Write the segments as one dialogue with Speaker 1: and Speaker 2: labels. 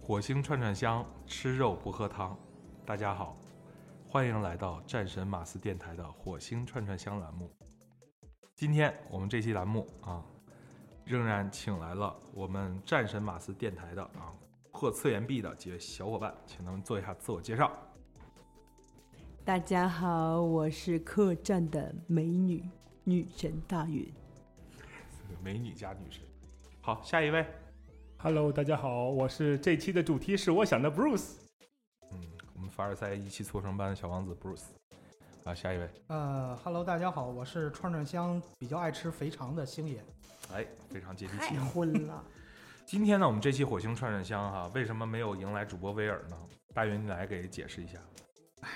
Speaker 1: 火星串串香，吃肉不喝汤。大家好，欢迎来到战神马斯电台的火星串串香栏目。今天我们这期栏目啊，仍然请来了我们战神马斯电台的啊破次元壁的几位小伙伴，请他们做一下自我介绍。
Speaker 2: 大家好，我是客栈的美女女神大云。
Speaker 1: 美女加女神。好，下一位，
Speaker 3: Hello，大家好，我是这期的主题是我想的 Bruce。
Speaker 1: 嗯，我们凡尔赛一期搓成班的小王子 Bruce。啊，下一位，
Speaker 4: 呃哈喽，大家好，我是串串香比较爱吃肥肠的星爷。
Speaker 1: 哎，非常接地气
Speaker 2: 太。荤了，
Speaker 1: 今天呢，我们这期火星串串香哈、为什么没有迎来主播威尔呢？大云，你来给解释一下，哎，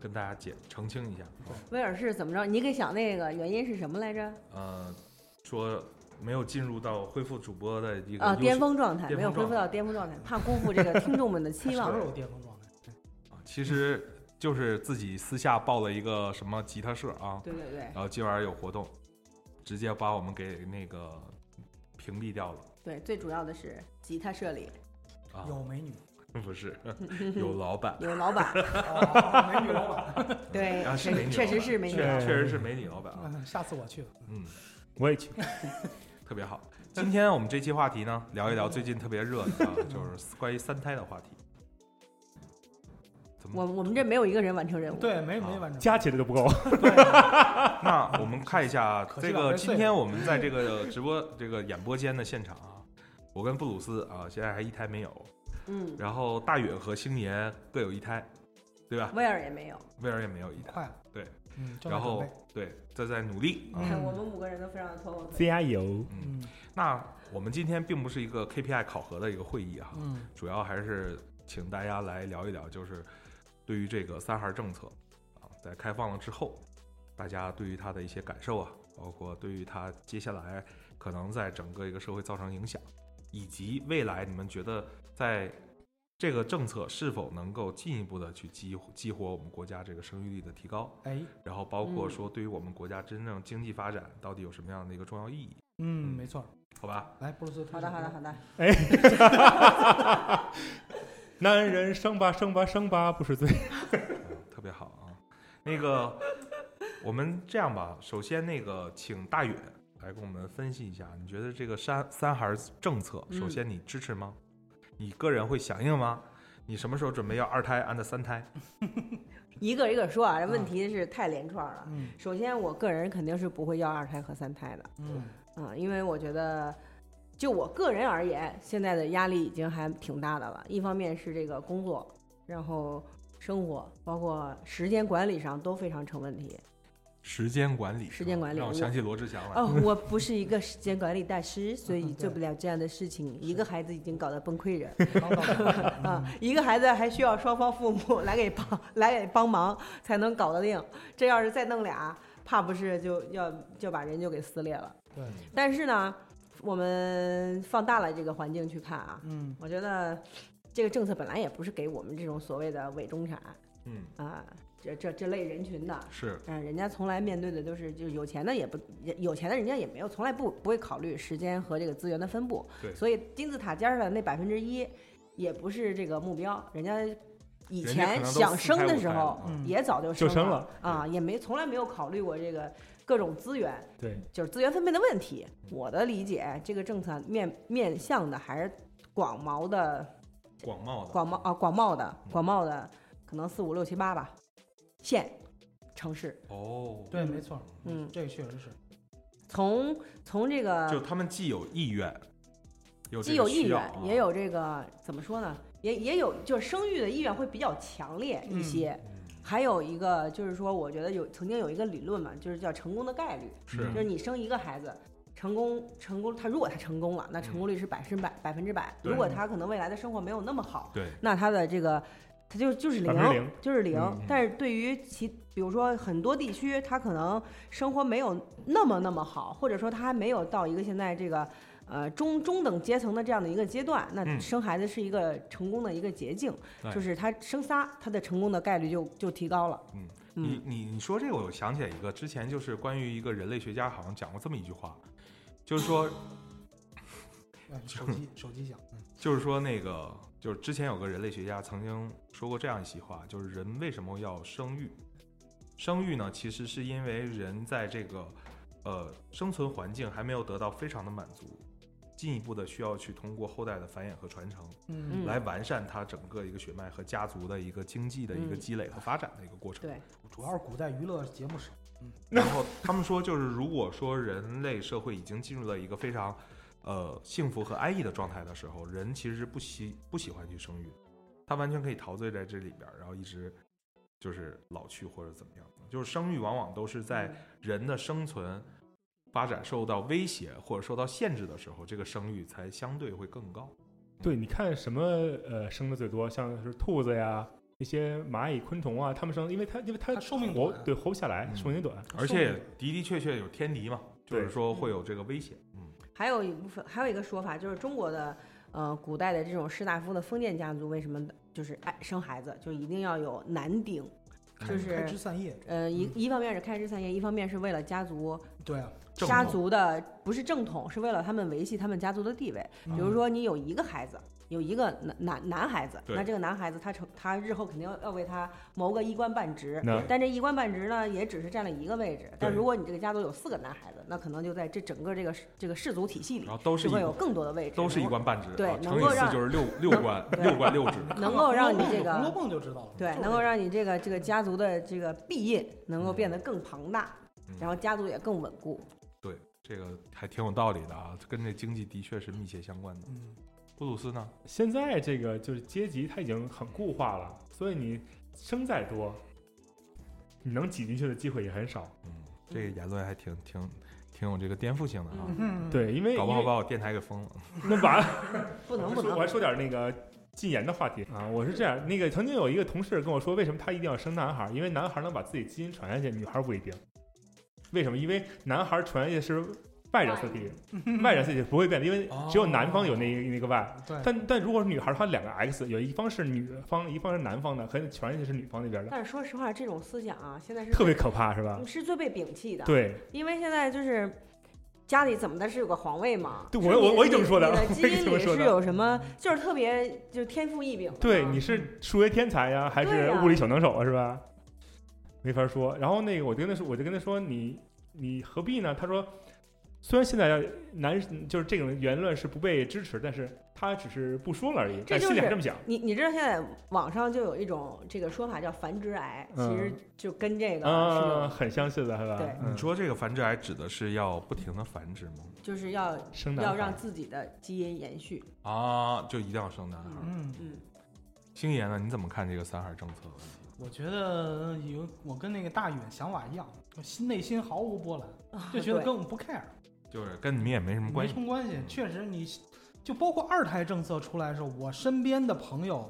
Speaker 1: 跟大家解澄清一下。
Speaker 5: 威尔士怎么着？你给想那个原因是什么来着？
Speaker 1: 呃，说没有进入到恢复主播的一个
Speaker 5: 啊，
Speaker 1: 优秀
Speaker 5: 巅峰状态
Speaker 1: 巅峰
Speaker 5: 没有恢
Speaker 1: 状
Speaker 5: 复
Speaker 1: 态
Speaker 5: 到巅峰状态，怕辜负这个听众们的期
Speaker 4: 什
Speaker 5: 望
Speaker 4: 么。时候巅峰状态？
Speaker 1: 啊，其实就是自己私下报了一个什么吉他社啊，
Speaker 5: 对对对
Speaker 1: 然后今晚有活动，直接把我们给那个屏蔽掉了
Speaker 5: 对，最主要的是吉他社里
Speaker 1: 啊，
Speaker 4: 有美女，
Speaker 1: 不是 有老 板，
Speaker 5: 有老 板，
Speaker 4: 哦美女老板，
Speaker 5: 对
Speaker 1: 啊，是
Speaker 5: 确
Speaker 1: 美女老板，
Speaker 5: 确实是美女
Speaker 1: 确
Speaker 3: 老
Speaker 1: 确
Speaker 3: 板
Speaker 1: 实是美女老板啊，
Speaker 4: 嗯下次我去。
Speaker 1: 嗯。
Speaker 3: 我也去，
Speaker 1: 特别好。今天我们这期话题呢，聊一聊最近特别热的 啊，就是关于三胎的话题。怎
Speaker 5: 我
Speaker 1: 么？
Speaker 5: 我们这没有一个人完成任务。
Speaker 4: 对，没
Speaker 1: 好
Speaker 4: 没完成。
Speaker 3: 加起来都不够。
Speaker 1: 那我们看一下
Speaker 4: 可惜
Speaker 1: 这
Speaker 4: 了
Speaker 1: 个，
Speaker 4: 没睡
Speaker 1: 今天我们在这个直播 这个演播间的现场啊，我跟布鲁斯啊，现在还一胎没有，
Speaker 5: 嗯，
Speaker 1: 然后大远和星爷各有一胎，对吧？
Speaker 5: 威尔也没有。
Speaker 1: 威尔也没有一胎，
Speaker 4: 快了，
Speaker 1: 对，
Speaker 4: 嗯，正在
Speaker 1: 然后
Speaker 4: 准备
Speaker 1: 对，正在努力啊
Speaker 4: 嗯。
Speaker 5: 看我们五个人都非常的拖后腿。
Speaker 3: 加油！
Speaker 1: 嗯，
Speaker 4: 嗯
Speaker 1: 那我们今天并不是一个 KPI 考核的一个会议哈、啊
Speaker 4: 嗯，
Speaker 1: 主要还是请大家来聊一聊，就是对于这个三孩政策啊，在开放了之后，啊大家对于它的一些感受啊，包括对于它接下来可能在整个一个社会造成影响，以及未来你们觉得在这个政策是否能够进一步的去激激活我们国家这个生育率的提高，
Speaker 4: 哎，
Speaker 1: 然后包括
Speaker 5: 嗯
Speaker 1: 说对于我们国家真正经济发展到底有什么样的一个重要意义，
Speaker 4: 嗯，没错。
Speaker 1: 好吧？
Speaker 4: 来，布鲁斯，
Speaker 5: 好的好的好的，
Speaker 3: 哎 男人生吧生吧生吧不是罪。
Speaker 1: 嗯，特别好啊。那个， 我们这样吧，首先那个，请大远来跟我们分析一下，你觉得这个三三孩政策，
Speaker 5: 嗯
Speaker 1: 首先你支持吗？你个人会响应吗？你什么时候准备要二胎，按的三胎？
Speaker 5: 一个一个说啊，这问题是太连串了。
Speaker 4: 嗯
Speaker 5: 首先，我个人肯定是不会要二胎和三胎的。
Speaker 4: 嗯，
Speaker 5: 啊、因为我觉得，就我个人而言，现在的压力已经还挺大的了。一方面是这个工作，然后生活，包括时间管理上都非常成问题。
Speaker 1: 时间管理，
Speaker 5: 时间管理
Speaker 1: 让我
Speaker 5: 我
Speaker 1: 想起罗志祥来。
Speaker 5: 哦，我不是一个时间管理大师，所以做不了这样的事情。一个孩子已经搞得崩溃人
Speaker 4: 刚到的
Speaker 5: 啊、一个孩子还需要双方父母 来给帮来给帮忙才能搞得定。这要是再弄俩，怕不是就要就把人就给撕裂了。
Speaker 4: 对，
Speaker 5: 但是呢，我们放大了这个环境去看啊，
Speaker 4: 嗯
Speaker 5: 我觉得这个政策本来也不是给我们这种所谓的伪中产
Speaker 1: 嗯，
Speaker 5: 啊，这这这类人群的。
Speaker 1: 是，
Speaker 5: 嗯，人家从来面对的都是，就有钱的也不，也有钱的人家也没有，从来不不会考虑时间和这个资源的分布。
Speaker 1: 对
Speaker 5: 所以金字塔尖儿的那百分之一，也不是这个目标。人家以
Speaker 1: 人家可
Speaker 5: 前
Speaker 1: 能都
Speaker 5: 想
Speaker 1: 四胎
Speaker 5: 生的
Speaker 1: 五
Speaker 5: 时
Speaker 1: 胎
Speaker 5: 候
Speaker 1: 了，
Speaker 4: 嗯，
Speaker 5: 也早就
Speaker 3: 就
Speaker 5: 生
Speaker 3: 生
Speaker 5: 了啊，也没从来没有考虑过这个各种资源，
Speaker 3: 对，
Speaker 5: 就是资源分配的问题。我的理解，这个政策面面向的还是广袤的
Speaker 1: 广袤的
Speaker 5: 广袤啊广袤的
Speaker 1: 嗯
Speaker 5: 广袤的，可能四五六七八吧，县城市。
Speaker 1: 哦，
Speaker 4: 对，没错，
Speaker 5: 嗯
Speaker 4: 这个确实是。
Speaker 5: 从从这
Speaker 1: 就
Speaker 5: 个
Speaker 1: 他们既有意愿，有这
Speaker 5: 既
Speaker 1: 个
Speaker 5: 有意
Speaker 1: 需要
Speaker 5: 愿，
Speaker 1: 啊
Speaker 5: 也有这个怎么说呢？也也有就是生育的意愿会比较强烈一
Speaker 4: 嗯
Speaker 5: 些。
Speaker 1: 嗯
Speaker 5: 还有一个就是说，我觉得有曾经有一个理论嘛，就是叫成功的概率，
Speaker 1: 是
Speaker 5: 就是你生一个孩子，成功成功，他如果他成功了，那成功率是百分之百百分之百。
Speaker 1: 对
Speaker 5: 如果他可能未来的生活没有那么好，
Speaker 1: 对，
Speaker 5: 那他的这个他就就是
Speaker 3: 百分之
Speaker 5: 零，
Speaker 3: 零，
Speaker 5: 就是零
Speaker 1: 嗯嗯。
Speaker 5: 但是对于其比如说很多地区，他可能生活没有那么那么好，或者说他还没有到一个现在这个。呃，中中等阶层的这样的一个阶段，那
Speaker 1: 嗯
Speaker 5: 生孩子是一个成功的一个捷径，
Speaker 1: 对
Speaker 5: 就是他生仨，他的成功的概率就就提高了。
Speaker 1: 嗯
Speaker 5: 嗯
Speaker 1: 你你你说这个，我想起来一个，之前就是关于一个人类学家好像讲过这么一句话，就是说
Speaker 4: 哎手机手机响，嗯
Speaker 1: 就是说那个就是之前有个人类学家曾经说过这样一席话，就是人为什么要生育？生育呢，其实是因为人在这个呃生存环境还没有得到非常的满足，进一步的需要去通过后代的繁衍和传承，
Speaker 5: 嗯
Speaker 1: 来完善他整个一个血脉和家族的一个经济的一个
Speaker 5: 嗯
Speaker 1: 积累和发展的一个过程。
Speaker 5: 对，
Speaker 4: 主要是古代娱乐节目少，
Speaker 1: 然后他们说，就是如果说人类社会已经进入了一个非常，呃，幸福和安逸的状态的时候，人其实是不喜不喜欢去生育的，他完全可以陶醉在这里边儿，然后一直就是老去或者怎么样的。就是生育往往都是在
Speaker 5: 嗯
Speaker 1: 人的生存发展受到威胁或者受到限制的时候，这个生育才相对会更高。
Speaker 3: 对，你看什么呃生的最多，像是兔子呀。一些蚂蚁、昆虫啊，它们生，因为它因为它
Speaker 4: 它寿命
Speaker 3: 活
Speaker 4: 短
Speaker 3: 对活不下来，
Speaker 1: 嗯
Speaker 3: 寿命短。
Speaker 1: 而且的的确确有天敌嘛，就是
Speaker 3: 对
Speaker 1: 说会有这个危险。嗯，
Speaker 5: 还有一部分，还有一个说法就是中国的呃古代的这种士大夫的封建家族为什么就是爱生孩子，就一定要有男丁，就
Speaker 4: 开
Speaker 5: 是
Speaker 4: 枝散叶，
Speaker 5: 呃
Speaker 1: 嗯
Speaker 5: 一一方面是开枝散叶，一方面是为了家族
Speaker 4: 对啊，
Speaker 1: 正
Speaker 5: 家
Speaker 1: 统
Speaker 5: 族的不是正统，是为了他们维系他们家族的地位。
Speaker 1: 嗯
Speaker 5: 比如说你有一个孩子。有一个男男男孩子，
Speaker 1: 对
Speaker 5: 那这个男孩子他成他日后肯定要要为他谋个一官半职，
Speaker 3: 那
Speaker 5: 但这一官半职呢，也只是占了一个位置。但
Speaker 1: 嗯对
Speaker 5: 如果你这个家族有四个男孩子，那可能就在这整个这个这个氏族体系里
Speaker 1: 然，后都是
Speaker 5: 是
Speaker 1: 一
Speaker 5: 会有更多的位置，
Speaker 1: 哦都是一
Speaker 5: 能够
Speaker 1: 官半职，
Speaker 5: 对
Speaker 1: 啊
Speaker 5: 能
Speaker 1: 乘以
Speaker 5: 够
Speaker 1: 四
Speaker 5: 让
Speaker 1: 就是 六六官，六官六职。
Speaker 5: 能够让你这
Speaker 4: 《红 楼
Speaker 5: 个
Speaker 4: 梦》就知道了，
Speaker 5: 对，
Speaker 4: 就是
Speaker 5: 能够让你这个这个家族的这个庇荫能够变得更庞大
Speaker 1: 嗯，
Speaker 5: 然后家族也更稳固。
Speaker 1: 对，这个还挺有道理的啊，跟这经济的确是密切相关的。
Speaker 4: 嗯，
Speaker 1: 布鲁斯呢？
Speaker 3: 现在这个就是阶级，它已经很固化了，所以你生再多，你能挤进去的机会也很少。
Speaker 1: 嗯，这个言论还挺挺挺有这个颠覆性的啊，
Speaker 4: 嗯，
Speaker 3: 对，因为
Speaker 1: 搞不好
Speaker 3: 因为
Speaker 1: 把我电台给封了。
Speaker 3: 那完
Speaker 5: 不能
Speaker 3: 我
Speaker 5: 不
Speaker 3: 说我还
Speaker 5: 能，
Speaker 3: 说点那个禁言的话题啊，我是这样，那个曾经有一个同事跟我说，为什么他一定要生男孩儿？因为男孩儿能把自己基因传下去，女孩儿不一定。为什么？因为男孩儿传下去是外染色体，外染色体不会变的，因为只有男方有那那个 Y。
Speaker 4: 对，
Speaker 3: 但但如果是女孩儿，她两个 X，有一方是女方，一方是男方的，可能传下去是女方那边的，
Speaker 5: 但是说实话，这种思想啊，现在是
Speaker 3: 特别可怕，是啊吧？
Speaker 5: 是最被摒弃的。，
Speaker 3: 啊对，
Speaker 5: 因为现在就是家里怎么的是有个皇位嘛。
Speaker 3: 对
Speaker 5: 是
Speaker 3: 我
Speaker 5: 你
Speaker 3: 我我也这么说的
Speaker 5: 你
Speaker 3: 我也
Speaker 5: 你的基
Speaker 3: 这
Speaker 5: 因
Speaker 3: 么
Speaker 5: 里
Speaker 3: 说
Speaker 5: 是
Speaker 3: 的
Speaker 5: 有什么，就是特别就是天赋异禀的。
Speaker 3: 对，你是数学天才呀，还
Speaker 5: 嗯对
Speaker 3: 是
Speaker 5: 呀
Speaker 3: 物理小能手啊，是吧？没法说。然后那个，我就跟他说，我就跟他说，你你何必呢？他说，虽然现在男就是这种言论是不被支持，但是他只是不说了而已，
Speaker 5: 这
Speaker 3: 但
Speaker 5: 就
Speaker 3: 心里还
Speaker 5: 是
Speaker 3: 这么想。
Speaker 5: 你你知道现在网上就有一种这个说法叫繁殖癌，其实
Speaker 3: 嗯
Speaker 5: 就跟这个是有
Speaker 3: 嗯，很相似的，是吧？
Speaker 5: 对
Speaker 3: 嗯
Speaker 1: 你说这个繁殖癌指的是要不停的繁殖吗？
Speaker 5: 就是要
Speaker 3: 生啊男
Speaker 5: 要
Speaker 3: 孩
Speaker 5: 让自己的基因延续。
Speaker 1: 啊，就一定要生男孩。
Speaker 4: 嗯，
Speaker 5: 嗯，
Speaker 1: 星爷呢？你怎么看这个三孩政策问题？
Speaker 4: 我觉得有我跟那个大允想法一样，我心内心毫无波澜，就觉得
Speaker 5: 啊对
Speaker 4: 跟我们不 care，
Speaker 1: 就是跟你们也没什么
Speaker 4: 没
Speaker 1: 关
Speaker 4: 什
Speaker 1: 系。
Speaker 4: 么关系。确实你，就包括二胎政策出来的时候，我身边的朋友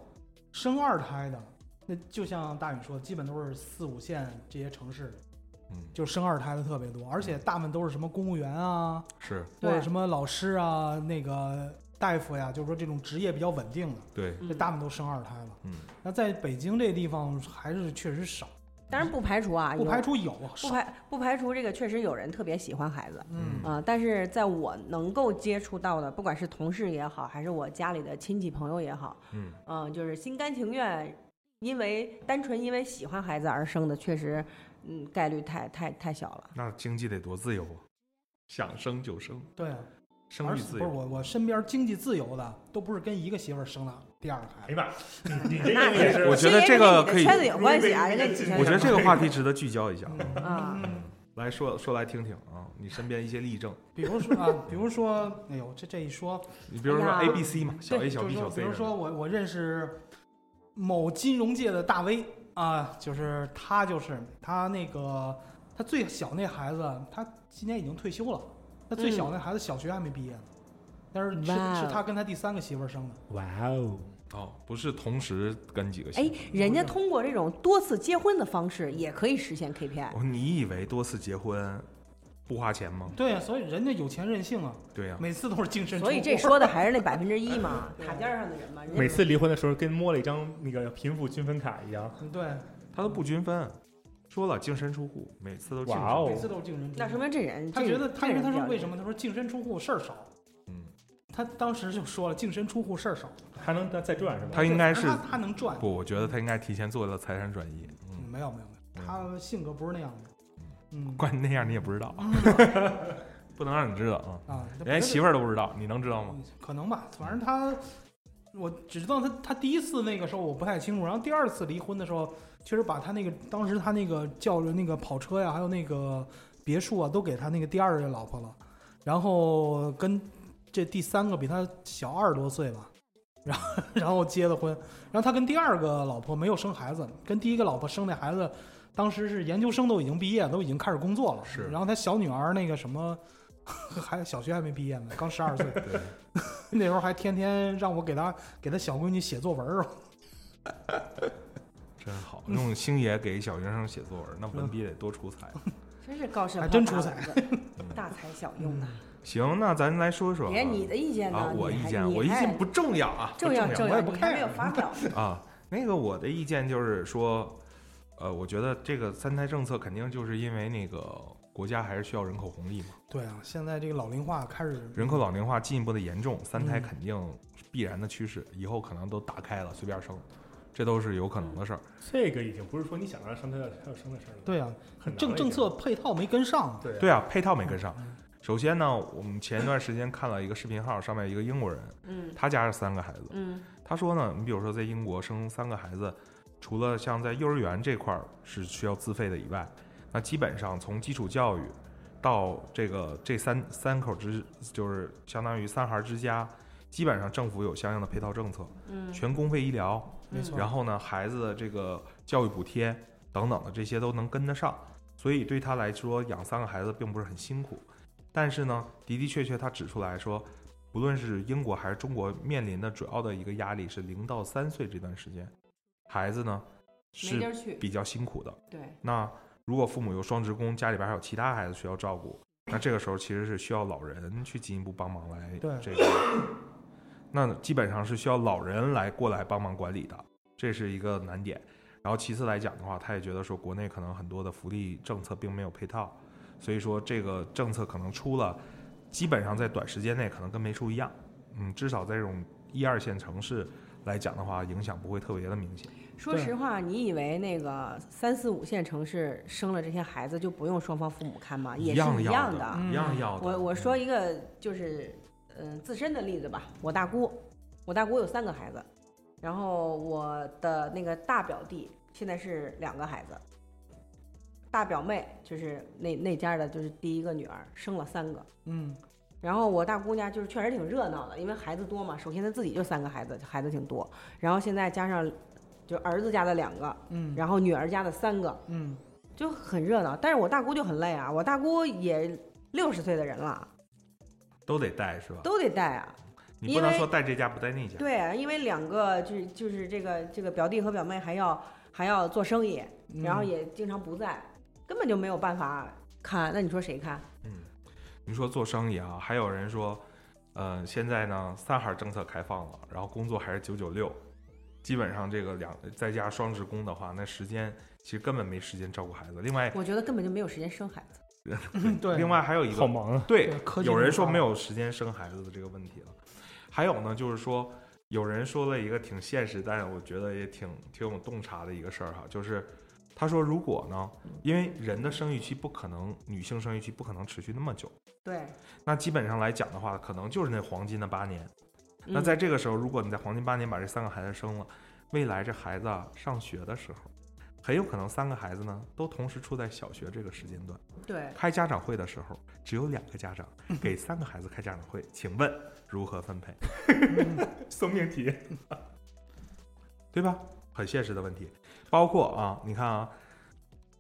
Speaker 4: 生二胎的，那就像大宇说，基本都是四五线这些城市，
Speaker 1: 嗯，
Speaker 4: 就生二胎的特别多，而且大部分都是什么公务员啊，
Speaker 1: 是
Speaker 4: 或
Speaker 5: 对
Speaker 4: 者什么老师啊，那个大夫呀，就是说这种职业比较稳定的，
Speaker 1: 对，
Speaker 5: 嗯
Speaker 4: 这大部分都生二胎了。
Speaker 1: 嗯，
Speaker 4: 那在北京这地方还是确实少，
Speaker 5: 当然不排除啊，
Speaker 4: 不
Speaker 5: 有
Speaker 4: 排除有
Speaker 5: 不
Speaker 4: 少，
Speaker 5: 排不排除这个确实有人特别喜欢孩子
Speaker 4: 嗯
Speaker 5: 啊、但是在我能够接触到的，不管是同事也好，还是我家里的亲戚朋友也好，
Speaker 1: 嗯，
Speaker 5: 嗯、就是心甘情愿，因为单纯因为喜欢孩子而生的，确实，嗯，概率太太太小了。
Speaker 1: 那经济得多自由啊，想生就生，
Speaker 4: 对啊，
Speaker 1: 生
Speaker 4: 而
Speaker 1: 育
Speaker 4: 且
Speaker 1: 自
Speaker 4: 不是
Speaker 1: 由。
Speaker 4: 我我身边经济自由的都不是跟一个媳妇儿生了第二个
Speaker 3: 哎
Speaker 4: 孩
Speaker 3: 呀
Speaker 4: 子，
Speaker 3: 妈， 你你这个
Speaker 5: 嗯那
Speaker 3: 也是
Speaker 1: 我觉得这个
Speaker 5: 这
Speaker 1: 可以
Speaker 5: 跟你的圈子有关系啊，这跟你的圈子有关系。
Speaker 1: 我觉得这个话题值得聚焦一下。
Speaker 4: 嗯
Speaker 5: 啊
Speaker 4: 嗯
Speaker 1: 来说说来听听啊，你身边一些例证，
Speaker 4: 比如说啊，比如说，哎呦，这这一说，
Speaker 1: 你比如说
Speaker 5: 哎
Speaker 1: A
Speaker 5: 呀
Speaker 1: B C 嘛，小 A
Speaker 4: 对
Speaker 1: 小
Speaker 4: 就是
Speaker 1: B
Speaker 4: 说
Speaker 1: 小 C，
Speaker 4: 比如
Speaker 1: 什么
Speaker 4: 说我我认识某金融界的大 V 啊，就是他就是他那个他最小那孩子，他今年已经退休了，他最小那孩子小学还没毕业呢，但是是
Speaker 5: 嗯哇哦
Speaker 4: 是他跟他第三个媳妇儿生的，
Speaker 3: 哇哦，
Speaker 1: 的哦，不是同时跟几个
Speaker 5: 哎
Speaker 1: 姓，
Speaker 5: 人家通过这种多次结婚的方式也可以实现
Speaker 4: 哎
Speaker 5: KPI。
Speaker 1: 哦你以为多次结婚不花钱吗？
Speaker 4: 对呀、啊所以人家有钱任性啊，
Speaker 1: 对呀、
Speaker 4: 每次都是净身出户。
Speaker 5: 所以这说的还是那百分之一嘛，
Speaker 4: 对
Speaker 5: 塔尖儿上的人嘛。人家
Speaker 3: 每次离婚的时候跟摸了一张那个贫富均分卡一样，
Speaker 4: 对，
Speaker 1: 他都不均分，啊说了净身出户，每次都净身
Speaker 3: 哇哦
Speaker 4: 每次都是净身出户。
Speaker 5: 那说明这人，
Speaker 4: 他觉得他因为他说为什
Speaker 5: 么？
Speaker 4: 么他说净身出户事儿少，
Speaker 1: 嗯，
Speaker 4: 他当时就说了净身出户事儿少，
Speaker 3: 还能再再赚是吧？
Speaker 1: 他应该是
Speaker 4: 他他能赚。
Speaker 1: 不，我觉得他应该提前做了财产转移，
Speaker 4: 嗯
Speaker 1: 嗯，
Speaker 4: 没有没有没有，他性格不是那样的。嗯，
Speaker 1: 关那样你也不知道， 不能让你知道啊，
Speaker 4: 啊，
Speaker 1: 连媳
Speaker 4: 妇
Speaker 1: 妇儿都不知道，你能知道吗？
Speaker 4: 嗯可能吧，反正他，我只知道他他第一次那个时候我不太清楚，然后第二次离婚的时候，确实把他那个当时他那个叫着那个跑车呀，还有那个别墅啊，都给他那个第二任老婆了，然后跟这第三个比他小二十多岁吧。然后， 然后结的婚，然后他跟第二个老婆没有生孩子，跟第一个老婆生那孩子，当时是研究生都已经毕业，都已经开始工作了。
Speaker 1: 是
Speaker 4: 然后他小女儿那个什么， 还小学还没毕业呢，刚十二岁，
Speaker 1: 对，
Speaker 4: 那时候还天天让我给他给他小闺女写作文儿，嗯
Speaker 1: 真好，用星爷给小学生写作文，那文笔得多出彩。
Speaker 5: 真是高深，
Speaker 4: 还真出彩，
Speaker 5: 大材小用啊！
Speaker 1: 行，那咱来说说啊，
Speaker 5: 爷，你的意见呢？
Speaker 1: 啊，我
Speaker 5: 你
Speaker 1: 意
Speaker 5: 还
Speaker 1: 见，
Speaker 5: 你
Speaker 1: 我意
Speaker 5: 还
Speaker 1: 见不重要啊，不
Speaker 5: 重要重
Speaker 4: 我
Speaker 5: 要，
Speaker 4: 也不
Speaker 5: 你还没有
Speaker 4: 看
Speaker 5: 发表。
Speaker 1: 啊。那个我的意见就是说，呃，我觉得这个三胎政策肯定就是因为那个国家还是需要人口红利嘛，
Speaker 4: 对啊，现在这个老龄化开始，
Speaker 1: 人口老龄化进一步的严重，三胎
Speaker 4: 嗯
Speaker 1: 肯定是必然的趋势，以后可能都打开了随便生，这都是有可能的事儿。
Speaker 5: 嗯
Speaker 3: 这个已经不是说你想让生他要生的事儿了，
Speaker 4: 对啊，
Speaker 3: 很难了已经，
Speaker 4: 政政策配套没跟上，
Speaker 3: 对
Speaker 1: 对啊，配套没跟上
Speaker 4: 嗯。
Speaker 1: 首先呢，我们前一段时间看了一个视频号，上面一个英国人，
Speaker 5: 嗯
Speaker 1: 他家是三个孩子，
Speaker 5: 嗯
Speaker 1: 他说呢，你比如说在英国生三个孩子，除了像在幼儿园这块儿是需要自费的以外，那基本上从基础教育到这个这三三口之就是相当于三孩之家，基本上政府有相应的配套政策，
Speaker 5: 嗯，
Speaker 1: 全公费医疗，
Speaker 4: 没错
Speaker 1: 然后呢孩子的这个教育补贴等等的这些都能跟得上，所以对他来说养三个孩子并不是很辛苦。但是呢，的的确确他指出来说，不论是英国还是中国面临的主要的一个压力是零到三岁这段时间，孩子呢
Speaker 5: 没地
Speaker 1: 是
Speaker 5: 儿去。
Speaker 1: 比较辛苦的。
Speaker 5: 对，
Speaker 1: 那如果父母有双职工，家里边还有其他孩子需要照顾，那这个时候其实是需要老人去进一步帮忙来
Speaker 4: 对
Speaker 1: 这个，那基本上是需要老人来过来帮忙管理的，这是一个难点。然后其次来讲的话，他也觉得说国内可能很多的福利政策并没有配套，所以说这个政策可能出了，基本上在短时间内可能跟没出一样。嗯，至少在这种一二线城市来讲的话，影响不会特别的明显。
Speaker 5: 说实话，你以为那个三四五线城市生了这些孩子就不用双方父母看吗？也是
Speaker 1: 样
Speaker 5: 一
Speaker 1: 要
Speaker 5: 样的。
Speaker 1: 一样要的。
Speaker 5: 我我
Speaker 1: 嗯
Speaker 5: 说一个就是，嗯、自身的例子吧。我大姑，我大姑有三个孩子，然后我的那个大表弟现在是两个孩子，大表妹就是那那家的，就是第一个女儿生了三个，
Speaker 4: 嗯，
Speaker 5: 然后我大姑家就是确实挺热闹的，因为孩子多嘛。首先她自己就三个孩子，孩子挺多，然后现在加上就儿子家的两个，
Speaker 4: 嗯
Speaker 5: 然后女儿家的三个，
Speaker 4: 嗯
Speaker 5: 就很热闹。但是我大姑就很累啊，我大姑也六十岁的人了，
Speaker 1: 都得带是吧？
Speaker 5: 都得带啊。
Speaker 1: 你不能
Speaker 5: 因为
Speaker 1: 说带这家不带那家。
Speaker 5: 对啊，因为两个就是就是这个这个表弟和表妹还要还要做生意，
Speaker 4: 嗯，
Speaker 5: 然后也经常不在，根本就没有办法看。那你说谁看？
Speaker 1: 嗯，你说做生意啊，还有人说，呃，现在呢三孩政策开放了，然后工作还是九九六，基本上这个两在家双职工的话，那时间其实根本没时间照顾孩子。另外，
Speaker 5: 我觉得根本就没有时间生孩子。
Speaker 4: 嗯对，
Speaker 1: 另外还有一个，
Speaker 3: 好忙啊，
Speaker 1: 对，
Speaker 4: 科技
Speaker 1: 有人
Speaker 4: 很
Speaker 1: 说
Speaker 4: 发达
Speaker 1: 没有时间生孩子的这个问题了。还有呢，就是说有人说了一个挺现实，但是我觉得也挺挺有洞察的一个事儿哈，就是他说如果呢，
Speaker 4: 嗯
Speaker 1: 因为人的生育期不可能，女性生育期不可能持续那么久。
Speaker 5: 对，
Speaker 1: 那基本上来讲的话，可能就是那黄金的八年。
Speaker 4: 嗯
Speaker 1: 那
Speaker 5: 嗯
Speaker 1: 在这个时候，如果你在黄金八年把这三个孩子生了，未来这孩子啊上学的时候，很有可能三个孩子呢都同时处在小学这个时间段。
Speaker 5: 对，
Speaker 1: 开家长会的时候，只有两个家长
Speaker 5: 嗯
Speaker 1: 给三个孩子开家长会，请问如何分配？
Speaker 5: 嗯
Speaker 3: 送命题，
Speaker 1: 对吧？很现实的问题。包括啊，你看啊，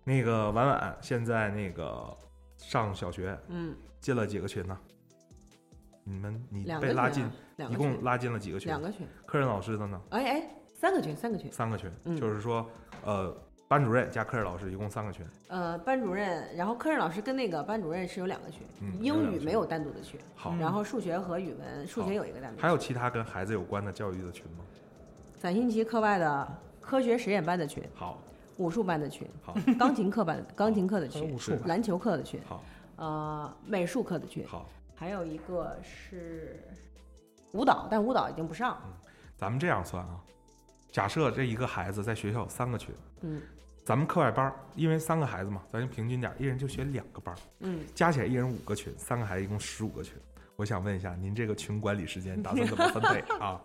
Speaker 1: 那个婉婉现在那个上小学
Speaker 5: 嗯，
Speaker 1: 进了几个群呢？你们你
Speaker 5: 两个
Speaker 1: 被
Speaker 5: 群
Speaker 1: 拉
Speaker 5: 啊
Speaker 1: 进，
Speaker 5: 两
Speaker 1: 一
Speaker 5: 个
Speaker 1: 共
Speaker 5: 群，
Speaker 1: 拉进了几个群？
Speaker 5: 两个群，
Speaker 1: 科任老师的呢？
Speaker 5: 哎哎，三个群，三个群。
Speaker 1: 三个群，
Speaker 5: 嗯
Speaker 1: 就是说，呃，班主任加科任老师一共三个群。
Speaker 5: 呃，班主任，然后科任老师跟那个班主任是有两个群，
Speaker 1: 嗯有两
Speaker 5: 英
Speaker 1: 个
Speaker 5: 语
Speaker 1: 群
Speaker 5: 没有单独的群，
Speaker 1: 好，
Speaker 5: 然后数学和语文，数
Speaker 1: 好
Speaker 5: 学有一个单独的群。
Speaker 1: 还有其他跟孩子有关的教育的群吗？
Speaker 5: 攒星期课外的科学实验班的群，
Speaker 1: 好，
Speaker 5: 武术班 的群，
Speaker 1: 好，
Speaker 5: 钢琴课班、钢琴课
Speaker 1: 哦
Speaker 5: 的
Speaker 4: 还有
Speaker 5: 群
Speaker 4: 武，术吧，
Speaker 5: 篮球课的群，
Speaker 1: 好，
Speaker 5: 呃，美术课的群，
Speaker 1: 好，
Speaker 5: 还有一个是舞蹈，但舞蹈已经不上了。
Speaker 1: 咱们这样算啊，假设这一个孩子在学校有三个群，
Speaker 5: 嗯
Speaker 1: 咱们课外班儿，因为三个孩子嘛，咱就平均点儿，一人就学两个班儿，
Speaker 5: 嗯，
Speaker 1: 加起来一人五个群，三个孩子一共十五个群。我想问一下，您这个群管理时间打算怎么分 配啊？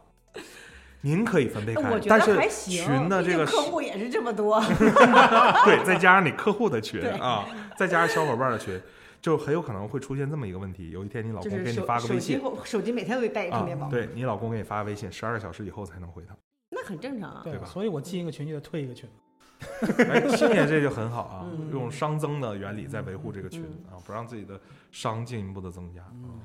Speaker 1: 您可以分配
Speaker 5: 哎我
Speaker 1: 开，
Speaker 5: 觉
Speaker 1: 但
Speaker 5: 得
Speaker 1: 是
Speaker 5: 还行，
Speaker 1: 群的
Speaker 5: 毕
Speaker 1: 这
Speaker 5: 竟
Speaker 1: 个
Speaker 5: 客
Speaker 1: 时
Speaker 5: 户也是这么多。
Speaker 1: 对，再加上你客户的群
Speaker 5: 对
Speaker 1: 啊，再加上小伙伴的群，就很有可能会出现这么一个问题：有一天你老
Speaker 5: 就
Speaker 1: 公
Speaker 5: 是
Speaker 1: 给你
Speaker 5: 手
Speaker 1: 发个
Speaker 5: 手
Speaker 1: 微
Speaker 5: 机
Speaker 1: 信
Speaker 5: 后，手机每天都得带着充
Speaker 1: 啊
Speaker 5: 电宝，，
Speaker 1: 对你老公给你发个微信，十二个小时以后才能回他。
Speaker 5: 那很正常啊。
Speaker 1: 对吧
Speaker 4: 所以我进一个群就得退一个群。
Speaker 1: 哎，青爷这就很好啊，
Speaker 5: 嗯
Speaker 1: 用熵增的原理在维护这个群、
Speaker 5: 嗯
Speaker 1: 啊，不让自己的熵进一步的增加。
Speaker 4: 嗯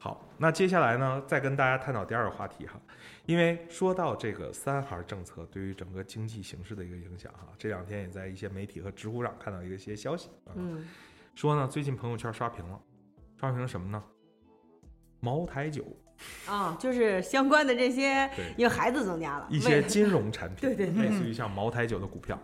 Speaker 1: 好，那接下来呢，再跟大家探讨第二个话题哈，因为说到这个三孩政策对于整个经济形势的一个影响哈，这两天也在一些媒体和知乎上看到一个一些消息啊，
Speaker 5: 嗯，
Speaker 1: 说呢最近朋友圈刷屏了，刷屏什么呢？茅台酒，
Speaker 5: 啊，就是相关的这些
Speaker 1: 对，
Speaker 5: 因为孩子增加了，
Speaker 1: 一
Speaker 5: 为
Speaker 1: 些
Speaker 5: 了
Speaker 1: 金融产品，
Speaker 5: 对对
Speaker 1: 类
Speaker 5: 对嗯
Speaker 1: 似于像茅台酒的股票，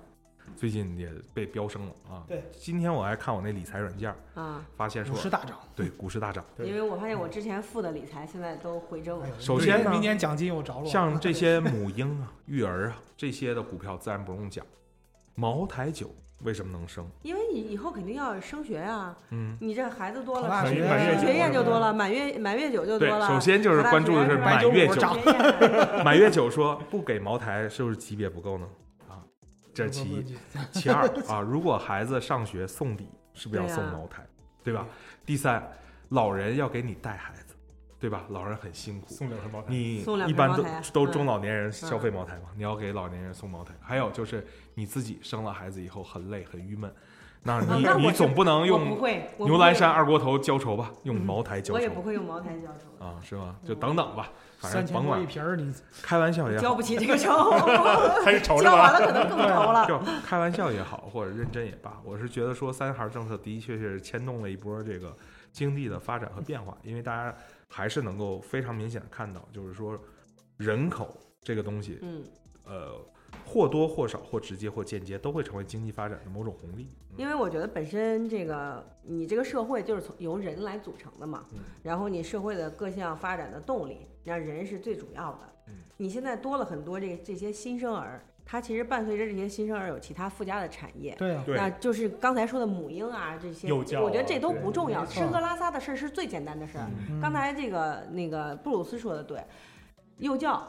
Speaker 1: 最近也被飙升了啊。
Speaker 4: 对，
Speaker 1: 今天我还看我那理财软件儿，
Speaker 5: 啊，
Speaker 1: 发现
Speaker 4: 股
Speaker 1: 说
Speaker 4: 市大涨，
Speaker 1: 对股市大涨。
Speaker 3: 对
Speaker 5: 因为我发现我之前付的理财现在都回正了
Speaker 4: 哎。呦
Speaker 1: 首先呢
Speaker 4: 明年奖金又着落了，
Speaker 1: 像这些母婴啊、 育儿啊这些的股票，自然不用讲。茅台酒为什么能升？
Speaker 5: 因为你以后肯定要升学啊，
Speaker 1: 嗯，
Speaker 5: 你这孩子多
Speaker 4: 考大
Speaker 5: 了，
Speaker 3: 学
Speaker 5: 学
Speaker 3: 满月
Speaker 5: 学业
Speaker 3: 酒
Speaker 5: 就多了，满月满月酒就多
Speaker 1: 对，
Speaker 5: 了。
Speaker 1: 首先就是关注的是
Speaker 5: 考大
Speaker 1: 满
Speaker 5: 学
Speaker 1: 月
Speaker 5: 是
Speaker 1: 酒
Speaker 5: 吧。学业
Speaker 1: 满月酒说不给茅台，是不是级别不够呢？啊，这是其一。其二啊，如果孩子上学送礼，是不是要送
Speaker 5: 对啊
Speaker 1: 茅台，对吧？第三，老人要给你带孩子，对吧？老人很辛苦，
Speaker 3: 送两瓶茅台。
Speaker 1: 你
Speaker 5: 送两
Speaker 1: 一
Speaker 5: 瓶
Speaker 1: 般
Speaker 5: 茅
Speaker 1: 都
Speaker 5: 台啊
Speaker 1: 都
Speaker 5: 嗯
Speaker 1: 中老年人消费茅台嘛，你要给老年人送茅台。还有就是你自己生了孩子以后很累很郁闷，那
Speaker 5: 啊
Speaker 1: 你
Speaker 5: 那我
Speaker 1: 你
Speaker 5: 是
Speaker 1: 总不能
Speaker 5: 我不
Speaker 1: 用
Speaker 5: 会，我不
Speaker 1: 牛栏
Speaker 5: 会嗯
Speaker 1: 山，二锅头浇愁吧？用茅台浇
Speaker 5: 我也不
Speaker 1: 愁
Speaker 5: 会用茅台浇愁，
Speaker 1: 啊，是吗？就等等吧，反正
Speaker 4: 三千
Speaker 1: 甭
Speaker 4: 多一
Speaker 1: 管，
Speaker 4: 瓶儿，你
Speaker 1: 开玩笑也
Speaker 5: 交
Speaker 1: 好，
Speaker 5: 不起这 个 愁，
Speaker 3: 开始愁着
Speaker 5: 交 完
Speaker 3: 吧？
Speaker 5: 了可能更愁了。
Speaker 1: 就开玩笑也好，或者认真也罢，我是觉得说三孩政策的确是牵动了一波这个经济的发展和变化，因为大家还是能够非常明显的看到，就是说人口这个东西
Speaker 5: 嗯，
Speaker 1: 呃，或多或少、或直接或间接，都会成为经济发展的某种红利。
Speaker 5: 因为我觉得本身这个你这个社会就是从由人来组成的嘛，
Speaker 1: 嗯
Speaker 5: 然后你社会的各项发展的动力，那人是最主要的。
Speaker 1: 嗯
Speaker 5: 你现在多了很多这这些新生儿，他其实伴随着这些新生儿有其他附加的产业。
Speaker 4: 对啊，
Speaker 1: 嗯对
Speaker 5: 那就是刚才说的母婴啊，这些，
Speaker 3: 幼教啊
Speaker 5: 我觉得这都不重要，
Speaker 4: 对
Speaker 5: 吃喝拉撒的事儿是最简单的事儿。
Speaker 1: 嗯
Speaker 4: 嗯
Speaker 5: 刚才这个那个布鲁斯说的对，幼教，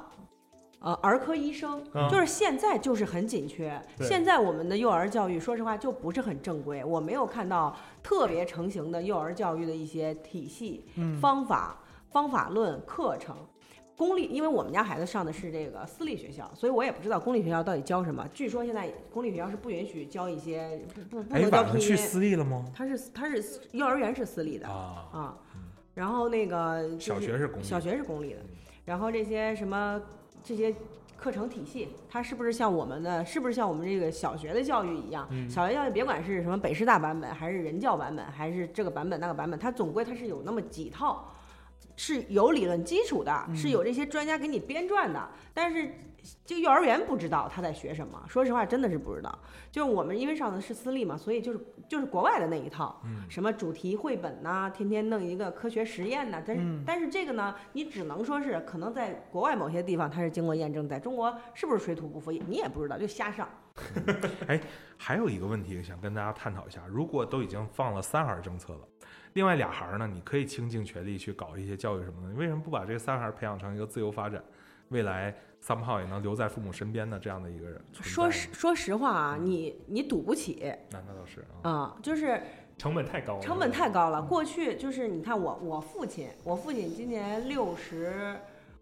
Speaker 5: 呃，儿科医生，
Speaker 1: 啊
Speaker 3: 嗯
Speaker 5: 就是现在就是很紧缺。
Speaker 3: 对
Speaker 5: 现在我们的幼儿教育，说实话就不是很正规，我没有看到特别成型的幼儿教育的一些体系、
Speaker 4: 嗯
Speaker 5: 方法、方法论、课程。公立，因为我们家孩子上的是这个私立学校，所以我也不知道公立学校到底教什么。据说现在公立学校是不允许教一些不不不能教
Speaker 1: 哎晚上
Speaker 5: 拼
Speaker 1: 去
Speaker 5: 音，
Speaker 1: 私立了吗？
Speaker 5: 它是它是幼儿园是私立的
Speaker 1: 啊，
Speaker 5: 啊
Speaker 1: 嗯，
Speaker 5: 然后那个就是
Speaker 1: 小学是公立，
Speaker 5: 小学是公立的
Speaker 1: 嗯，
Speaker 5: 然后这些什么这些课程体系，它是不是像我们的，是不是像我们这个小学的教育一样？
Speaker 3: 嗯
Speaker 5: 小学教育别管是什么北师大版本，还是人教版本，还是这个版本那个版本，它总归它是有那么几套，是有理论基础的，
Speaker 1: 嗯
Speaker 5: 是有这些专家给你编撰的，但是。就幼儿园不知道他在学什么，说实话真的是不知道。就是我们因为上的是私立嘛，所以就是就是国外的那一套，
Speaker 1: 嗯，
Speaker 5: 什么主题绘本呐、天天弄一个科学实验呐、但是、
Speaker 4: 嗯
Speaker 5: 但是这个呢，你只能说是可能在国外某些地方它是经过验证，在中国是不是水土不服，你也不知道，就瞎上。
Speaker 1: 还有一个问题想跟大家探讨一下：如果都已经放了三孩政策了，另外俩孩呢，你可以倾尽全力去搞一些教育什么的，你为什么不把这个三孩培养成一个自由发展？未来 somehow 也能留在父母身边的这样的一个人存在。嗯
Speaker 5: 说实说实话啊，你你赌不起
Speaker 1: 那那倒是啊，
Speaker 5: 啊、就是
Speaker 3: 成本太高了，
Speaker 1: 哦
Speaker 5: 成本太高了。过去就是你看我我父亲，我父亲今年六十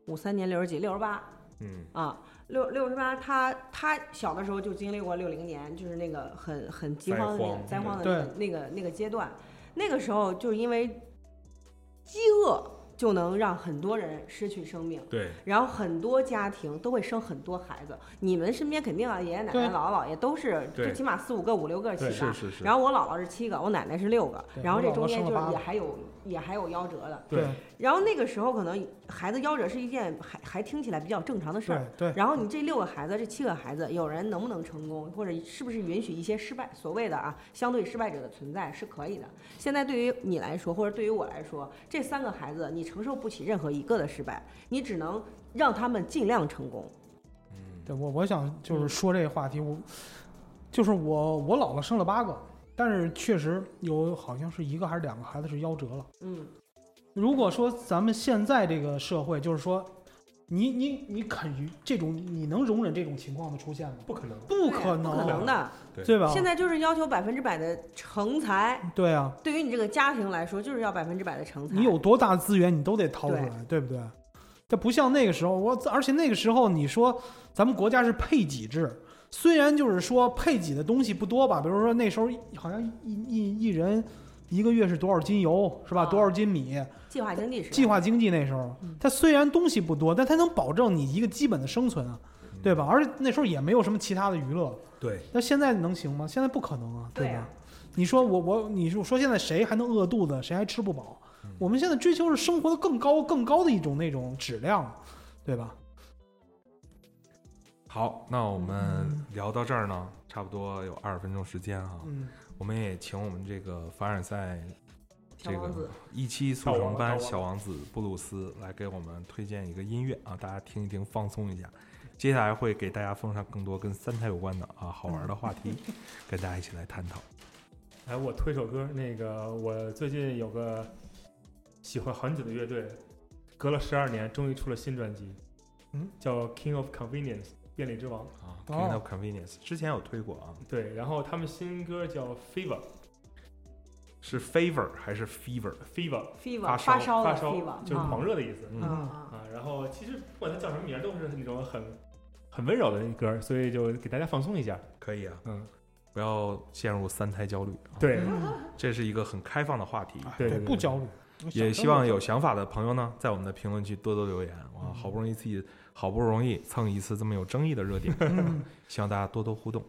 Speaker 5: 五三年六十几六十八
Speaker 1: 嗯
Speaker 5: 啊。六六十八，他他小的时候就经历过六零年，就是那个很很饥荒的那个
Speaker 1: 灾
Speaker 5: 灾
Speaker 1: 荒
Speaker 5: 荒的那个那个那个阶段，那个时候就是因为饥饿就能让很多人失去生命，
Speaker 1: 对，
Speaker 5: 然后很多家庭都会生很多孩子。你们身边肯定啊，爷爷奶
Speaker 4: 对
Speaker 5: 奶、姥姥姥爷都是
Speaker 1: 对
Speaker 5: 最起码四五个、五六个起
Speaker 3: 对
Speaker 5: 吧
Speaker 1: 是。是是。
Speaker 5: 然后我姥姥是七个，我奶奶是六个，
Speaker 4: 对
Speaker 5: 然后这
Speaker 4: 我姥姥
Speaker 5: 中间
Speaker 4: 生
Speaker 5: 就
Speaker 4: 了
Speaker 5: 是
Speaker 4: 八
Speaker 5: 也
Speaker 4: 个
Speaker 5: 还有也还有夭折的。
Speaker 3: 对
Speaker 4: 对
Speaker 5: 然后那个时候可能孩子夭折是一件还还听起来比较正常的事儿
Speaker 4: 对。 对，
Speaker 5: 然后你这六个孩子，这七个孩子，有人能不能成功，或者是不是允许一些失败，所谓的啊相对失败者的存在是可以的。现在对于你来说，或者对于我来说，这三个孩子你承受不起任何一个的失败，你只能让他们尽量成功。
Speaker 1: 嗯
Speaker 4: 对我我想就是
Speaker 5: 嗯
Speaker 4: 说这个话题，我就是我我姥姥生了八个，但是确实有好像是一个还是两个孩子是夭折了。
Speaker 5: 嗯，
Speaker 4: 如果说咱们现在这个社会，就是说你你你肯于这种你能容忍这种情况的出现吗？
Speaker 3: 不可能。
Speaker 4: 不
Speaker 5: 对啊
Speaker 4: 可能，
Speaker 5: 不可能的。
Speaker 4: 对吧？
Speaker 5: 现在就是要求百分之百的成才，
Speaker 4: 对啊，
Speaker 5: 对于你这个家庭来说，就是要百分之百的成才。
Speaker 4: 你有多大资源，你都得掏出来，对不对？这不像那个时候，我而且那个时候你说咱们国家是配给制，虽然就是说配给的东西不多吧，比如说那时候好像一一一人一个月是多少斤油是吧？
Speaker 5: 啊
Speaker 4: 多少斤米？
Speaker 5: 计划经济是吧
Speaker 4: 计划经济那时候
Speaker 5: 嗯，
Speaker 4: 它虽然东西不多，但它能保证你一个基本的生存啊，对吧？而且那时候也没有什么其他的娱乐，
Speaker 1: 对，
Speaker 4: 那现在能行吗？现在不可能啊，
Speaker 5: 对
Speaker 4: 吧？
Speaker 5: 啊
Speaker 4: 你说我我你说说现在谁还能饿肚子，谁还吃不
Speaker 1: 嗯
Speaker 4: 饱？我们现在追求是生活的更高更高的一种那种质量，对吧？
Speaker 1: 好，那我们聊到这儿呢，差不多有二十分钟时间啊。
Speaker 4: 嗯，
Speaker 1: 我们也请我们这个凡尔赛
Speaker 5: 小
Speaker 1: 这
Speaker 5: 王
Speaker 1: 个
Speaker 5: 子
Speaker 1: 一期速成
Speaker 3: 小王
Speaker 1: 班
Speaker 3: 子
Speaker 1: 小王子布鲁斯来给我们推荐一个音乐啊，大家听一听，放松一下。接下来会给大家奉上更多跟三胎有关的啊好玩的话题，跟大家一起来探讨。
Speaker 3: 哎，我推首歌，那个我最近有个喜欢很久的乐队，隔了十二年终于出了新专辑，
Speaker 4: 嗯，
Speaker 3: 叫《King of Convenience》便利之王。
Speaker 1: 啊，King of Convenience 之前有推过啊，
Speaker 3: 对，然后他们新歌叫《Fever
Speaker 1: 是 Favor 还是 Fever？》
Speaker 3: ，Fever
Speaker 5: fever
Speaker 1: 发
Speaker 5: 烧
Speaker 3: 发
Speaker 5: 的
Speaker 3: 烧
Speaker 5: fever，
Speaker 3: 就是
Speaker 5: 啊
Speaker 3: 狂热的意思、
Speaker 1: 嗯
Speaker 5: 啊啊，
Speaker 3: 啊。然后其实不管它叫什么名儿，都是那种很很温柔的歌，所以就给大家放松一下。
Speaker 1: 可以啊，
Speaker 3: 嗯，
Speaker 1: 不要陷入三胎焦虑啊。，
Speaker 3: 对
Speaker 4: 嗯
Speaker 1: 这是一个很开放的话题。
Speaker 4: 哎
Speaker 3: 对对对
Speaker 4: 不焦虑，
Speaker 1: 也希望有想法的朋友呢，在我们的评论区多多留言。哇，
Speaker 4: 嗯
Speaker 1: 好不容易自己好不容易蹭一次这么有争议的热点，
Speaker 4: 嗯
Speaker 1: 希望大家多多互动。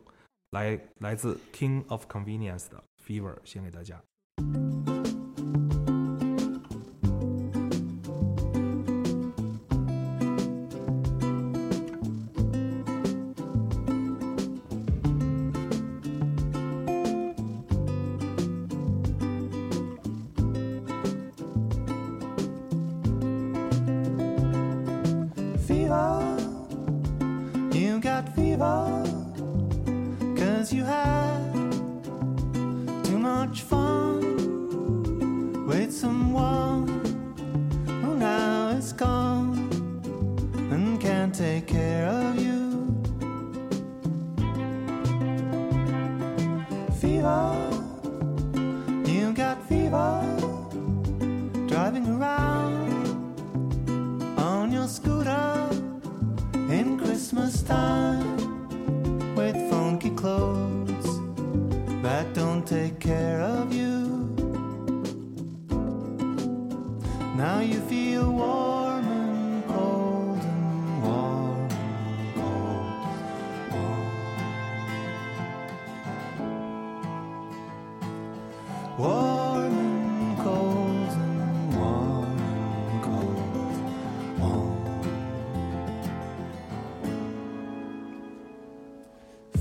Speaker 1: 来，来自 King of Convenience 的 Fever 献给大家。
Speaker 6: fever. You got fever. Cause you had too much fun with someone who now is gone and can't take care of you. Fever. You got fever. Driving around on your scooter in Christmas time with funky clothes that don't take care of you. Now you feel warm and cold and warm and cold. Warm and cold and warm and cold. 哦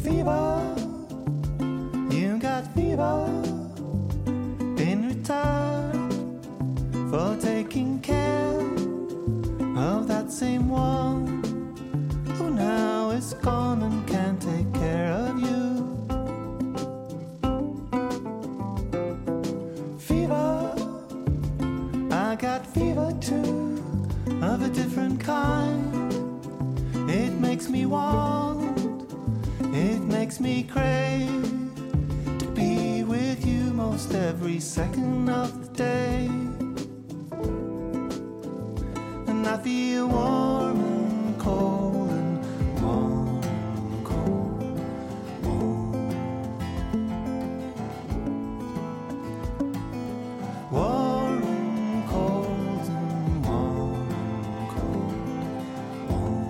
Speaker 6: Fever, you got fever. In return for taking care of that same one who now is gone and can't take care of you. Fever, I got fever too of a different kind. It makes me want, it makes me crave to be with you most every second of the day. And I feel warm and cold and warm and cold, warm. Warm and cold and warm and cold, warm.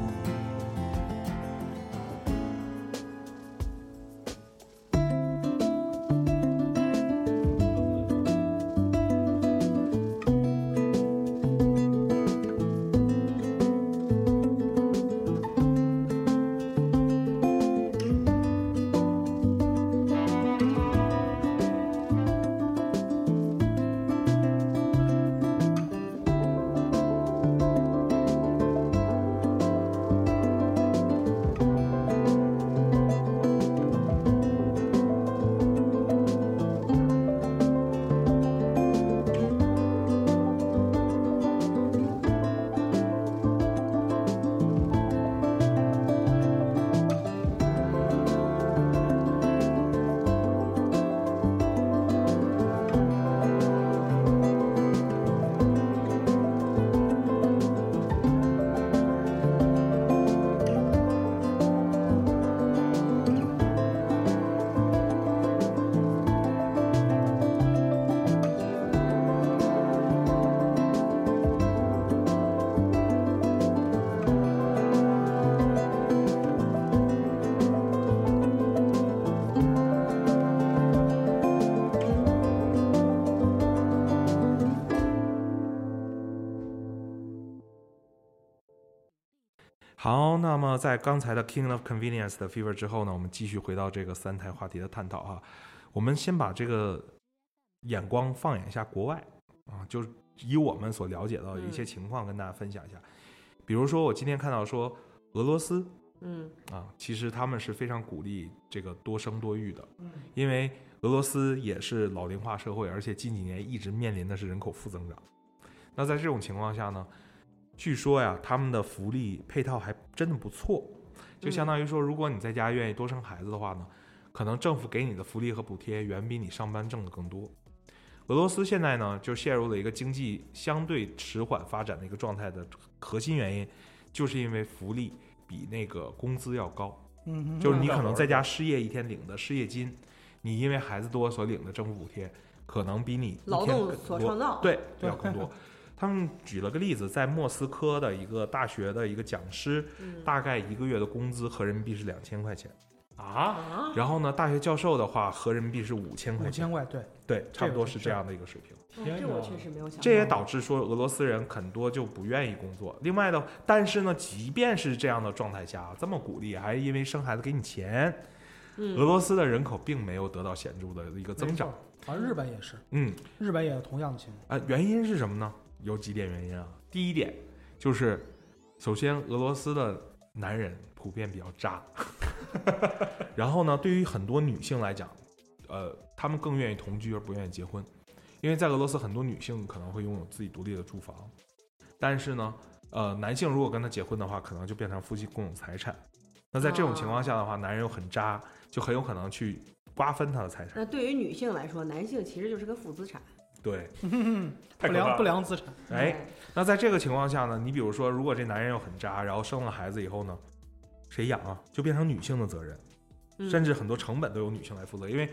Speaker 1: Warm 好，那么在刚才的 King of Convenience 的 Fever 之后呢，我们继续回到这个三台话题的探讨啊。我们先把这个眼光放眼一下国外啊，就是以我们所了解到的一些
Speaker 5: 嗯
Speaker 1: 情况跟大家分享一下。比如说，我今天看到说俄罗斯
Speaker 5: 嗯
Speaker 1: 啊，其实他们是非常鼓励这个多生多育的，
Speaker 4: 嗯
Speaker 1: 因为俄罗斯也是老龄化社会，而且近几年一直面临的是人口负增长。那在这种情况下呢，据说呀，他们的福利配套还真的不错，就相当于说，如果你在家愿意多生孩子的话呢，可能政府给你的福利和补贴远比你上班挣的更多。俄罗斯现在呢，就陷入了一个经济相对迟缓发展的一个状态的核心原因，就是因为福利比那个工资要高。
Speaker 4: 嗯哼，
Speaker 1: 就是你可能在家失业一天领的失业金，你因为孩子多所领的政府补贴，可能比你一天
Speaker 5: 劳动
Speaker 1: 更
Speaker 5: 所
Speaker 1: 多
Speaker 5: 创造
Speaker 1: 对
Speaker 4: 对
Speaker 1: 要更多。他们举了个例子，在莫斯科的一个大学的一个讲师，
Speaker 5: 嗯
Speaker 1: 大概一个月的工资合人民币是两千块钱，
Speaker 3: 啊，
Speaker 5: 啊，
Speaker 1: 然后呢，大学教授的话合人民币是五千
Speaker 4: 五
Speaker 1: 块钱，
Speaker 4: 嗯千块，对，
Speaker 1: 对，差不多
Speaker 4: 这个
Speaker 1: 是
Speaker 4: 是
Speaker 1: 这样的一个水平。
Speaker 5: 哦这我确实没有想到。
Speaker 1: 这也导致说俄罗斯人很多就不愿意工作。另外呢，但是呢，即便是这样的状态下，这么鼓励，还因为生孩子给你钱，俄
Speaker 5: 嗯，
Speaker 1: 罗斯的人口并没有得到显著的一个增长
Speaker 4: 没。错，好像啊日本也是，
Speaker 1: 嗯，
Speaker 4: 日本也有同样的情况。
Speaker 1: 啊、原因是什么呢？有几点原因啊。第一点就是，首先俄罗斯的男人普遍比较渣， 然后呢，对于很多女性来讲，呃，她们更愿意同居而不愿意结婚，因为在俄罗斯很多女性可能会拥有自己独立的住房，但是呢，呃，男性如果跟她结婚的话，可能就变成夫妻共有财产。那在这种情况下的话，男人又很渣，就很有可能去瓜分她的财产。
Speaker 5: 那对于女性来说，男性其实就是个负资产。
Speaker 1: 对，
Speaker 3: 太可怕了
Speaker 4: 不良不良资产，
Speaker 1: 哎，，那在这个情况下呢，你比如说，如果这男人又很渣，然后生了孩子以后呢，谁养啊？就变成女性的责任，
Speaker 5: 嗯
Speaker 1: 甚至很多成本都由女性来负责，因为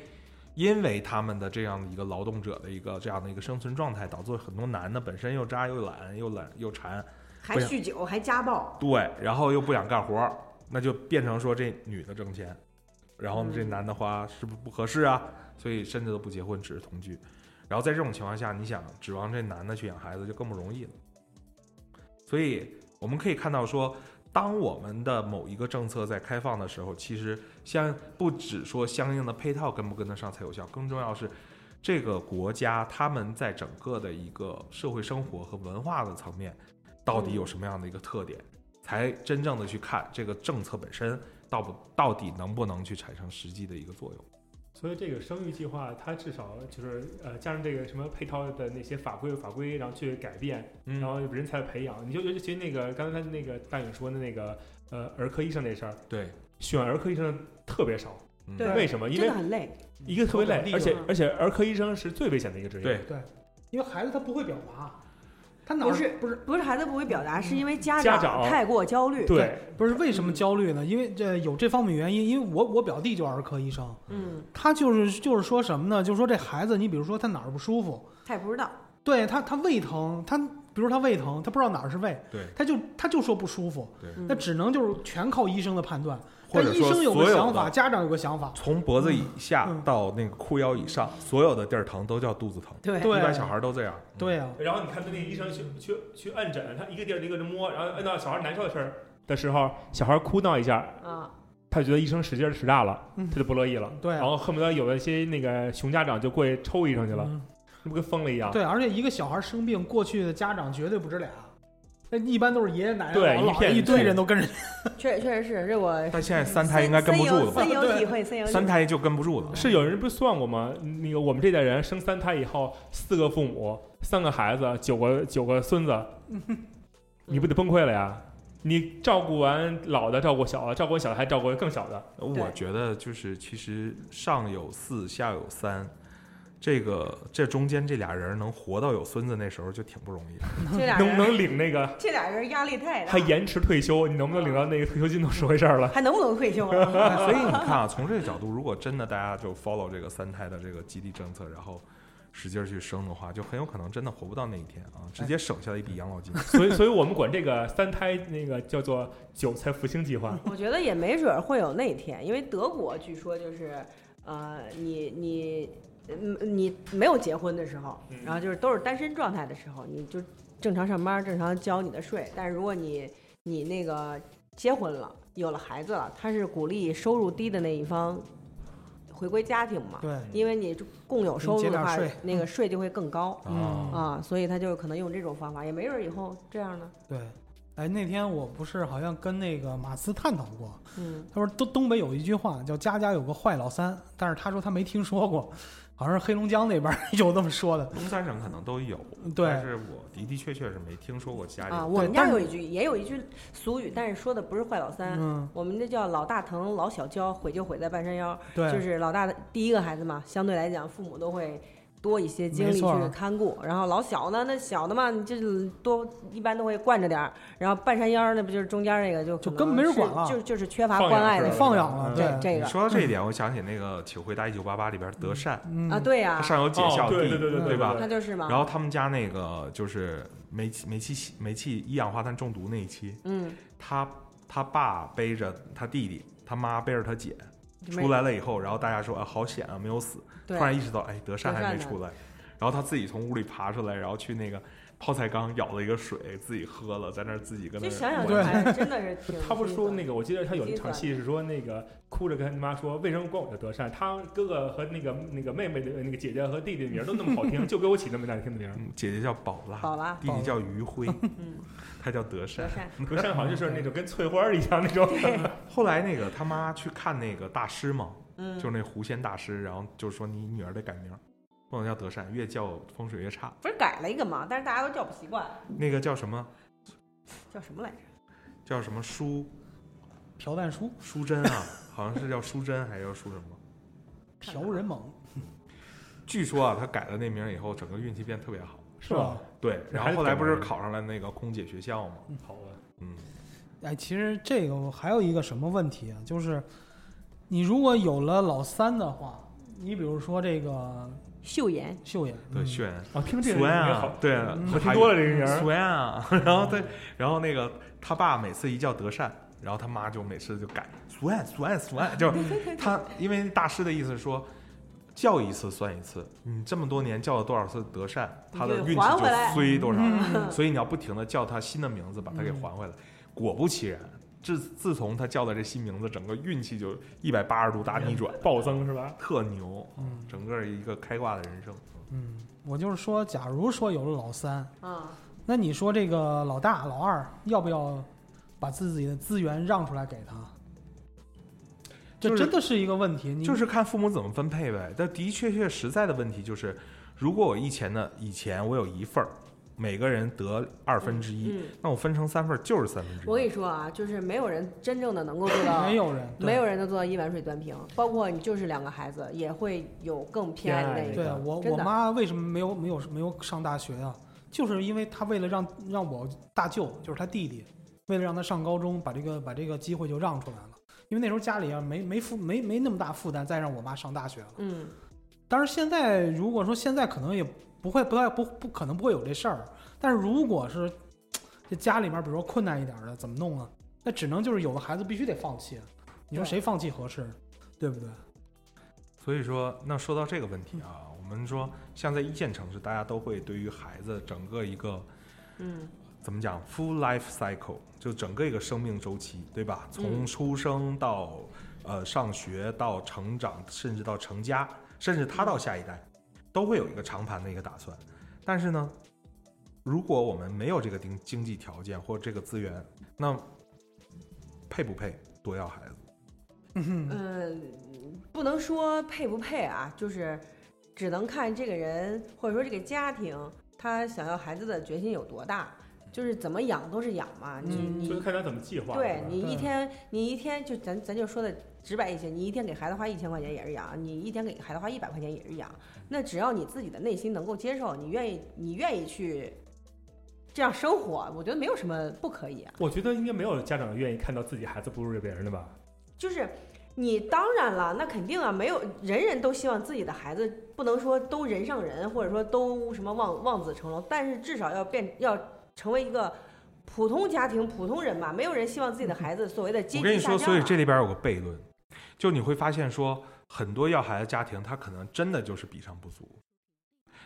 Speaker 1: 因为他们的这样的一个劳动者的一个这样的一个生存状态，导致很多男的本身又渣又懒又懒又馋，
Speaker 5: 还
Speaker 1: 不想
Speaker 5: 酗酒，还家暴。
Speaker 1: 对，然后又不想干活儿，那就变成说这女的挣钱，然后这
Speaker 5: 嗯
Speaker 1: 男的花是不是不合适啊？所以甚至都不结婚，只是同居。然后在这种情况下，你想指望这男的去养孩子就更不容易了。所以我们可以看到说，当我们的某一个政策在开放的时候，其实相不只说相应的配套跟不跟得上才有效，更重要是这个国家他们在整个的一个社会生活和文化的层面到底有什么样的一个特点，才真正的去看这个政策本身到不到底能不能去产生实际的一个作用。
Speaker 3: 所以这个生育计划，它至少就是呃，加上这个什么配套的那些法规法规，然后去改变，
Speaker 1: 嗯
Speaker 3: 然后人才的培养，你就尤其那个刚才那个大颖说的那个呃儿科医生那事儿，
Speaker 1: 对，
Speaker 3: 选儿科医生特别少，
Speaker 1: 嗯
Speaker 5: 对
Speaker 3: 为什么？因
Speaker 5: 真
Speaker 3: 为
Speaker 5: 的很累。
Speaker 3: 一个特别累，
Speaker 4: 利
Speaker 3: 而且
Speaker 5: 润
Speaker 3: 而且儿科医生是最危险的一个职业。
Speaker 1: 对
Speaker 4: 因为孩子他不会表达，他哪儿
Speaker 5: 不是
Speaker 4: 不是
Speaker 5: 不是孩子不会表达，是因为家
Speaker 3: 家长
Speaker 5: 太过焦虑。
Speaker 3: 对
Speaker 4: 不是为什么焦虑呢？因为这有这方面原因。因为我我表弟就儿科医生，
Speaker 5: 嗯，
Speaker 4: 他就是就是说什么呢？就是说这孩子，你比如说他哪儿不舒服，
Speaker 5: 他也不知道。
Speaker 4: 对他他胃疼，他比如他胃疼，他不知道哪儿是胃，
Speaker 1: 对
Speaker 4: 他就他就说不舒服，
Speaker 5: 嗯
Speaker 4: 那只能就是全靠医生的判断。
Speaker 1: 或
Speaker 4: 但
Speaker 1: 者
Speaker 4: 医
Speaker 1: 说
Speaker 4: 生有
Speaker 1: 所
Speaker 4: 个
Speaker 1: 有
Speaker 4: 想法，
Speaker 1: 的
Speaker 4: 家长有个想法，
Speaker 1: 从脖子以下
Speaker 4: 嗯
Speaker 1: 到那个裤腰以上，所有的地儿疼都叫肚子疼，
Speaker 5: 对
Speaker 4: 对
Speaker 1: 一般小孩都这样。嗯
Speaker 4: 对呀、啊，
Speaker 3: 然后你看他那个医生去去去按诊，他一个地儿一个地儿摸，然后按到小孩难受的事儿的时候，小孩哭闹一下，
Speaker 5: 啊，
Speaker 3: 他觉得医生使劲儿使大了，
Speaker 4: 嗯
Speaker 3: 他就不乐意了。
Speaker 4: 对啊
Speaker 3: 然后恨不得有一些那个熊家长就过去抽医生去了，
Speaker 4: 嗯
Speaker 3: 那不跟疯了一样？
Speaker 4: 对，而且一个小孩生病，过去的家长绝对不止俩，那一般都是爷爷奶奶、
Speaker 3: 对
Speaker 4: 姥姥
Speaker 3: 一
Speaker 4: 姥
Speaker 3: 片
Speaker 4: 爷一堆人都跟着。
Speaker 5: 确确实是这我
Speaker 1: 但现在三胎应该跟不住了吧
Speaker 5: 深？有深有体会，深有体
Speaker 1: 三
Speaker 5: 会。
Speaker 1: 胎就跟不住了。
Speaker 3: 是有人不是算过吗？那个我们这代人生三胎以后，四个父母，三个孩子，九个九个孙子，
Speaker 4: 嗯
Speaker 3: 你不得崩溃了呀？你照顾完老的，照顾小的，照顾小的还照顾更小的，
Speaker 1: 我觉得就是其实上有四，下有三，这个这中间这俩人能活到有孙子那时候就挺不容易。
Speaker 5: 这俩
Speaker 3: 能不
Speaker 5: 人，
Speaker 3: 能领那个？
Speaker 5: 这俩人压力太大
Speaker 3: 还，延迟退休，你能不能领到那个退休金都是回事儿 了？
Speaker 5: 还能不能退 休啊？
Speaker 1: 哎所以你看啊，从这个角度，如果真的大家就 follow 这个三胎的这个激励政策，然后使劲儿去生的话，就很有可能真的活不到那一天啊，直接省下了一笔养老 金。啊
Speaker 3: 所以，所以我们管这个三胎那个叫做“韭菜复兴计划
Speaker 4: 嗯
Speaker 5: 我觉得也没准儿会有那天，因为德国据说就是，呃，你你嗯你没有结婚的时候，
Speaker 4: 嗯
Speaker 5: 然后就是都是单身状态的时候，你就正常上班，正常交你的税。但是如果你你那个结婚了，有了孩子了，他是鼓励收入低的那一方回归家庭嘛，
Speaker 4: 对，
Speaker 5: 因为你共有收入的话
Speaker 4: 你节点税，嗯
Speaker 5: 那个税就会更高。
Speaker 1: 啊，
Speaker 5: 啊，所以他就可能用这种方法，也没准儿以后这样呢。
Speaker 4: 对。哎，那天我不是好像跟那个马斯探讨过，
Speaker 5: 嗯，
Speaker 4: 他说东东北有一句话叫“家家有个坏老三”，但是他说他没听说过，好像是黑龙江那边儿 有这么说的。
Speaker 1: 东三省可能都有，但
Speaker 4: 对，
Speaker 1: 是我的的确确是没听说过家里
Speaker 5: 啊，
Speaker 1: 有
Speaker 5: 我们
Speaker 4: 对
Speaker 5: 家
Speaker 4: 但是
Speaker 5: 有一句，也有一句俗语，但是说的不是坏老三，
Speaker 4: 嗯，
Speaker 5: 我们这叫老大疼，老小娇，毁就毁在半山腰。
Speaker 4: 对，
Speaker 5: 就是老大的第一个孩子嘛，相对来讲父母都会多一些精
Speaker 4: 没
Speaker 5: 力
Speaker 4: 错
Speaker 5: 去
Speaker 4: 儿
Speaker 5: 看顾，然后老小呢，那小的嘛，你就是多一般都会惯着点儿，然后半山腰儿那不就是中间儿那个就
Speaker 4: 就
Speaker 5: 可
Speaker 4: 根
Speaker 5: 能
Speaker 4: 本没人
Speaker 5: 是
Speaker 4: 管了
Speaker 5: 就就是缺”，乏
Speaker 3: 放
Speaker 5: 关
Speaker 3: 养
Speaker 5: 爱
Speaker 3: 式
Speaker 5: 的
Speaker 3: 的
Speaker 4: 放养了
Speaker 3: 嗯
Speaker 4: 对
Speaker 5: 这
Speaker 1: 你
Speaker 5: 个
Speaker 1: 说到这一点，我想起那个《请回答一九八八》里边德善，
Speaker 4: 嗯
Speaker 5: 啊，，对呀、
Speaker 1: 他上有姐
Speaker 3: 哦
Speaker 1: 孝弟，
Speaker 3: 对对对
Speaker 4: 对
Speaker 1: 对吧？
Speaker 5: 那就是嘛，
Speaker 1: 然后他们家那个就是煤气煤气煤气一氧化碳中毒那一期，
Speaker 5: 嗯，
Speaker 1: 他他爸背着他弟弟，他妈背着他姐
Speaker 5: 就没
Speaker 1: 出来了以后，然后大家说啊好险啊没有死，突
Speaker 5: 对
Speaker 1: 然意识到哎德善
Speaker 5: 德
Speaker 1: 还
Speaker 5: 善
Speaker 1: 没
Speaker 5: 呢
Speaker 1: 出来，然后他自己从屋里爬出来，然后去那个泡菜缸舀了一个水自己喝了，在那儿自己跟那
Speaker 5: 就
Speaker 1: 儿
Speaker 5: 想想
Speaker 4: 对
Speaker 5: 这孩子真的是挺
Speaker 3: 他不是说
Speaker 5: 心酸
Speaker 3: 那个，我记得他有一场戏是说那个哭着跟他妈说，为什么管我叫德善？他哥哥和那个那个妹妹的那个姐姐和弟弟的名儿都那么好听，就给我起那么难听的名儿。
Speaker 1: 嗯姐姐叫宝拉，
Speaker 5: 好 吧，
Speaker 1: 弟弟叫余辉，
Speaker 5: 嗯，
Speaker 1: 他叫德善
Speaker 5: 德。善，
Speaker 3: 德善好像就是那种跟翠花儿一样那种。
Speaker 1: 后来那个他妈去看那个大师嘛，
Speaker 5: 嗯，
Speaker 1: 就是那狐仙大师，然后就说你女儿得改名儿，不能叫德善，越叫风水越差。
Speaker 5: 不是改了一个嘛，但是大家都叫不习惯，
Speaker 1: 那个叫什么？
Speaker 5: 叫什么来着？
Speaker 1: 叫什么舒
Speaker 4: 朴赞书，
Speaker 1: 淑珍啊，好像是叫淑珍还是叫淑什么？
Speaker 4: 朴人猛，
Speaker 1: 据说啊，他改了那名儿以后，整个运气变特别好。
Speaker 3: 是吧？
Speaker 1: 对，然
Speaker 3: 还
Speaker 1: 后
Speaker 3: 是
Speaker 1: 后来不
Speaker 3: 改
Speaker 1: 是
Speaker 3: 名儿
Speaker 1: 考上了那个空姐学校吗？
Speaker 3: 好吧，
Speaker 1: 嗯，
Speaker 4: 哎，其实这个我还有一个什么问题啊，就是你如果有了老三的话，你比如说这个
Speaker 5: 秀妍，
Speaker 4: 秀妍，
Speaker 1: 对，
Speaker 4: 嗯
Speaker 1: 炫然
Speaker 3: 哦，听这个
Speaker 1: 苏
Speaker 3: 名
Speaker 1: 安
Speaker 3: 儿
Speaker 1: 啊
Speaker 3: 好，，嗯
Speaker 1: 对，
Speaker 3: 好听多了这个名
Speaker 1: 苏
Speaker 3: 儿。
Speaker 1: 安啊， 然后对，然后那个他爸每次一叫德善，然后他妈就每次就改苏安苏安苏安， 就是他因为大师的意思是说。叫一次算一次，你这么多年叫了多少次德善，他的
Speaker 5: 你就
Speaker 1: 运气
Speaker 5: 还
Speaker 1: 就
Speaker 5: 回来嗯
Speaker 1: 衰多少，所以你要不停的叫他新的名字，把他给
Speaker 3: 嗯
Speaker 1: 还回来。果不其然，自自从他叫的这新名字，整个运气就一百八十度大逆转，
Speaker 3: 暴增是吧？
Speaker 1: 特牛，
Speaker 4: 嗯
Speaker 1: 整个一个开挂的人生。
Speaker 4: 嗯，我就是说，假如说有了老三，
Speaker 5: 啊，
Speaker 4: 那你说这个老大、老二要不要把自己的资源让出来给他？
Speaker 1: 就
Speaker 4: 这
Speaker 1: 是
Speaker 4: 真的是一个问题。你
Speaker 1: 就是看父母怎么分配呗。但的确确实在的问题就是，如果我以前的以前我有一份儿，每个人得二分之一，
Speaker 5: 嗯，
Speaker 1: 那我分成三份儿就是三分之一。
Speaker 5: 我跟你说啊，就是没有人真正的能够做到，
Speaker 4: 没有人，对
Speaker 5: 啊没有人能做到一碗水端平，包括你就是两个孩子，也会有更偏爱的那一个。
Speaker 4: 对
Speaker 3: 的
Speaker 4: 我
Speaker 5: 真
Speaker 4: 我
Speaker 5: 的
Speaker 4: 妈为什么没有没有没有上大学啊？就是因为她为了让让我大舅，就是她弟弟，为了让他上高中，把这个把这个机会就让出来了。因为那时候家里啊没没负没没那么大负担，再让我妈上大学了。
Speaker 5: 嗯，
Speaker 4: 但是现在如果说现在可能也不会不太不不可能不会有这事儿，但是如果是这家里面比如说困难一点的怎么弄啊？那只能就是有的孩子必须得放弃，你说
Speaker 5: 对
Speaker 4: 谁放弃合适，对不对？
Speaker 1: 所以说，那说到这个问题啊，我们说像在一线城市，大家都会对于孩子整个一个
Speaker 5: 嗯，
Speaker 1: 怎么讲 full life cycle，就整个一个生命周期，对吧？从出生到、呃上学到成长，甚至到成家，甚至他到下一代，都会有一个长盘的一个打算。但是呢，如果我们没有这个经经济条件或这个资源，那配不配多要孩子？
Speaker 4: 嗯哼，
Speaker 5: 嗯，不能说配不配啊，就是只能看这个人或者说这个家庭他想要孩子的决心有多大，就是怎么养都是养嘛。你
Speaker 4: 嗯
Speaker 3: 就是
Speaker 5: 你
Speaker 3: 看他怎么计划。
Speaker 5: 对
Speaker 1: 哦
Speaker 3: 是吧
Speaker 5: 你
Speaker 1: 嗯
Speaker 5: 一
Speaker 4: 对
Speaker 5: 天你一天就咱咱就说的直白一些，你一天给孩子花一千块钱也是养，你一天给孩子花一百块钱也是养。那只要你自己的内心能够接受，你愿意你愿意去这样生活，我觉得没有什么不可以啊。
Speaker 3: 我觉得应该没有家长愿意看到自己孩子不如别人的吧？
Speaker 5: 就是你当然了，那肯定啊，没有人人都希望自己的孩子不能说都人上人，或者说都什么望望子成龙，但是至少要变要成为一个普通家庭普通人嘛，没有人希望自己的孩子所谓的阶
Speaker 1: 我
Speaker 5: 级
Speaker 1: 跟你
Speaker 5: 下
Speaker 1: 说，
Speaker 5: 降
Speaker 1: 所以
Speaker 5: 啊
Speaker 1: 这里边有个悖论，就你会发现说，很多要孩子家庭，他可能真的就是比上不足，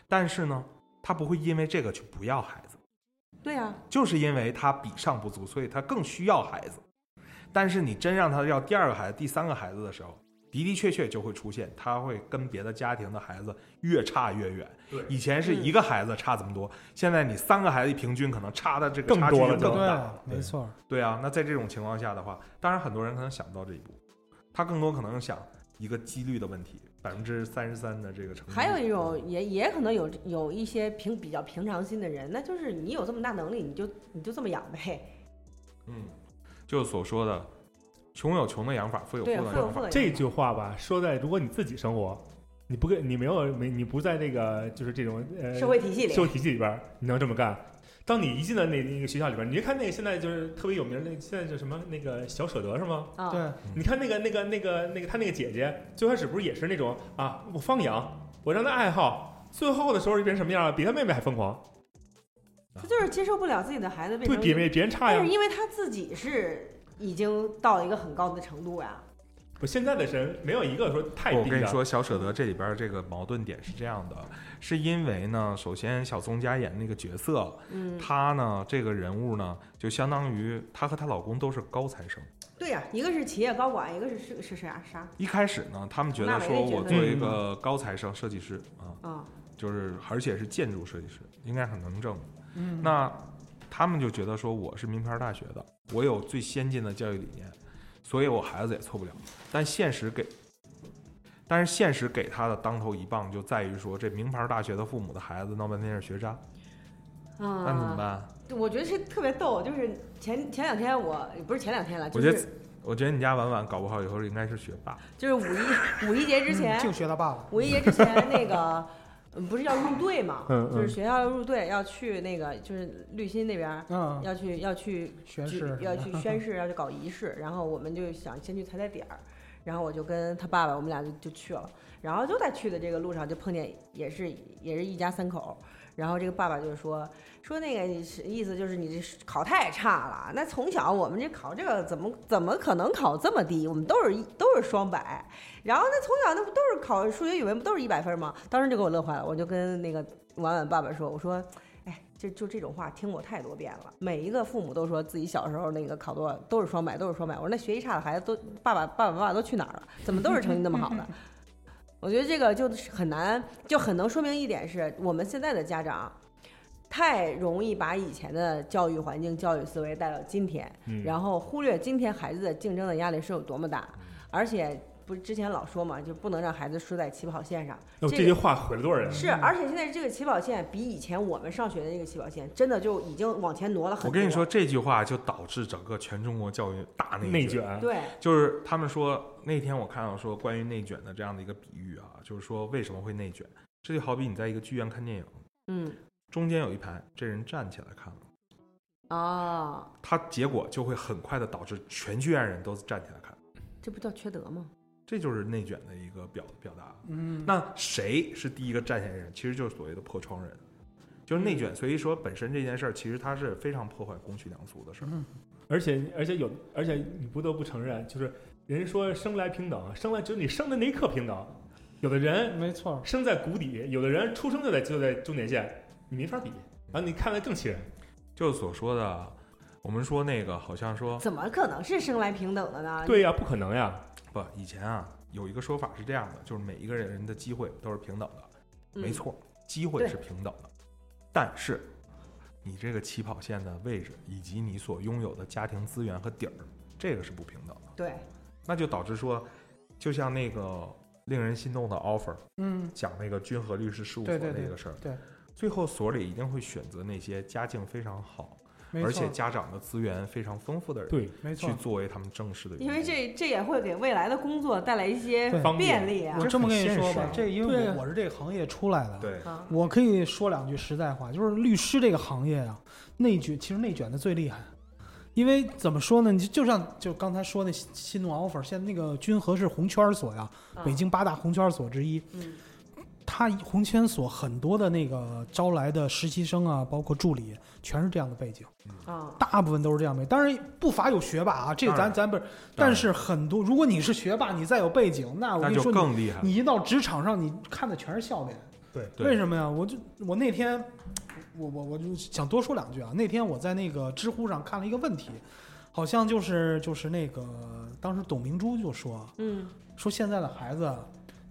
Speaker 1: 但是呢，他不会因为这个去不要孩子，
Speaker 5: 对啊，
Speaker 1: 就是因为他比上不足，所以他更需要孩子。但是你真让他要第二个孩子、第三个孩子的时候，的的确确就会出现，他会跟别的家庭的孩子越差越远。
Speaker 3: 对
Speaker 1: 以前是一个孩子差这么多，现在你三个孩子一平均，可能差的这个
Speaker 3: 更
Speaker 1: 差距
Speaker 3: 多
Speaker 1: 就
Speaker 3: 了
Speaker 1: 更
Speaker 4: 对
Speaker 1: 大。，
Speaker 4: 没错儿。
Speaker 1: 对啊，那在这种情况下的话，当然很多人可能想不到这一步，他更多可能想一个几率的问题，百分之三十三的这个成功率。
Speaker 5: 还有一种也也可能有有一些平比较平常心的人，那就是你有这么大能力，你就你就这么养 呗，
Speaker 1: 嗯，就是所说的，穷有穷的养法，富有富
Speaker 5: 对，
Speaker 1: 的
Speaker 5: 会有
Speaker 1: 养
Speaker 5: 会
Speaker 1: 法。
Speaker 5: 有
Speaker 3: 这句话吧，说在如果你自己生活，你不跟你没有没你不在这个就是这种呃
Speaker 5: 社会体系里
Speaker 3: 社，会体系里边儿，你能这么干。当你一进到那那个学校里边儿，你就看那个现在就是特别有名儿，那现在叫什么那个小舍得是吗？
Speaker 5: 啊，
Speaker 4: 对，
Speaker 1: 嗯
Speaker 3: 你看那个那个那个那个他那个姐姐，最开始不是也是那种啊，我放养，我让她爱好，最后的时候就变成什么样了？比她妹妹还疯狂，
Speaker 5: 他就是接受不了自己的孩子变
Speaker 3: 对
Speaker 5: 成
Speaker 3: 比妹别人差
Speaker 5: 但
Speaker 3: 呀
Speaker 5: 是。因为他自己是已经到了一个很高的程度呀、
Speaker 3: 我现在的人没有一个说太
Speaker 1: 我
Speaker 3: 低
Speaker 1: 跟你
Speaker 3: 的，
Speaker 1: 说，小舍得这里边这个矛盾点是这样的，是因为呢，首先小宋佳演那个角色，
Speaker 5: 嗯，
Speaker 1: 她呢这个人物呢，就相当于她和她老公都是高材生。
Speaker 5: 对呀、一个是企业高管，一个是是是啥啥
Speaker 1: 一开始呢，他们觉得说我作为一个高材生设计师啊，
Speaker 5: 啊，
Speaker 1: 就是而且是建筑设计师，应该很能挣。
Speaker 4: 嗯，
Speaker 1: 那他们就觉得说我是名牌大学的，我有最先进的教育理念，所以我孩子也错不了。但现实给，但是现实给他的当头一棒就在于说，这名牌大学的父母的孩子闹半天是学
Speaker 5: 啊
Speaker 1: 渣，那怎么
Speaker 5: 嗯，
Speaker 1: 办？啊
Speaker 5: 对我觉得是特别逗，就是前前两天我不是前两天了，
Speaker 1: 我
Speaker 5: 就
Speaker 1: 觉得
Speaker 5: 是，
Speaker 1: 我觉得你家婉婉搞不好以后应该是学霸。
Speaker 5: 就是五一五一节之前
Speaker 4: 嗯，净学他爸了。
Speaker 5: 五一节之前那个嗯不是要入队嘛，
Speaker 3: 嗯
Speaker 5: 就是
Speaker 3: 嗯
Speaker 5: 学校要入队，要去那个就是绿心那边儿
Speaker 4: 嗯，
Speaker 5: 要去要去
Speaker 4: 学
Speaker 5: 举
Speaker 4: 士
Speaker 5: 要去宣誓，要去搞仪式，然后我们就想先去踩踩点儿，然后我就跟他爸爸，我们俩就就去了，然后就在去的这个路上就碰见，也是也是一家三口，然后这个爸爸就说说那个你是意思就是你这考太差了，那从小我们这考这个怎么怎么可能考这么低？我们都是一都是双百，然后那从小那不都是考数学语文不都是一百分吗？当时就给我乐坏了，我就跟那个婉婉爸爸说，我说。哎，就就这种话听过太多遍了。每一个父母都说自己小时候那个考多少都是双百，都是双百。我说那学习差的孩子都爸爸爸爸妈妈都去哪儿了？怎么都是成绩那么好的？ 我觉得这个就是很难，就很能说明一点是我们现在的家长太容易把以前的教育环境、教育思维带到今天，
Speaker 3: 嗯
Speaker 5: 然后忽略今天孩子的竞争的压力是有多么大。而且不是之前老说嘛，就不能让孩子输在起跑线上。
Speaker 3: 哦，这
Speaker 5: 这
Speaker 3: 句
Speaker 5: 个
Speaker 3: 话毁了多少人？
Speaker 5: 是，而且现在这个起跑线比以前我们上学的那个起跑线，真的就已经往前挪了很多。
Speaker 1: 我跟你说，，这句话就导致整个全中国教育大
Speaker 3: 内
Speaker 1: 卷。
Speaker 3: 卷，
Speaker 5: 对，
Speaker 1: 就是他们说那天我看到说关于内卷的这样的一个比喻啊，就是说为什么会内卷，这就好比你在一个剧院看电影，
Speaker 5: 嗯，
Speaker 1: 中间有一排这人站起来看了，
Speaker 5: 啊，
Speaker 1: 他结果就会很快的导致全剧院人都站起来看，
Speaker 5: 这不叫缺德吗？
Speaker 1: 这就是内卷的一个表表达。
Speaker 4: 嗯，
Speaker 1: 那谁是第一个站起来的人？其实就是所谓的破窗人，就是内卷。所以说本身这件事儿，其实它是非常破坏公序良俗的事儿。
Speaker 3: 而且而且有，而且你不得不承认，就是人说生来平等，生来只有你生的那一刻平等，有的人
Speaker 4: 没错，
Speaker 3: 生在谷底，有的人出生就在就在终点线，你没法比。然后你看的更气人，
Speaker 1: 就是所说的，我们说那个好像说
Speaker 5: 怎么可能是生来平等的呢？
Speaker 3: 对呀、不可能呀，
Speaker 1: 不，以前啊有一个说法是这样的，就是每一个人的机会都是平等的，
Speaker 5: 嗯，
Speaker 1: 没错，机会
Speaker 5: 对
Speaker 1: 是平等的，但是你这个起跑线的位置以及你所拥有的家庭资源和底儿，这个是不平等的，
Speaker 5: 对，
Speaker 1: 那就导致说，就像那个令人心动的 offer
Speaker 4: 嗯，
Speaker 1: 讲那个君和律师事务所
Speaker 4: 对对对
Speaker 1: 那个事儿，
Speaker 4: 对
Speaker 1: 最后所里一定会选择那些家境非常好，
Speaker 4: 没错，
Speaker 1: 而且家长的资源非常丰富的人。
Speaker 3: 对，
Speaker 4: 没错
Speaker 1: 去，作为他们正式的员工，
Speaker 5: 因为这这也会给未来的工作带来一些
Speaker 4: 对
Speaker 3: 方
Speaker 5: 便
Speaker 3: 便
Speaker 5: 利啊
Speaker 4: 我。这么跟你说吧，
Speaker 1: 这
Speaker 4: 这因
Speaker 2: 对
Speaker 4: 为
Speaker 2: 啊
Speaker 4: 我我是这个行业出来的，
Speaker 1: 对
Speaker 5: 啊，
Speaker 4: 我可以说两句实在话，就是律师这个行业啊，内卷其实内卷的最厉害，因为怎么说呢？你就就像就刚才说那新新诺 offer，现在那个君和是红圈所呀，
Speaker 5: 啊
Speaker 4: 北，京八大红圈所之一，
Speaker 5: 嗯
Speaker 4: 它红圈所很多的那个招来的实习生啊，包括助理，全是这样的背景，
Speaker 5: 啊，
Speaker 4: 大部分都是这样的。当然不乏有学霸啊，这个咱咱不是，
Speaker 1: 当然
Speaker 4: 但是很多，如果你是学霸，你再有背景，那我
Speaker 1: 那
Speaker 4: 跟你
Speaker 1: 就
Speaker 4: 说，你
Speaker 1: 更厉害了。
Speaker 4: 你一到职场上，你看的全是笑脸。
Speaker 1: 对
Speaker 4: 为什么呀？我就我那天，我我我就想多说两句啊。那天我在那个知乎上看了一个问题，好像就是就是那个当时董明珠就说
Speaker 5: 嗯，
Speaker 4: 说现在的孩子啊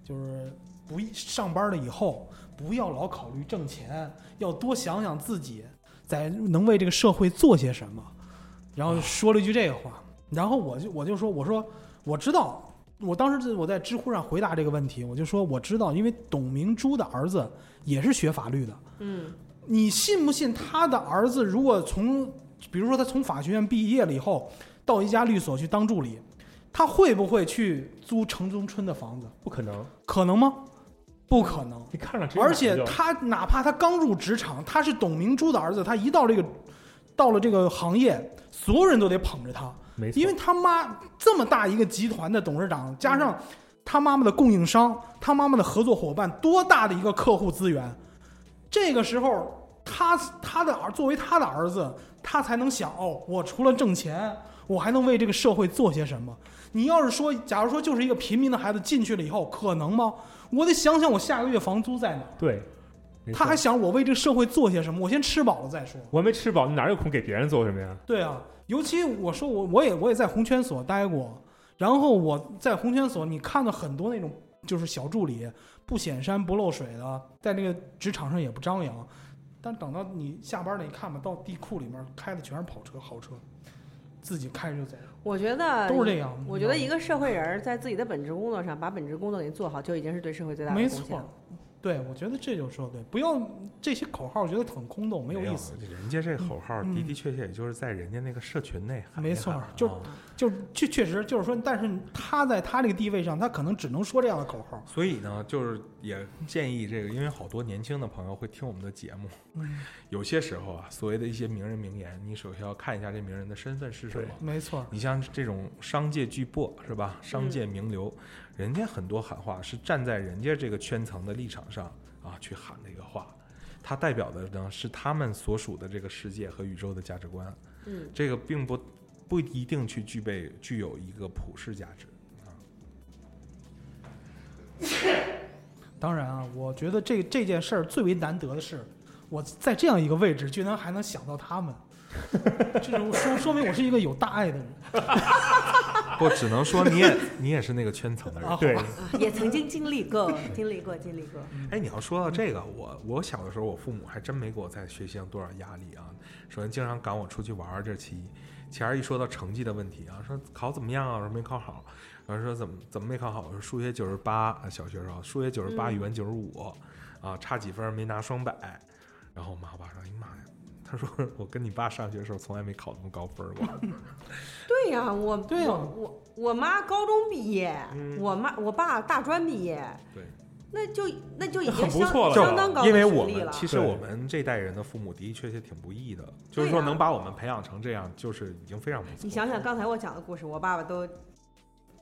Speaker 4: 就是不一上班了以后不要老考虑挣钱，要多想想自己在能为这个社会做些什么。然后说了一句这个话，然后我就我就说我说我知道，我当时我在知乎上回答这个问题，我就说我知道，因为董明珠的儿子也是学法律的，
Speaker 5: 嗯，
Speaker 4: 你信不信他的儿子如果从，比如说他从法学院毕业了以后，到一家律所去当助理，他会不会去租城中村的房子？
Speaker 3: 不可能。
Speaker 4: 可能吗？不可能。
Speaker 3: 你看上直接
Speaker 4: 而
Speaker 3: 买
Speaker 4: 且
Speaker 3: 就
Speaker 4: 他哪怕他刚入职场，他是董明珠的儿子，他一到这个，到了这个行业，所有人都得捧着他。
Speaker 3: 没错，
Speaker 4: 因为他妈这么大一个集团的董事长，加上他妈妈的供应商，他妈妈的合作伙伴，多大的一个客户资源？这个时候，他他的儿作为他的儿子，他才能想哦，我除了挣钱，我还能为这个社会做些什么？你要是说，假如说就是一个平民的孩子进去了以后，可能吗？我得想想我下个月房租在哪儿。
Speaker 3: 对，没
Speaker 4: 他
Speaker 3: 错
Speaker 4: 还想我为这个社会做些什么？我先吃饱了再说。
Speaker 3: 我还没吃饱，你哪有空给别人做什么呀？
Speaker 4: 对啊，尤其我说我我也我也在红圈所待过，然后我在红圈所，你看到很多那种就是小助理，不显山不漏水的，在那个职场上也不张扬，但等到你下班了，你看吧，到地库里面开的全是跑车、豪车，自己开着就走，
Speaker 5: 我觉得
Speaker 4: 都是这样。
Speaker 5: 呃我觉得一
Speaker 4: 个
Speaker 5: 个社会人儿在自己的本职工作上把本职工作给做好，就已经是对社会最大的
Speaker 4: 没
Speaker 5: 贡献
Speaker 4: 错
Speaker 5: 了。，
Speaker 4: 对我觉得这就是说对，不要这些口号，我觉得很空洞，没有意思。。
Speaker 1: 人家这口号
Speaker 4: 嗯
Speaker 1: 的的确确也就是在人家那个社群内喊一喊，
Speaker 4: 没错
Speaker 1: 啊
Speaker 4: 就就确确实就是说，但是他在他这个地位上，他可能只能说这样的口号。
Speaker 1: 所以呢，就是也建议这个，因为好多年轻的朋友会听我们的节目，
Speaker 4: 嗯
Speaker 1: 有些时候啊，所谓的一些名人名言，你首先要看一下这名人的身份是什么。
Speaker 4: 没错，
Speaker 1: 你像这种商界巨擘是吧？商界名流，人家很多喊话是站在人家这个圈层的立场上啊去喊这个话，他代表的呢是他们所属的这个世界和宇宙的价值观。
Speaker 5: 嗯，
Speaker 1: 这个并不不一定去具备具有一个普世价值。
Speaker 4: 当然啊，我觉得这这件事儿最为难得的是，我在这样一个位置，居然还能 想到他们，这种说说明我是一个有大爱的人。
Speaker 1: 不，只能说你也你也是那个圈层的人。
Speaker 3: 对，
Speaker 5: 啊也曾经经历过，经历过，经历过。
Speaker 1: 哎，你要说到这个，我我小的时候，我父母还真没给我在学习上多少压力啊。首先，经常赶我出去玩儿，这是其一。其二，一说到成绩的问题啊，说考怎么样啊？我说没考好。然后说怎么怎么没考好？我说数学九十八，啊小学时候数学九十八，
Speaker 5: 嗯
Speaker 1: 语文九十五，啊，差几分儿没拿双百。然后我妈我爸说：“哎呀妈呀！”他说：“我跟你爸上学的时候，从来没考那么高分儿过。
Speaker 5: 对呀、我
Speaker 4: 对呀
Speaker 5: 我我我妈高中毕业，
Speaker 1: 嗯
Speaker 5: 我妈我爸大专毕业，
Speaker 1: 对，
Speaker 5: 那就那就已经
Speaker 3: 很不
Speaker 5: 相
Speaker 3: 错了
Speaker 5: 相当高的
Speaker 1: 因
Speaker 5: 学
Speaker 1: 为
Speaker 5: 历
Speaker 1: 我们
Speaker 5: 了。
Speaker 1: 其实
Speaker 3: 对
Speaker 1: 我们这代人的父母的的确确挺不易的，就是
Speaker 5: 对
Speaker 1: 说
Speaker 5: 呀
Speaker 1: 能把我们培养成这样，就是已经非常不错。
Speaker 5: 你想想刚才我讲的故事，我爸爸都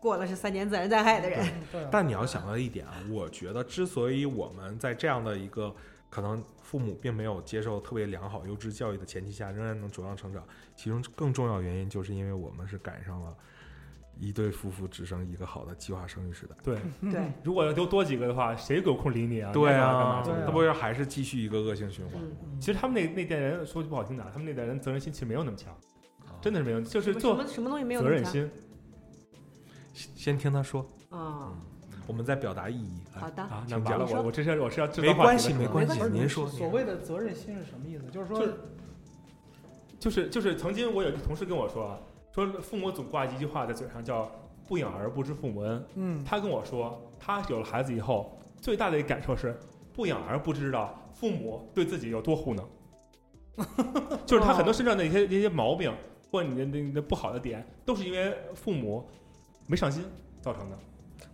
Speaker 5: 过了是三年自然灾害的人，
Speaker 4: 嗯对啊，
Speaker 1: 但你要想到一点啊，我觉得之所以我们在这样的一个可能父母并没有接受特别良好优质教育的前提下，仍然能茁壮成长，其中更重要原因就是因为我们是赶上了一对夫妇只生一个好的计划生育时代。
Speaker 3: 对，嗯
Speaker 5: 对，
Speaker 3: 如果要丢多几个的话，谁有空理你啊？
Speaker 1: 对
Speaker 3: 啊，干
Speaker 1: 啊
Speaker 3: 嘛去
Speaker 4: 对啊
Speaker 1: 那不是还是继续一个恶性循环
Speaker 5: 嗯，
Speaker 4: 嗯
Speaker 3: 其实他们那那代人说句不好听的，他们那代人责任心其实没有那么强，
Speaker 1: 吗？
Speaker 3: 真
Speaker 1: 的，
Speaker 3: 的是没有，就是
Speaker 5: 什
Speaker 3: 做
Speaker 5: 么什么东西没有
Speaker 3: 责
Speaker 5: 那么
Speaker 3: 任
Speaker 5: 强哦
Speaker 3: 心
Speaker 1: 先听他说，嗯
Speaker 5: 啊？
Speaker 1: 我们再表达意义。哎来
Speaker 5: 好的，
Speaker 3: 嗯啊。那
Speaker 1: 请
Speaker 3: 完了，
Speaker 1: 讲
Speaker 3: 我我这是我是要制造
Speaker 1: 没
Speaker 3: 话题
Speaker 1: 关
Speaker 3: 了
Speaker 1: 系
Speaker 3: 是吗
Speaker 1: 没关系
Speaker 4: 不是
Speaker 1: 您说
Speaker 4: 所谓的责任心是什么意思？就是说
Speaker 3: 就是就是就是曾经我有一个同事跟我说，啊，说父母总挂一句话在嘴上叫“不养儿不知父母恩”。
Speaker 4: 嗯，
Speaker 3: 他跟我说，他有了孩子以后，最大的一个感受是不养儿不知道父母对自己有多 糊弄，就是他很多身上的一些一些毛病或者你的那你的不好的点，都是因为父母没上心造成的。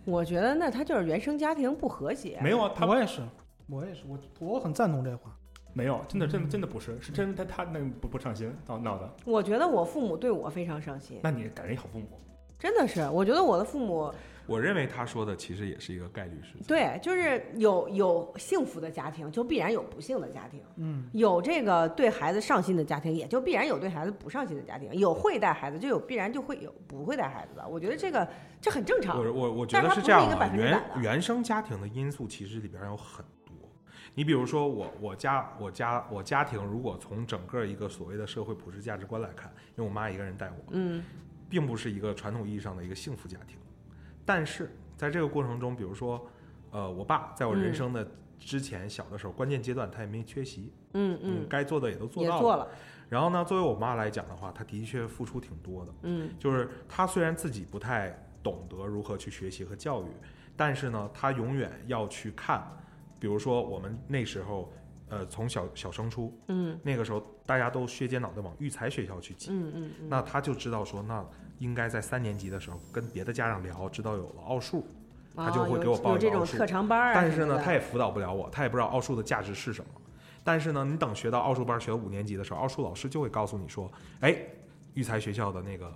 Speaker 5: 我觉得那他就是原生家庭不和谐，
Speaker 3: 没有啊，他
Speaker 4: 我也是，我也是，我我很赞同这话。
Speaker 3: 没有，真的真的真的不是，是真的他他那不不上心闹闹的。
Speaker 5: 我觉得我父母对我非常上心，
Speaker 3: 那你赶上一好父母，
Speaker 5: 真的是，我觉得我的父母
Speaker 1: 我认为他说的其实也是一个概率事情。
Speaker 5: 对，就是有有幸福的家庭，就必然有不幸的家庭；
Speaker 4: 嗯，
Speaker 5: 有这个对孩子上心的家庭，也就必然有对孩子不上心的家庭；有会带孩子，就有必然就会有不会带孩子的。我觉得这个这很正常。
Speaker 1: 我我我觉
Speaker 5: 但
Speaker 1: 得
Speaker 5: 它
Speaker 1: 是
Speaker 5: 不
Speaker 1: 这
Speaker 5: 是
Speaker 1: 样
Speaker 5: 一个
Speaker 1: 啊
Speaker 5: 100%，的
Speaker 1: 原原生家庭的因素其实里边有很多。你比如说我我家我家我家庭，如果从整个一个所谓的社会普世价值观来看，因为我妈一个人带我，
Speaker 5: 嗯，
Speaker 1: 并不是一个传统意义上的一个幸福家庭。但是在这个过程中，比如说，呃，我爸在我人
Speaker 5: 嗯
Speaker 1: 生的之前小的时候，关键阶段他也没缺席，
Speaker 5: 嗯嗯，
Speaker 1: 该做的也都做
Speaker 5: 也
Speaker 1: 到
Speaker 5: 做了，
Speaker 1: 然后呢，作为我妈来讲的话，她的确付出挺多的。
Speaker 5: 嗯
Speaker 1: 就是他虽然自己不太懂得如何去学习和教育，但是呢，他永远要去看，比如说我们那时候，呃，从小小升初
Speaker 5: 嗯
Speaker 1: 那个时候，大家都削尖脑袋往育才学校去挤，
Speaker 5: 嗯嗯嗯，
Speaker 1: 那他就知道说，那应该在三年级的时候跟别的家长聊，知道有了奥数，他就
Speaker 5: 哦
Speaker 1: 会
Speaker 5: 有
Speaker 1: 给我报
Speaker 5: 有
Speaker 1: 一
Speaker 5: 这
Speaker 1: 个奥
Speaker 5: 种
Speaker 1: 数
Speaker 5: 特长班儿啊什么
Speaker 1: 但
Speaker 5: 的。
Speaker 1: 是呢，他也辅导不了我，他也不知道奥数的价值是什么。但是呢，你等学到奥数班学到五年级的时候，奥数老师就会告诉你说，哎，育才学校的那个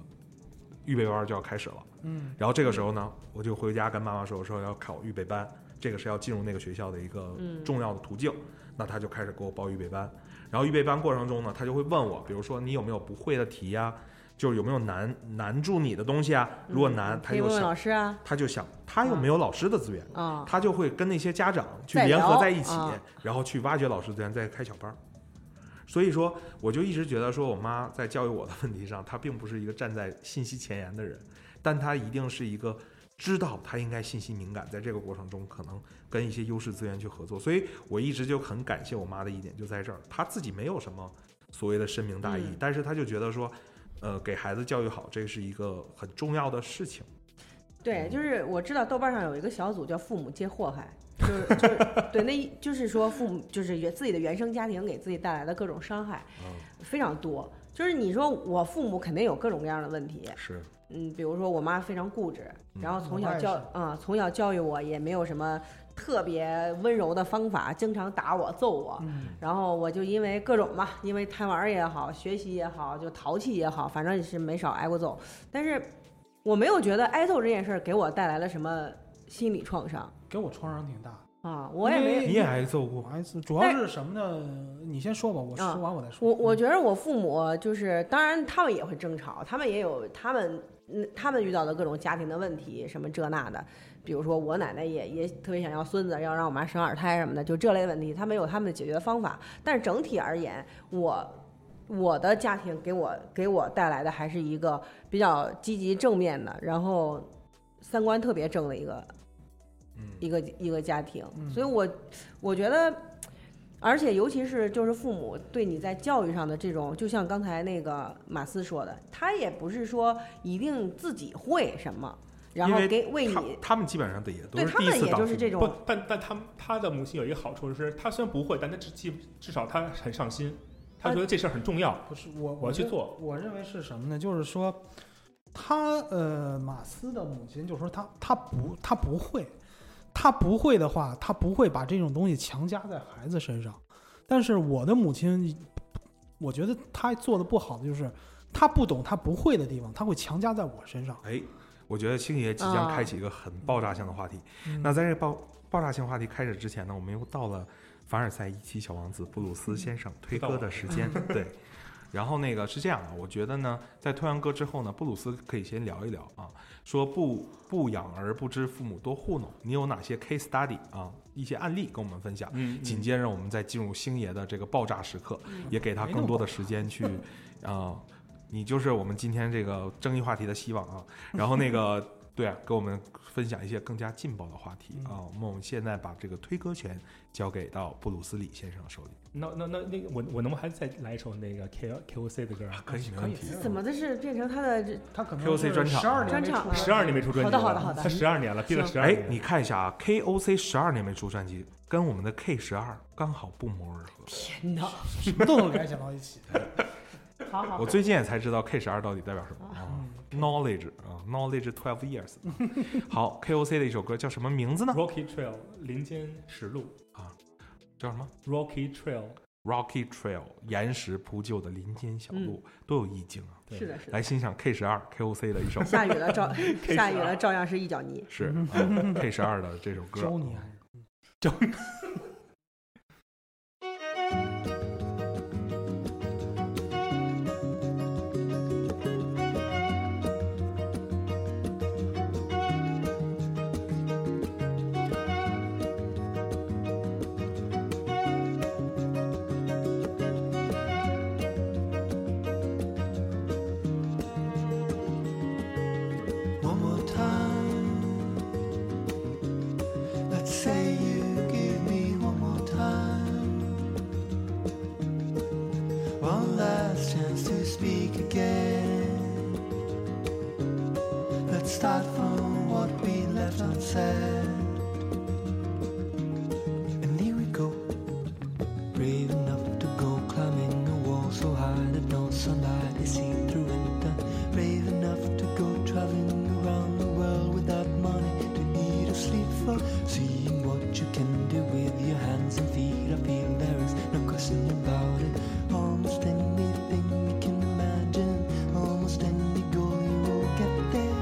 Speaker 1: 预备班就要开始了。
Speaker 4: 嗯，
Speaker 1: 然后这个时候呢，我就回家跟妈妈说，我说要考预备班，这个是要进入那个学校的一个
Speaker 5: 嗯
Speaker 1: 重要的途径。那他就开始给我报预备班，然后预备班过程中呢，他就会问我，比如说你有没有不会的题呀、就是有没有难难住你的东西啊？如果难，
Speaker 5: 嗯
Speaker 1: 他
Speaker 5: 可以
Speaker 1: 就
Speaker 5: 问问
Speaker 1: 想
Speaker 5: 老师啊
Speaker 1: 他就想他又没有老师的资源，
Speaker 5: 啊，
Speaker 1: 他就会跟那些家长去
Speaker 5: 再
Speaker 1: 联合
Speaker 5: 聊
Speaker 1: 在一起
Speaker 5: 啊，
Speaker 1: 然后去挖掘老师资源，再开小班儿。所以说，我就一直觉得说我妈在教育我的问题上，她并不是一个站在信息前沿的人，但她一定是一个知道她应该信息敏感，在这个过程中可能跟一些优势资源去合作。所以我一直就很感谢我妈的一点就在这儿，她自己没有什么所谓的深明大义，
Speaker 5: 嗯
Speaker 1: 但是她就觉得说，呃，给孩子教育好，这是一个很重要的事情。嗯
Speaker 5: 对，就是我知道豆瓣上有一个小组叫“父母皆祸害”，就是就是对，那一就是说父母就是原自己的原生家庭给自己带来的各种伤害
Speaker 1: 嗯，
Speaker 5: 非常多。就是你说我父母肯定有各种各样的问题，
Speaker 1: 是，
Speaker 5: 嗯，比如说我妈非常固执，
Speaker 1: 嗯
Speaker 5: 然后从小
Speaker 4: 我
Speaker 5: 教
Speaker 4: 爸
Speaker 5: 啊、从小教育我也没有什么特别温柔的方法，经常打我揍我，
Speaker 4: 嗯
Speaker 5: 然后我就因为各种嘛，因为贪玩儿也好，学习也好，就淘气也好，反正是没少挨过揍。但是我没有觉得挨揍这件事儿给我带来了什么心理创伤
Speaker 4: 给我创伤挺大。
Speaker 5: 啊，我也没有。
Speaker 1: 你也挨揍过
Speaker 4: 我。还是主要是什么呢？你先说吧，我说完我再说。
Speaker 5: 啊
Speaker 4: 嗯
Speaker 5: 我我觉得我父母就是，当然他们也会争吵，他们也有他们嗯他们遇到的各种家庭的问题，什么这那的，比如说我奶奶也也特别想要孙子，要让我妈生二胎什么的，就这类问题，他们有他们解决的方法。但是整体而言，我我的家庭给我给我带来的还是一个比较积极正面的，然后三观特别正的一个
Speaker 1: 嗯
Speaker 5: 一个一个家庭，
Speaker 4: 嗯
Speaker 5: 所以我我觉得，而且尤其是就是父母对你在教育上的这种，就像刚才那个马斯说的，他也不是说一定自己会什么，然后
Speaker 1: 因为
Speaker 5: 给为
Speaker 1: 他
Speaker 5: 你
Speaker 1: 他们基本上的也都
Speaker 5: 对
Speaker 1: 是
Speaker 5: 他
Speaker 1: 第一
Speaker 5: 们
Speaker 1: 次
Speaker 5: 也
Speaker 1: 当
Speaker 5: 就是
Speaker 1: 父
Speaker 5: 这
Speaker 1: 母
Speaker 5: 种
Speaker 3: 不，但但他他的母亲有一个好处是，他虽然不会，但他至至至少他很上心，他觉得这事儿很重要，
Speaker 4: 不是我，
Speaker 3: 我要去
Speaker 4: 认
Speaker 3: 做。
Speaker 4: 我认为是什么呢？就是说，他呃，马斯的母亲就说他他不他不会，他不会的话，他不会把这种东西强加在孩子身上。但是我的母亲，我觉得她做的不好的就是，她不懂她不会的地方，她会强加在我身上。
Speaker 1: 哎，我觉得星爷即
Speaker 5: 嗯
Speaker 1: 将开启一个很爆炸性的话题。
Speaker 4: 嗯
Speaker 1: 那在这爆爆炸性话题开始之前呢，我们又到了凡尔赛一期小王子布鲁斯先生推歌的时间。对，然后那个是这样的，我觉得呢，在推完歌之后呢，布鲁斯可以先聊一聊啊，说不不养儿不知父母多糊弄，你有哪些 case study 啊，一些案例跟我们分享。
Speaker 3: 嗯
Speaker 1: 紧接着我们再进入星爷的这个爆炸时刻，也给他
Speaker 4: 没那
Speaker 1: 更
Speaker 4: 么
Speaker 1: 多
Speaker 4: 爆
Speaker 1: 的时间 去，啊，你就是我们今天这个争议话题的希望啊。然后那 个对啊，给我们分享一些更加劲爆的话题
Speaker 4: 嗯
Speaker 1: 啊。我们我们现在把这个推歌权交给到布鲁斯李先生手里，
Speaker 3: 那那那那个我我能不能还再来一首那个 K K O C 的歌啊？
Speaker 1: 可以没
Speaker 4: 可
Speaker 1: 问
Speaker 4: 以
Speaker 1: 题。
Speaker 5: 怎么的是变成他的这
Speaker 4: 他可能
Speaker 1: KOC 专场
Speaker 4: 十二年
Speaker 5: 专
Speaker 4: 没出
Speaker 5: 场啊
Speaker 4: 声
Speaker 3: 十二年没出专辑了，
Speaker 5: 好的好的好的
Speaker 3: 他十二年了，憋了十二
Speaker 1: 哎
Speaker 3: 年。，
Speaker 1: 你看一下啊，KOC 十二年没出专辑，跟我们的 K 十二刚好不谋而合。
Speaker 5: 天哪，
Speaker 4: 什么都能联想到一起。
Speaker 5: 好好哦
Speaker 1: 我最近也才知道 K 十二到底代表什么啊，knowledge 啊，knowledge twelve years。好，KOC 的一首歌叫什么名字呢？
Speaker 3: Rocky Trail 林间石路
Speaker 1: 叫什么
Speaker 3: ，Rocky Trail
Speaker 1: ？Rocky Trail 岩石铺就的林间小路，
Speaker 5: 嗯
Speaker 1: 多有意境啊！
Speaker 5: 是的，是的
Speaker 1: 来，欣赏 K 十二 KOC 的 一首
Speaker 5: 下雨 了照下
Speaker 1: 啊
Speaker 5: 雨了照样是一脚泥，
Speaker 1: 是啊 K 十二的这首歌。
Speaker 4: 周年，啊
Speaker 6: One more time. Let's say you give me one more time. One last chance to speak again. Let's start from what we left unsaid. And here we go. Brave enough to go climbing a wall so high that no sunlight is seen through it. Uh, Brave enough to go traveling around the world without money to eat or sleep for. Seeing what you can do with your hands and feet, I feel there is no question about it. Almost anything you can imagine, almost any goal you will get there.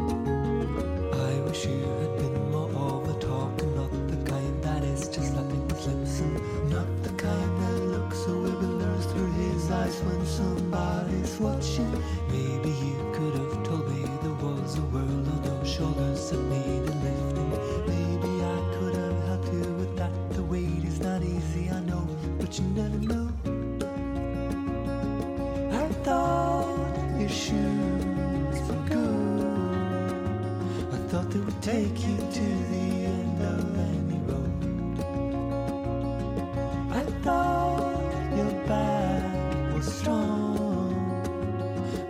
Speaker 6: I wish you had been more of a talker, not the kind that is just slapping his lips, and not the kind that looks so wibbler's through his eyes when somebody's watching. Maybe you could have told me there was a world on your shoulders that needed lifting. Maybe I could have helped you with that. The weight is not easy, I know, but you never know. I thought your shoes were good. I thought they would take you to the end of any road. I thought your back was strong,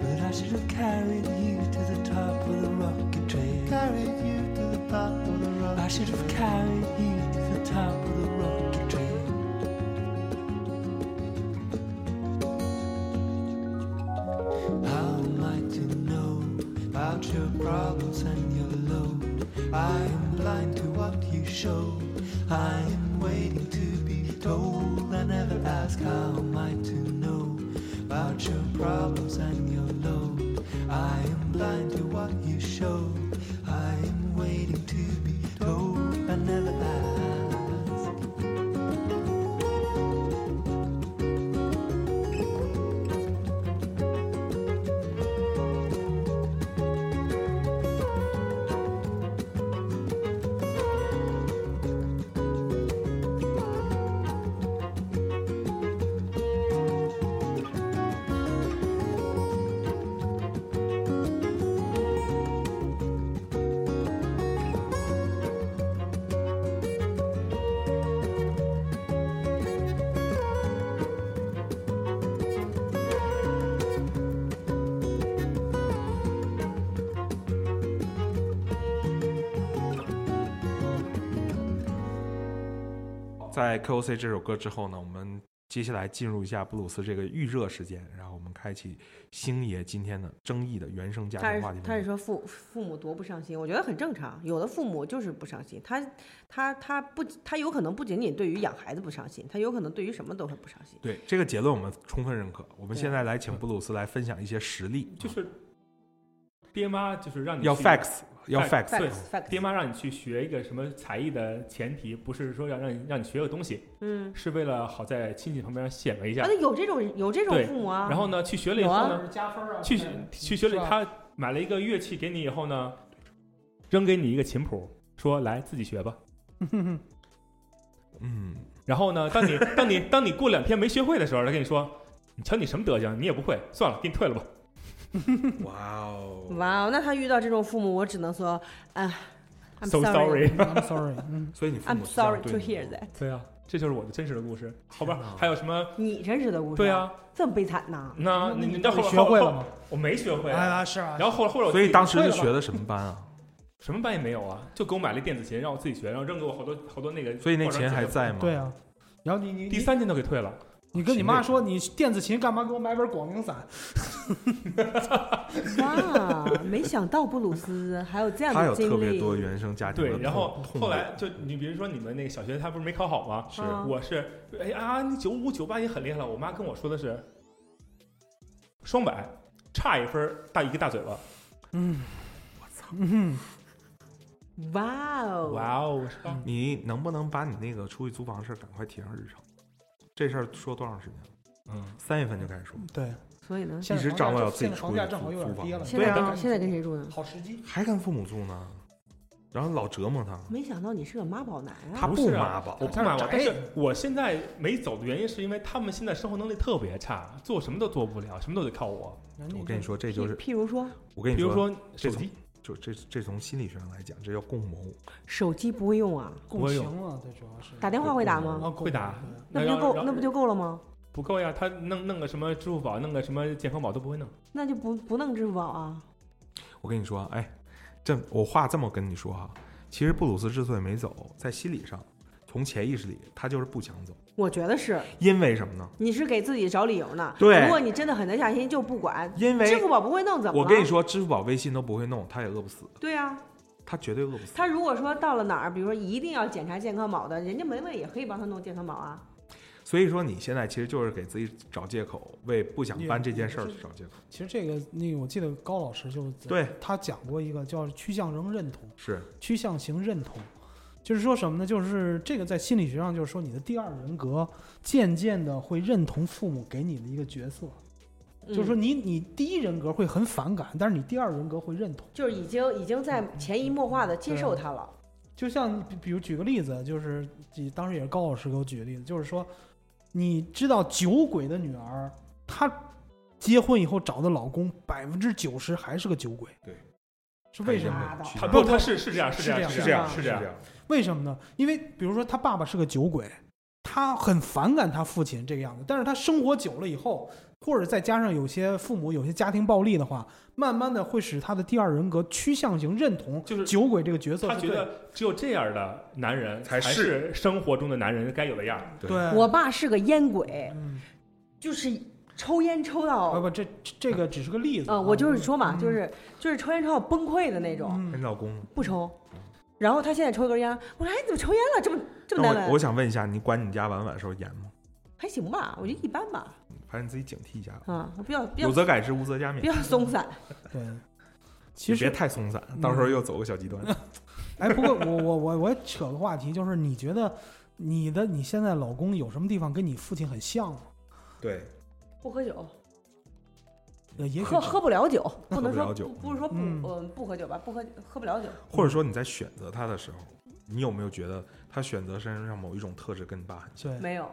Speaker 6: but I should have carried you to the top of the rocket trail. Carried you to the top of the rocket. I should have carried you to the top of the rocket trail. How am I to know about your problems and your load? I am blind to what you show. I am waiting to be told. I never ask how am I to know about your problems and your load. I am blind to what you show. I am waiting to be told. I never ask.
Speaker 1: 在 KOC 这首歌之后呢，我们接下来进入一下布鲁斯这个预热时间，然后我们开启星爷今天的争议的原生家
Speaker 5: 他
Speaker 1: 庭
Speaker 5: 是
Speaker 1: 话题部
Speaker 5: 他是
Speaker 1: 分。
Speaker 5: 说父父母多不上心，我觉得很正常。有的父母就是不上心，他他他不他有可能不仅仅对于养孩子不上心，他有可能对于什么都会不上心。
Speaker 1: 对这个结论我们充分认可。我们
Speaker 5: 对
Speaker 1: 现在来请布鲁斯来分享一些实例，
Speaker 3: 就是爹妈就是让你
Speaker 1: 要
Speaker 3: 去
Speaker 1: facts，要
Speaker 3: facts，
Speaker 1: facts，
Speaker 3: 对
Speaker 5: facts facts，
Speaker 3: 爹妈让你去学一个什么才艺的前提，不是说要让你让你学个东西，
Speaker 5: 嗯，
Speaker 3: 是为了好在亲戚旁边显摆一下
Speaker 5: 啊，。那有这种有这种
Speaker 3: 对
Speaker 5: 父母啊，
Speaker 3: 然后呢，去学了以
Speaker 5: 有
Speaker 3: 后
Speaker 5: 啊
Speaker 3: 呢，
Speaker 4: 加分啊
Speaker 3: 去去学了，他买了一个乐器给你以后呢，扔给你一个琴谱，说来自己学吧。
Speaker 1: 嗯，
Speaker 3: 然后呢，当你 当你当你过两天没学会的时候，他跟你说，你瞧你什么德行，你也不会，算了，给你退了吧。
Speaker 1: 哇哦！
Speaker 5: 哇哦，那他遇到这种父母，我只能说啊，I'm
Speaker 3: So sorry。
Speaker 4: I'm sorry，嗯，
Speaker 1: 所以你 父
Speaker 5: I'm
Speaker 1: 母是这样
Speaker 5: sorry
Speaker 1: 对
Speaker 5: to
Speaker 1: 你的
Speaker 5: hear
Speaker 1: 吗
Speaker 5: that。
Speaker 3: 对啊，这就是我的真实的故事，好吧
Speaker 1: 天哪？
Speaker 3: 还有什么？
Speaker 5: 你真实的故事，
Speaker 3: 对，啊，
Speaker 5: 这么悲惨呐！
Speaker 3: 那你你到后
Speaker 4: 你学会了？
Speaker 3: 后
Speaker 4: 吗？
Speaker 3: 我没学会。
Speaker 4: 哎呀，是啊，
Speaker 3: 然后后来后来我自
Speaker 1: 所
Speaker 3: 己，
Speaker 1: 以当时
Speaker 4: 退
Speaker 1: 是
Speaker 4: 了吧
Speaker 1: 学的什么班啊？
Speaker 3: 什么班也没有啊，就给我买了一电子琴，让我自己学，然后扔给我好多好多那个。
Speaker 1: 所以那琴还在吗？啊
Speaker 4: 对啊，然后你你
Speaker 3: 第，三天都给退了，
Speaker 4: 你你跟你妈说你电子琴干嘛给我买本广陵散？
Speaker 5: 哇，没想到布鲁斯还有这样
Speaker 1: 他有
Speaker 5: 的经历。
Speaker 1: 特别多原生家庭的
Speaker 3: 对，
Speaker 1: 痛
Speaker 3: 然后
Speaker 1: 痛
Speaker 3: 后
Speaker 1: 苦
Speaker 3: 来就你比如说你们那个小学，他不是没考好吗？
Speaker 1: 是
Speaker 5: 嗯
Speaker 3: 我是哎啊，你九五九八也很厉害了。我妈跟我说的是双百，差一分儿大一个大嘴巴。
Speaker 5: 哇哦，
Speaker 3: 哇哦，是吧？
Speaker 1: 你能不能把你那个出去租房的事儿赶快提上日程？这事儿说多长时间了？
Speaker 3: 嗯，
Speaker 1: 三月份就开始说，
Speaker 4: 对，
Speaker 5: 所以呢？
Speaker 1: 一直掌握了自己
Speaker 4: 现在
Speaker 1: 出
Speaker 4: 房
Speaker 1: 去
Speaker 4: 价正好有
Speaker 1: 租
Speaker 4: 点
Speaker 1: 房
Speaker 4: 低了，
Speaker 1: 子
Speaker 5: 现
Speaker 1: 对
Speaker 5: 在
Speaker 1: 啊
Speaker 5: 跟现在跟谁住呢？
Speaker 4: 好时机，
Speaker 1: 还跟父母住呢，然后老折磨他。
Speaker 5: 没想到你是个妈宝男嗯啊！
Speaker 1: 他
Speaker 3: 不是啊
Speaker 1: 妈宝
Speaker 3: 我，不买我，
Speaker 4: 宅
Speaker 3: 但是我现在没走的原因是因为他们现在生活能力特别差，做什么都做不了，什么都得靠我。
Speaker 4: 嗯
Speaker 1: 我跟你，说，这就是
Speaker 5: 譬譬如说，
Speaker 1: 我跟你
Speaker 3: 比如
Speaker 1: 说，
Speaker 3: 说手机，
Speaker 1: 就这这从心理学上来讲，这叫共谋。
Speaker 5: 手机不会用啊，
Speaker 4: 共情啊，最主要是
Speaker 5: 打电话会打吗？
Speaker 4: 啊，
Speaker 3: 会打
Speaker 5: 哦那不
Speaker 3: 要
Speaker 5: 就够，
Speaker 3: 让
Speaker 5: 那不就够了吗？
Speaker 3: 不够呀？他弄弄个什么支付宝，弄个什么健康宝都不会弄。
Speaker 5: 那就不不弄支付宝啊？
Speaker 1: 我跟你说，哎，这我话这么跟你说哈，其实布鲁斯之所以没走，在心理上，从潜意识里，他就是不想走，
Speaker 5: 我觉得是，
Speaker 1: 因为什么呢？
Speaker 5: 你是给自己找理由呢。
Speaker 1: 对
Speaker 5: 如果你真的狠得下心，就不管。
Speaker 1: 因
Speaker 5: 支
Speaker 1: 为
Speaker 5: 付宝不会弄怎么了？
Speaker 1: 我跟你，说，支付宝、微信都不会弄，他也饿不死，
Speaker 5: 对啊，
Speaker 1: 他绝对饿不死。
Speaker 5: 他如果说到了哪儿，比如说一定要检查健康宝的，人家梅梅也可以帮他弄健康宝啊。
Speaker 1: 所以说，你现在其实就是给自己找借口，为不想搬这件事儿去找借口。
Speaker 4: 其实这个那个，我记得高老师就
Speaker 1: 对，
Speaker 4: 他讲过一个叫趋向型认同，
Speaker 1: 是
Speaker 4: 趋向型认同，就是说什么呢？就是这个在心理学上就是说你的第二人格渐渐的会认同父母给你的一个角色，
Speaker 5: 嗯
Speaker 4: 就是说你你第一人格会很反感，但是你第二人格会认同。
Speaker 5: 就是已经已经在潜移默化的接受他了。
Speaker 4: 就像比比如举个例子，就是举当时也是高老师给我举的例子，就是说，你知道酒鬼的女儿，她结婚以后找的老公百分之九十还是个酒鬼，
Speaker 1: 对，
Speaker 4: 是为什
Speaker 5: 哎
Speaker 4: 么
Speaker 5: 呀？
Speaker 1: 去他
Speaker 3: 他啊不，他是是这样，是
Speaker 4: 是
Speaker 3: 样，
Speaker 4: 这
Speaker 3: 是
Speaker 4: 样
Speaker 3: 样，
Speaker 1: 是
Speaker 3: 是这样。
Speaker 1: 样。
Speaker 4: 为什么呢？因为比如说他爸爸是个酒鬼，他很反感他父亲这个样子，但是他生活久了以后，或者再加上有些父母有些家庭暴力的话，慢慢的会使他的第二人格趋向型认同
Speaker 3: 就是
Speaker 4: 酒鬼这个角色
Speaker 3: 他
Speaker 4: 是
Speaker 3: 觉
Speaker 4: 对的
Speaker 3: 得只有这样的男人
Speaker 1: 才是
Speaker 3: 是生活中的男人该有的样儿。
Speaker 1: 嗯
Speaker 4: 对，
Speaker 5: 我爸是个烟鬼，
Speaker 4: 嗯，
Speaker 5: 就是抽烟抽到
Speaker 4: 不不，这这这个只是个例子
Speaker 5: 呃，哦我就是说嘛，
Speaker 4: 嗯
Speaker 5: 就是就是抽烟抽到崩溃的那种，
Speaker 1: 那
Speaker 4: 嗯
Speaker 1: 你老公呢？
Speaker 5: 不抽。然后他现在抽一根烟，我说哎，你怎么抽烟了？这么这么
Speaker 1: 那
Speaker 5: 难
Speaker 1: 我我
Speaker 5: 闻？
Speaker 1: 想问一下，你管你家晚晚的时候严吗？
Speaker 5: 还行吧，我觉得一般吧。
Speaker 1: 反正你自己警惕一下，
Speaker 5: 啊，比较比较
Speaker 1: 有则改之，无则加
Speaker 5: 比
Speaker 1: 勉。
Speaker 5: 较松散。
Speaker 4: 对。其
Speaker 1: 嗯你别
Speaker 4: 实，
Speaker 1: 太松散，到时候又走个小极端。
Speaker 4: 哎，不过我我我我扯个话题，就是你觉得你的你现在老公有什么地方跟你父亲很像吗？
Speaker 1: 对，
Speaker 5: 不喝酒，
Speaker 4: 呃，也许
Speaker 5: 喝喝不了酒，不能
Speaker 1: 喝不
Speaker 5: 说
Speaker 1: 了酒
Speaker 5: 不不是说不
Speaker 4: 嗯
Speaker 5: 嗯不喝酒吧，不喝喝不了酒。
Speaker 1: 或者说你在选择他的时候，你有没有觉得他选择身上某一种特质跟你爸很像？
Speaker 4: 对，
Speaker 5: 没有，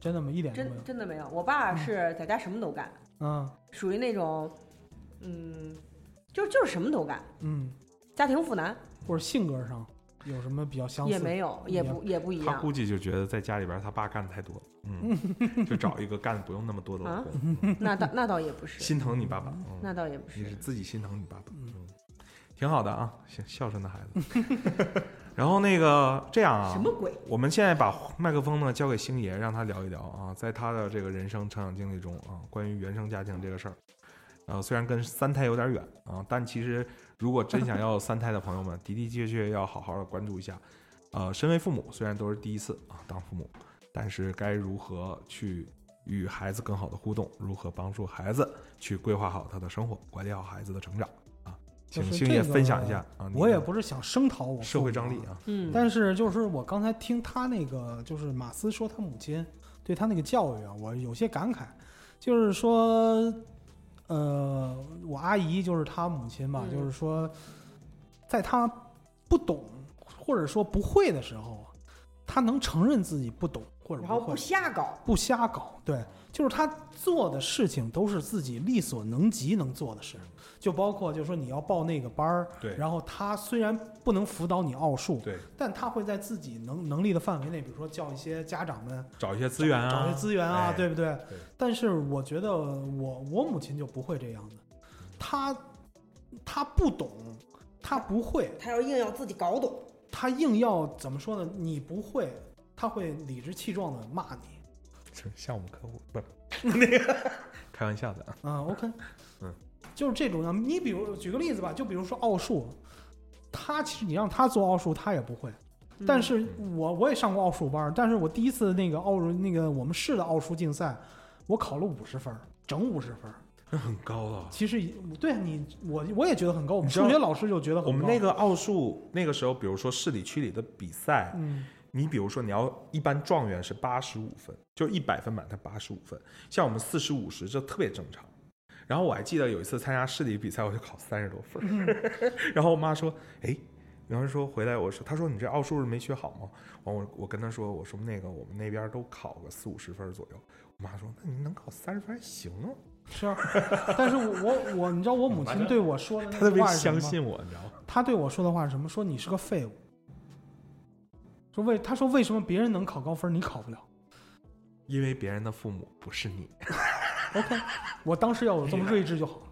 Speaker 4: 真的吗？一点都没
Speaker 5: 真
Speaker 4: 有。
Speaker 5: 真的没有。我爸是在家什么都干，
Speaker 4: 嗯
Speaker 5: 属于那种，嗯，就就是什么都干，
Speaker 4: 嗯，
Speaker 5: 家庭妇男
Speaker 4: 或者性格上有什么比较相似？
Speaker 5: 也没有，也不也不一
Speaker 1: 他
Speaker 5: 样。
Speaker 1: 估计就觉得在家里边他爸干的太多了， 嗯，就找一个干的不用那么多的老公，嗯
Speaker 5: 那倒那倒也不是，
Speaker 1: 心疼你爸爸，嗯
Speaker 5: 啊那倒也不是
Speaker 1: 你是。自己心疼你爸爸，
Speaker 4: 嗯
Speaker 1: 嗯，挺好的啊，行，孝顺的孩子。 然后那个这样啊
Speaker 5: 什，么鬼？
Speaker 1: 我们现在把麦克风呢交给星爷，让他聊一聊啊，在他的这个人生成长经历中啊，关于原生家庭这个事儿，呃，虽然跟三胎有点远啊，但其实如果真想要三胎的朋友们， 的的确确要好好的关注一下。呃，身为父母，虽然都是第一次啊当父母，但是该如何去与孩子更好的互动，如何帮助孩子去规划好他的生活，管理好孩子的成长啊，请
Speaker 4: 就是
Speaker 1: 星
Speaker 4: 这
Speaker 1: 爷
Speaker 4: 个
Speaker 1: 分享一下啊，你
Speaker 4: 我也
Speaker 1: 的
Speaker 4: 不是想声讨我
Speaker 1: 社
Speaker 4: 父
Speaker 1: 会
Speaker 4: 母
Speaker 1: 张力
Speaker 4: 啊，
Speaker 1: 啊，
Speaker 5: 嗯，
Speaker 4: 但是就是我刚才听他那个，就是马斯说他母亲对他那个教育啊，我有些感慨，就是说，呃，我阿姨就是他母亲吧，
Speaker 5: 嗯
Speaker 4: 就是说，在他不懂或者说不会的时候啊，他能承认自己不懂或者
Speaker 5: 然后
Speaker 4: 不会
Speaker 5: 不，瞎搞，
Speaker 4: 不瞎搞，对，就是他做的事情都是自己力所能及能做的事，就包括就是说你要报那个班儿，
Speaker 1: 对
Speaker 4: 然后他虽然不能辅导你奥数，
Speaker 1: 对，
Speaker 4: 但他会在自己能能力的范围内，比如说叫一些家长们
Speaker 1: 找一些资源啊，
Speaker 4: 找一些资源啊，
Speaker 1: 哎
Speaker 4: 对不对？
Speaker 1: 对
Speaker 4: 但是我觉得我我母亲就不会这样的，她她不懂，她不会，
Speaker 5: 他要硬要自己搞懂。
Speaker 4: 她硬要怎么说呢？你不会，她会理直气壮的骂你。
Speaker 1: 是项目客户，不是 那个开玩笑的啊。
Speaker 4: 啊，OK，
Speaker 1: 嗯，
Speaker 4: 就是这种的。你比如举个例子吧，就比如说奥数，他其实你让他做奥数，他也不会。但是
Speaker 1: 嗯
Speaker 4: 我我也上过奥数班儿，但是我第一次那个奥数那个我们市的奥数竞赛，我考了五十分儿，整五十分儿。
Speaker 1: 那很高啊了。
Speaker 4: 其实也对啊你我我也觉得很高，我们
Speaker 1: 你知道
Speaker 4: 数学老师就觉得很高。
Speaker 1: 我们那个奥数那个时候，比如说市里区里的比赛，
Speaker 4: 嗯，
Speaker 1: 你比如说你要一般状元是八十五分，就一百分满他八十五分，像我们四十五十这特别正常。然后我还记得有一次参加市里比赛，我就考三十多分儿， 然后我妈说：“哎，然后说回来，我说，她说你这奥数是没学好吗？”完我我跟她说，我说那个我们那边都考个四五十分儿左右。我妈说：“那你能考三十分儿还行啊。”
Speaker 4: 是啊。但是我我我，你知道我母亲对我说的那
Speaker 1: 她
Speaker 4: 个
Speaker 1: 特别
Speaker 4: 话是什么
Speaker 1: 相
Speaker 4: 吗？
Speaker 1: 信我，你知道吗？
Speaker 4: 他对我说的话是什么？说你是个废物。说为他说为什么别人能考高分，你考不了？
Speaker 1: 因为别人的父母不是你，
Speaker 4: 我当时要有这么睿智就好了。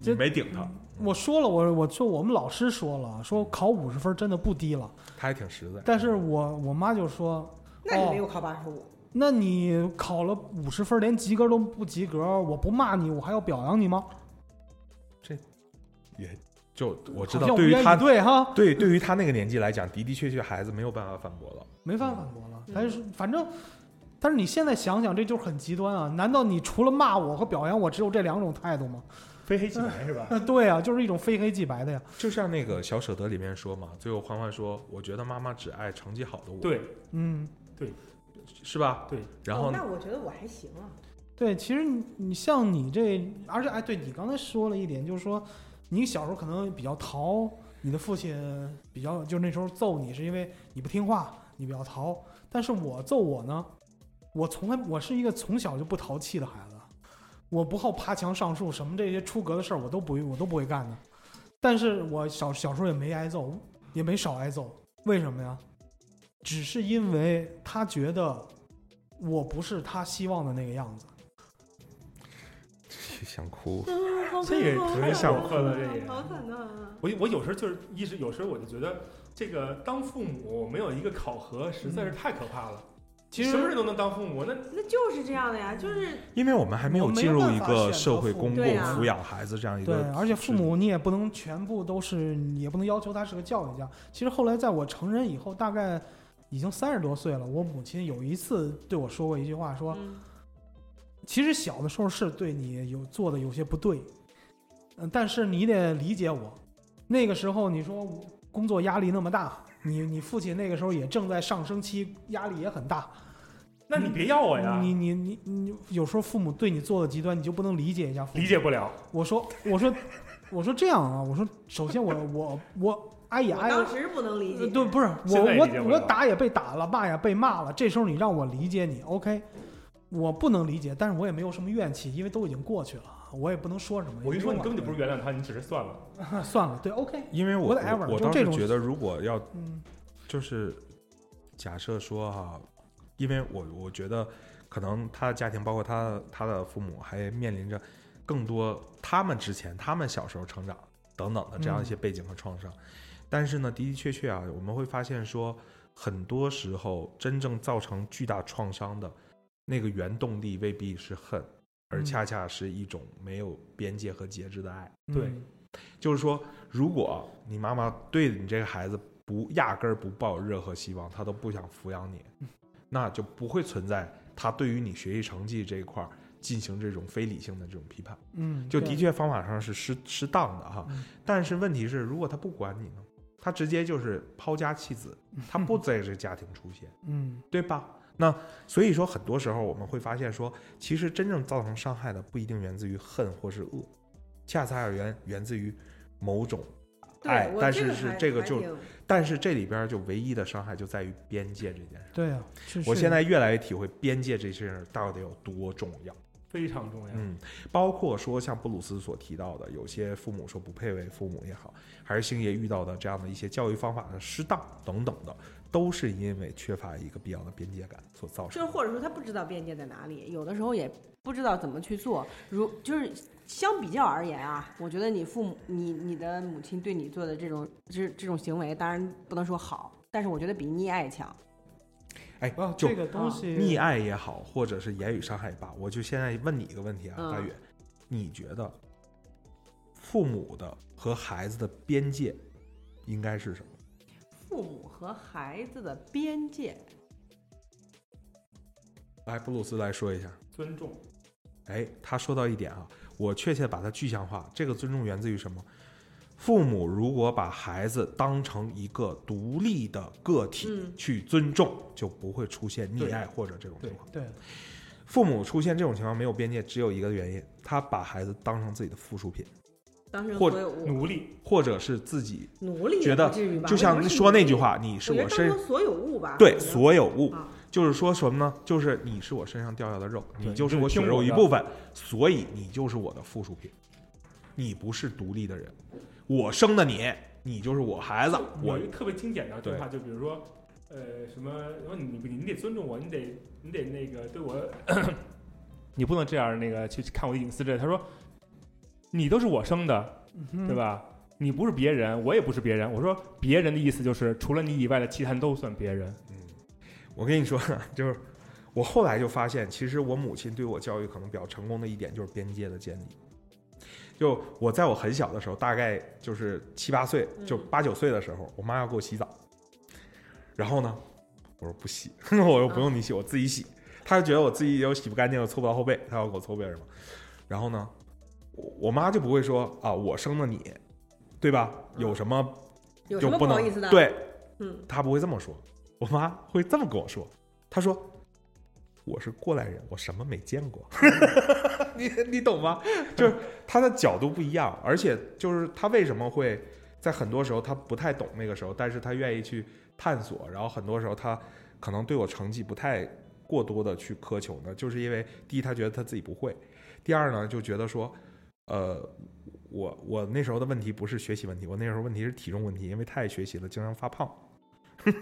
Speaker 4: 这
Speaker 1: 你没顶他，
Speaker 4: 我说了，我我说我们老师说了，说考五十分真的不低了。
Speaker 1: 他还挺实在。
Speaker 4: 但是我我妈就说，
Speaker 5: 那你
Speaker 4: 哦
Speaker 5: 没有考八十五，
Speaker 4: 那你考了五十分，连及格都不及格，我不骂你，我还要表扬你吗？
Speaker 1: 也就我知道
Speaker 4: 好像，无
Speaker 1: 对于
Speaker 4: 言以
Speaker 1: 他
Speaker 4: 对哈，
Speaker 1: 对对于他那个年纪来讲，的的确确孩子没有办法反驳了。
Speaker 4: 没办法反驳了。但是反正，但是你现在想想，这就是很极端啊！难道你除了骂我和表扬我，只有这两种态度吗？
Speaker 3: 非黑即白是吧？
Speaker 4: 呃对啊，就是一种非黑即白的呀。
Speaker 1: 就像那个小舍得里面说嘛，最后欢欢说：“我觉得妈妈只爱成绩好的我。”，
Speaker 3: 对，
Speaker 4: 嗯，
Speaker 1: 是吧？
Speaker 3: 对。
Speaker 1: 然后
Speaker 5: 哦那我觉得我还行啊。
Speaker 4: 对，其实你你像你这，而且哎，对你刚才说了一点，就是说你小时候可能比较淘，你的父亲比较就是那时候揍你是因为你不听话，你比较淘。但是我揍我呢，我从来我是一个从小就不淘气的孩子，我不好爬墙上树，什么这些出格的事儿我都不我都不会干的。但是我小小时候也没挨揍，也没少挨揍，为什么呀？只是因为他觉得我不是他希望的那个样子。
Speaker 1: 想哭，
Speaker 3: 这个挺
Speaker 5: 嗯好
Speaker 3: 想
Speaker 5: 惨
Speaker 3: 困了，这
Speaker 5: 啊
Speaker 3: 也。
Speaker 5: 好啊惨呐！
Speaker 3: 我我有时候就是一直，有时候我就觉得这个当父母没有一个考核，实在是太可怕了。
Speaker 4: 其实
Speaker 3: 什么人都能当父母，那
Speaker 5: 那就是这样的呀，就是
Speaker 1: 因为我们还没有
Speaker 4: 我没
Speaker 1: 进入
Speaker 4: 办
Speaker 1: 一
Speaker 4: 法
Speaker 1: 个
Speaker 4: 选择
Speaker 1: 社会
Speaker 4: 父
Speaker 1: 公
Speaker 4: 母
Speaker 1: 共
Speaker 5: 对啊
Speaker 1: 抚养孩子这样一
Speaker 4: 对啊
Speaker 1: 个，，
Speaker 4: 而且父母你也不能全部都是，也不能要求他是个教育家。其实后来在我成人以后，大概已经三十多岁了，我母亲有一次对我说过一句话，说
Speaker 5: 嗯
Speaker 4: 其实小的时候是对你有做的有些不对，嗯，但是你得理解我。那个时候你说我工作压力那么大，你你父亲那个时候也正在上升期，压力也很大，
Speaker 3: 那你别要我呀，
Speaker 4: 你你你你有时候父母对你做的极端，你就不能理解一下父母？
Speaker 3: 理解不了。
Speaker 4: 我说我说我说这样啊，我说首先我我我哎挨也
Speaker 5: 我
Speaker 4: 挨
Speaker 5: 当时不能理
Speaker 4: 呃
Speaker 5: 解，
Speaker 4: 对，不是
Speaker 3: 现
Speaker 4: 我
Speaker 3: 在理解不
Speaker 4: 我我
Speaker 3: 了
Speaker 4: 打也被打了，骂也被骂了，这时候你让我理解你，OK，我不能理解，但是我也没有什么怨气，因为都已经过去了，啊我也不能说什么。
Speaker 3: 我跟你说，你
Speaker 4: 也没
Speaker 3: 根本
Speaker 4: 有
Speaker 3: 就不
Speaker 4: 挽
Speaker 3: 是原谅他，你只是算了。
Speaker 4: 回 算了，对，OK，
Speaker 1: 因为我
Speaker 4: Whatever，
Speaker 1: 我
Speaker 4: 就
Speaker 1: 倒
Speaker 4: 这
Speaker 1: 是
Speaker 4: 种
Speaker 1: 觉得，如果要
Speaker 4: 嗯
Speaker 1: 就是假设说哈、因为我我觉得可能他的家庭，包括他的他的父母，还面临着更多他们之前他们小时候成长等等的这样一些背景和创伤。但是呢，的的确确啊，我们会发现说，很多时候真正造成巨大创伤的那个原动力未必是恨，而
Speaker 3: 嗯
Speaker 1: 恰恰是一种没有边界和节制的爱。
Speaker 3: 对
Speaker 1: 就是说，如果你妈妈对你这个孩子不压根儿不抱有任何希望，她都不想抚养你，那就不会存在她对于你学习成绩这一块儿进行这种非理性的这种批判。
Speaker 4: 嗯，
Speaker 1: 就
Speaker 4: 对
Speaker 1: 的确方法上是适适当的哈
Speaker 4: 嗯，
Speaker 1: 但是问题是，如果他不管你呢，他直接就是抛家弃子，他不在这家庭出现，
Speaker 4: 嗯
Speaker 1: 对吧？那所以说，很多时候我们会发现说，其实真正造成伤害的不一定源自于恨或是恶，恰恰要源源自于某种爱
Speaker 5: 对，我
Speaker 1: 但
Speaker 5: 这
Speaker 1: 是
Speaker 5: 个
Speaker 1: 是
Speaker 5: 还
Speaker 1: 这个
Speaker 5: 还
Speaker 1: 就
Speaker 5: 挺
Speaker 1: 但是这里边就唯一的伤害就在于边界这件事。
Speaker 4: 对啊，是
Speaker 1: 我
Speaker 4: 是
Speaker 1: 现在越来越体会边界这件事到底有多重要。
Speaker 3: 非常重要。
Speaker 1: 嗯，包括说像布鲁斯所提到的，有些父母说不配为父母也好，还是星爷遇到的这样的一些教育方法的失当等等的，都是因为缺乏一个必要的边界感所造
Speaker 5: 就是
Speaker 1: 成的。
Speaker 5: 或者说他不知道边界在哪里，有的时候也不知道怎么去做。如就是相比较而言啊，我觉得你父母、你你的母亲对你做的这种这这种行为，当然不能说好，但是我觉得比溺爱强。
Speaker 1: 哎
Speaker 4: 啊，，
Speaker 1: 就
Speaker 4: 这个东西
Speaker 1: 溺爱也好，或者是言语伤害也罢，我就现在问你一个问题啊，
Speaker 5: 嗯
Speaker 1: 大宇，你觉得父母的和孩子的边界应该是什么？
Speaker 5: 父母和孩子的边界，
Speaker 1: 来，布鲁斯来说一下。
Speaker 3: 尊重，
Speaker 1: 哎，他说到一点啊，我确切把它具象化，这个尊重源自于什么？父母如果把孩子当成一个独立的个体
Speaker 5: 嗯
Speaker 1: 去尊重，就不会出现溺爱或者这种情况。
Speaker 4: 对
Speaker 1: 父母出现这种情况没有边界，只有一个原因，他把孩子当成自己的附属品，
Speaker 5: 当成
Speaker 1: 或
Speaker 5: 所有物
Speaker 3: 奴隶，
Speaker 1: 或者是自己
Speaker 5: 奴隶，
Speaker 1: 觉得，就像说那句，话，你
Speaker 5: 我
Speaker 1: 是
Speaker 5: 觉得
Speaker 1: 我
Speaker 5: 当
Speaker 1: 身
Speaker 5: 成所有物吧，
Speaker 1: 对
Speaker 5: 我觉得
Speaker 1: 所有物
Speaker 5: 啊，
Speaker 1: 就是说什么呢？就是你是我身上掉下的肉，
Speaker 3: 对
Speaker 1: 你就是
Speaker 3: 你
Speaker 1: 我
Speaker 3: 就
Speaker 1: 血
Speaker 3: 是听
Speaker 1: 肉
Speaker 3: 我
Speaker 1: 一
Speaker 3: 的
Speaker 1: 部分，所以你就是我的附属品，你不是独立的人，我生的你，你就是我孩子，我
Speaker 3: 有一个特别经典的对话，就比如说，呃，什么，说你你你得尊重我，你得你得那个对 我，你不能这样那个去看我的隐私之类的。他说，你都是我生的，对
Speaker 1: 嗯
Speaker 4: 对？
Speaker 3: 吧？你不是别人，我也不是别人。我说别人的意思就是除了你以外的其他人都算别人。
Speaker 1: 嗯，我跟你说， 就是我后来就发现，其实我母亲对我教育可能比较成功的一点就是边界的建立。就我在我很小的时候，大概就是七八岁，就
Speaker 5: 嗯
Speaker 1: 八九岁的时候，我妈要给我洗澡，然后呢，我说不洗， 我说不用你洗，我自己洗。她就觉得我自己又洗不干净，我搓不到后背，她要给我搓背什么。然后呢，我我妈就不会说啊，我生的你，对吧？有什么
Speaker 5: 有什
Speaker 1: 就
Speaker 5: 么
Speaker 1: 不
Speaker 5: 不
Speaker 1: 能
Speaker 5: 好意思的？，
Speaker 1: 对，
Speaker 5: 嗯，
Speaker 1: 他不会这么说，我妈会这么跟我说，她说我是过来人，我什么没见过， 你你懂吗？就是她的角度不一样，而且就是她为什么会在很多时候她不太懂那个时候，但是她愿意去探索，然后很多时候她可能对我成绩不太过多的去苛求呢，就是因为第一她觉得她自己不会，第二呢就觉得说，呃，我我那时候的问题不是学习问题，我那时候问题是体重问题，因为太爱学习了，经常发胖。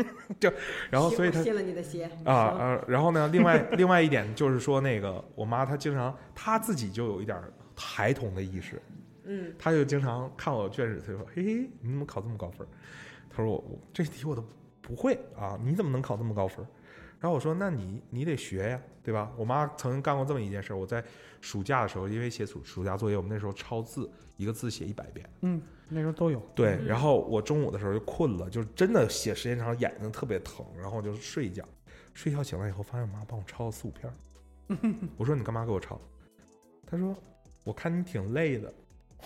Speaker 1: 就，然后所以
Speaker 5: 我
Speaker 1: 他
Speaker 5: 卸了你的鞋
Speaker 1: 啊，
Speaker 5: 嗯
Speaker 1: 啊，然后呢，另外另外一点就是说，那个我妈她经常她自己就有一点儿孩童的意识，
Speaker 5: 嗯，
Speaker 1: 她就经常看我卷纸，她就说：“嘿嘿，你怎么考这么高分儿？”她说我：“我这题我都不会啊，你怎么能考这么高分儿？”然后我说：“那你你得学呀，对吧？”我妈曾经干过这么一件事儿，我在暑假的时候，因为写暑暑假作业，我们那时候抄字，一个字写一百遍。
Speaker 4: 嗯，那时候都有。
Speaker 1: 对，
Speaker 5: 嗯
Speaker 1: 然后我中午的时候就困了，就是真的写时间长眼睛特别疼，然后我就睡一觉，睡一觉醒来以后发现我妈帮我抄了四五篇儿，我说你干嘛给我抄？她说我看你挺累的，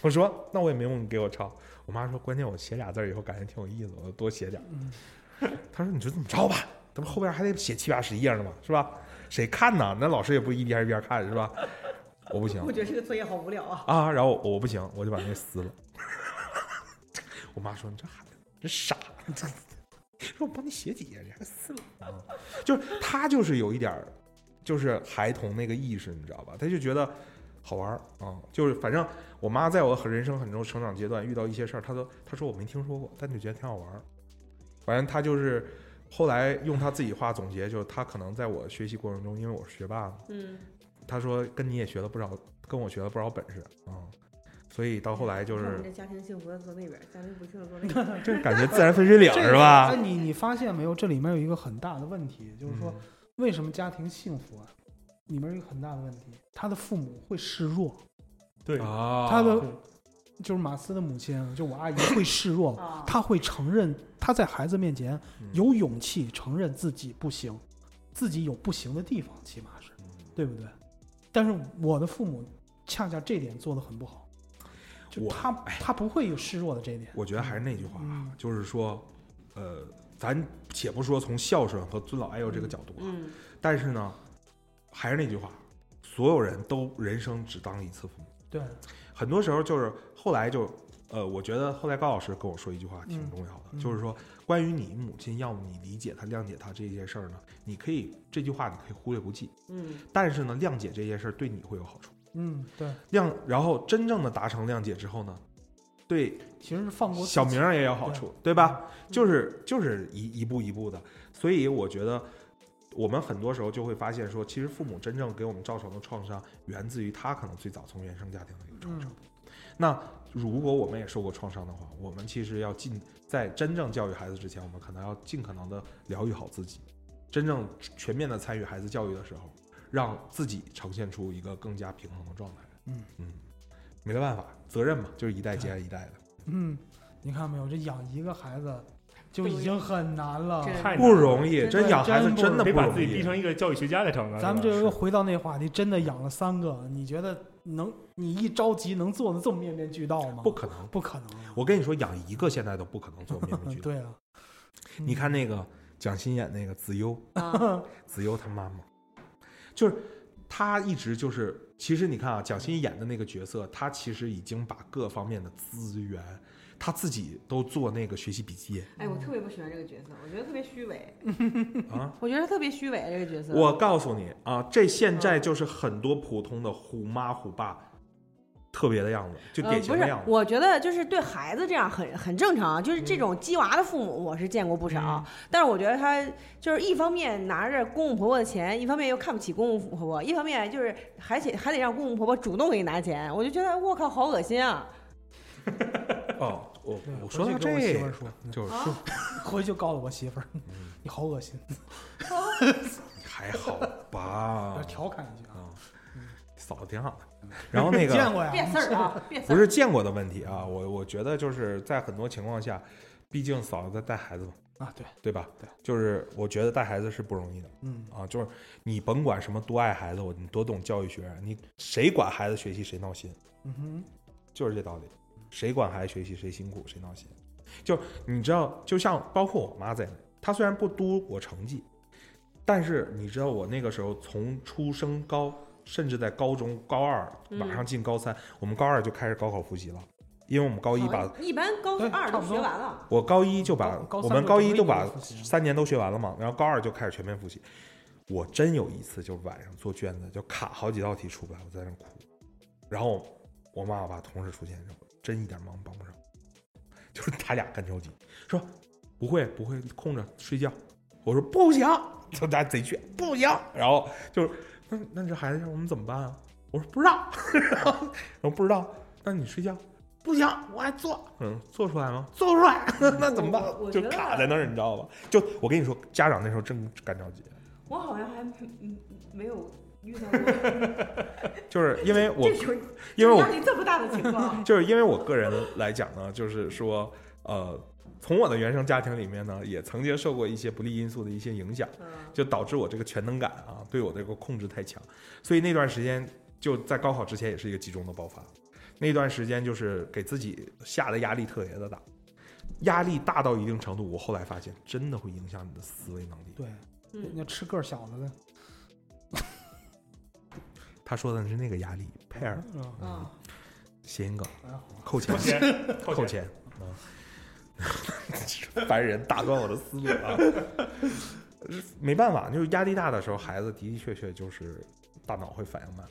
Speaker 1: 我说那我也没用你给我抄，我妈说关键我写俩字儿以后感觉挺有意思，我就多写点儿。她说你就这么抄吧，咱们后边还得写七八十页呢嘛，是吧？谁看呢？那老师也不一边一边看是吧？我不行，
Speaker 5: 我觉得这个作业好无聊啊。
Speaker 1: 啊，然后我不行，我就把那撕了。 我妈说：“你这孩子真傻，这 说我帮你写几页，你还撕了。嗯就是他就是有一点儿，就是孩童那个意识，你知道吧？他就觉得好玩儿啊、就是反正我妈在我很人生很多成长阶段遇到一些事儿，她都她说我没听说过，但就觉得挺好玩儿。反正她就是后来用她自己话总结，就是她可能在我学习过程中，因为我是学霸嘛，
Speaker 5: 嗯，
Speaker 1: 他说跟你也学了不少，跟我学了不少本事啊、嗯所以到后来就
Speaker 5: 看我
Speaker 1: 是
Speaker 5: 们这家庭幸福的坐那边，家庭不幸的坐那边。
Speaker 1: 这感觉自然分水岭
Speaker 4: 这
Speaker 1: 是
Speaker 4: 个
Speaker 1: 吧嗯
Speaker 4: 哎，？你你发现没有？这里面有一个很大的问题，就是说，为什么家庭幸福啊？里面有一个很大的问题，他的父母会示弱，
Speaker 3: 对，
Speaker 1: 啊，
Speaker 4: 他的
Speaker 3: 对
Speaker 4: 就是马斯的母亲，啊就我阿姨会示弱，
Speaker 5: 啊
Speaker 4: 她会承认，她在孩子面前
Speaker 1: 嗯
Speaker 4: 有勇气承认自己不行，自己有不行的地方，起码是对不对？但是我的父母恰恰这点做的很不好，就
Speaker 1: 我哎
Speaker 4: 他他不会有示弱的这一点，
Speaker 1: 我觉得还是那句话啊
Speaker 4: 嗯，
Speaker 1: 就是说，呃，咱且不说从孝顺和尊老爱幼这个角度啊，
Speaker 5: 嗯，
Speaker 1: 但是呢，还是那句话，所有人都人生只当一次父母，
Speaker 4: 对，
Speaker 1: 很多时候就是后来就，呃，我觉得后来高老师跟我说一句话挺
Speaker 4: 嗯
Speaker 1: 重要的，
Speaker 4: 嗯
Speaker 1: 就是说关于你母亲要你理解她、谅解她这件事儿呢，你可以这句话你可以忽略不计，
Speaker 5: 嗯，
Speaker 1: 但是呢，谅解这件事儿对你会有好处。
Speaker 4: 嗯对，
Speaker 1: 谅，然后真正的达成谅解之后呢，对
Speaker 4: 其实是放过自己嗯
Speaker 1: 小明儿也有好处，对吧？就是就是一一步一步的，所以我觉得我们很多时候就会发现说，其实父母真正给我们造成的创伤，源自于他可能最早从原生家庭的一个创
Speaker 4: 嗯
Speaker 1: 伤。那如果我们也受过创伤的话，我们其实要尽在真正教育孩子之前，我们可能要尽可能的疗愈好自己，真正全面的参与孩子教育的时候，让自己呈现出一个更加平衡的状态。
Speaker 4: 嗯
Speaker 1: 嗯，没办法，责任嘛，就是一代接着一代的。
Speaker 4: 嗯，你看没有，这养一个孩子就已经很难了。
Speaker 5: 这
Speaker 3: 太难
Speaker 1: 不
Speaker 3: 了
Speaker 1: 容易，
Speaker 4: 真
Speaker 1: 真
Speaker 4: 的
Speaker 1: 养孩子
Speaker 4: 真不
Speaker 1: 真的不
Speaker 3: 得把
Speaker 1: 容
Speaker 3: 自己逼
Speaker 1: 易。
Speaker 3: 成一个教育学家才成啊。
Speaker 4: 咱们
Speaker 3: 是
Speaker 4: 这
Speaker 3: 吧
Speaker 4: 又回到那话题，真的养了三个，你觉得能你一着急能做的这么面面俱到吗？
Speaker 1: 不可能，
Speaker 4: 不可能。
Speaker 1: 我跟你说，养一个现在都不可能做面面
Speaker 4: 嗯，
Speaker 1: 俱 到。
Speaker 4: 对啊，
Speaker 1: 你看那个蒋欣演那个子悠，
Speaker 5: 啊，
Speaker 1: 子悠她妈妈，就是她一直就是，其实你看啊，蒋欣演的那个角色，她其实已经把各方面的资源，她自己都做那个学习笔记
Speaker 5: 哎，我特别不喜欢这个角色，我觉得特别虚伪，
Speaker 1: 啊。
Speaker 5: 我觉得特别虚伪这个角色。
Speaker 1: 我告诉你啊，这现在就是很多普通的虎妈虎爸特别的样子，就
Speaker 5: 呃，
Speaker 1: 典型
Speaker 5: 不
Speaker 1: 的
Speaker 5: 是
Speaker 1: 样，子。嗯
Speaker 5: 我觉得就是对孩子这样很很正常，啊就是这种鸡娃的父母我是见过不少，但是我觉得他就是一方面拿着公公婆婆的钱，一方面又看不起公公婆婆，一方面就是还且还得让公公婆婆主动给你拿钱，我就觉得我靠好恶心啊！
Speaker 1: 哦，我
Speaker 4: 对啊
Speaker 1: 我
Speaker 4: 回
Speaker 1: 说
Speaker 4: 去
Speaker 1: 到
Speaker 4: 跟我媳妇
Speaker 1: 这
Speaker 4: 儿，说，
Speaker 1: 就是
Speaker 5: 啊，
Speaker 4: 回去就告诉我媳妇儿，
Speaker 1: 嗯
Speaker 4: 你好恶心，，
Speaker 1: 还好吧
Speaker 4: 调侃一句啊。
Speaker 1: 啊，嫂子挺好的。然后那
Speaker 4: 见
Speaker 1: 个
Speaker 4: 过
Speaker 5: 变
Speaker 4: 呀，
Speaker 5: 事 儿啊，变事
Speaker 1: 哎不
Speaker 5: 儿。
Speaker 1: 是见过的问题啊，我我觉得就是在很多情况下，毕竟嫂子在带孩子嘛，
Speaker 4: 啊，对，
Speaker 1: 对吧？
Speaker 4: 对，
Speaker 1: 就是我觉得带孩子是不容易的
Speaker 4: 嗯，
Speaker 1: 啊，就是你甭管什么多爱孩子，我你多懂教育学，你谁管孩子学习谁闹心，
Speaker 4: 嗯哼，
Speaker 1: 就是这道理。谁管孩子学习谁辛苦谁闹心，就你知道，就像包括我妈在内，她虽然不督我成绩，但是你知道我那个时候从初升高，甚至在高中高二
Speaker 5: 嗯
Speaker 1: 马上进高三，我们高二就开始高考复习了，因为我们高一把哎
Speaker 5: 好一般高
Speaker 4: 对
Speaker 5: 二
Speaker 4: 差
Speaker 5: 都
Speaker 4: 不
Speaker 5: 学
Speaker 4: 多
Speaker 5: 完了，
Speaker 1: 我高一就把
Speaker 4: 高高三
Speaker 1: 我们
Speaker 4: 就
Speaker 1: 高
Speaker 4: 正
Speaker 1: 一
Speaker 4: 规
Speaker 1: 都
Speaker 4: 一
Speaker 1: 把
Speaker 4: 年复习了
Speaker 1: 三年都学完了嘛，然后高二就开始全面复习。我真有一次就晚上做卷子，就卡好几道题出不来，我在那哭。然后我妈我爸同时出现，我真一点忙帮不上， 就是他俩干着急，说不会不会空着睡觉。我说不行，就咱贼倔，不行。然后就是那那这孩子让我们怎么办啊？我说不知道， 然后然后不知道，那你睡觉。不行，我还做，嗯，做出来吗？做不出来， 那那怎么办
Speaker 5: 我我？
Speaker 1: 就
Speaker 5: 觉得
Speaker 1: 卡在那儿，你知道吧？就我跟你说，家长那时候真干着急，
Speaker 5: 我好像还嗯没有遇到过
Speaker 1: 就是因为我
Speaker 5: 这种
Speaker 1: 因为我。
Speaker 5: 压力这么大的情 况
Speaker 1: 就是因为我个人来讲呢，就是说，呃，从我的原生家庭里面呢，也曾经受过一些不利因素的一些影响，
Speaker 5: 嗯
Speaker 1: 就导致我这个全能感啊，对我这个控制太强，所以那段时间就在高考之前也是一个集中的爆发。那段时间就是给自己下的压力特别的大，压力大到一定程度，我后来发现真的会影响你的思维能力。
Speaker 4: 对，人
Speaker 5: 嗯，
Speaker 4: 家吃个儿小的呢，
Speaker 1: 他说的是那个压力，佩尔
Speaker 4: 嗯，
Speaker 5: 嗯，
Speaker 1: 谐音梗，
Speaker 4: 哎呀
Speaker 1: 扣
Speaker 3: 扣
Speaker 1: 钱，
Speaker 3: 钱，
Speaker 1: 扣
Speaker 3: 扣钱，
Speaker 1: 钱。 啊！烦人，打断我的思路啊！没办法，就是压力大的时候，孩子的的确确就是大脑会反应慢。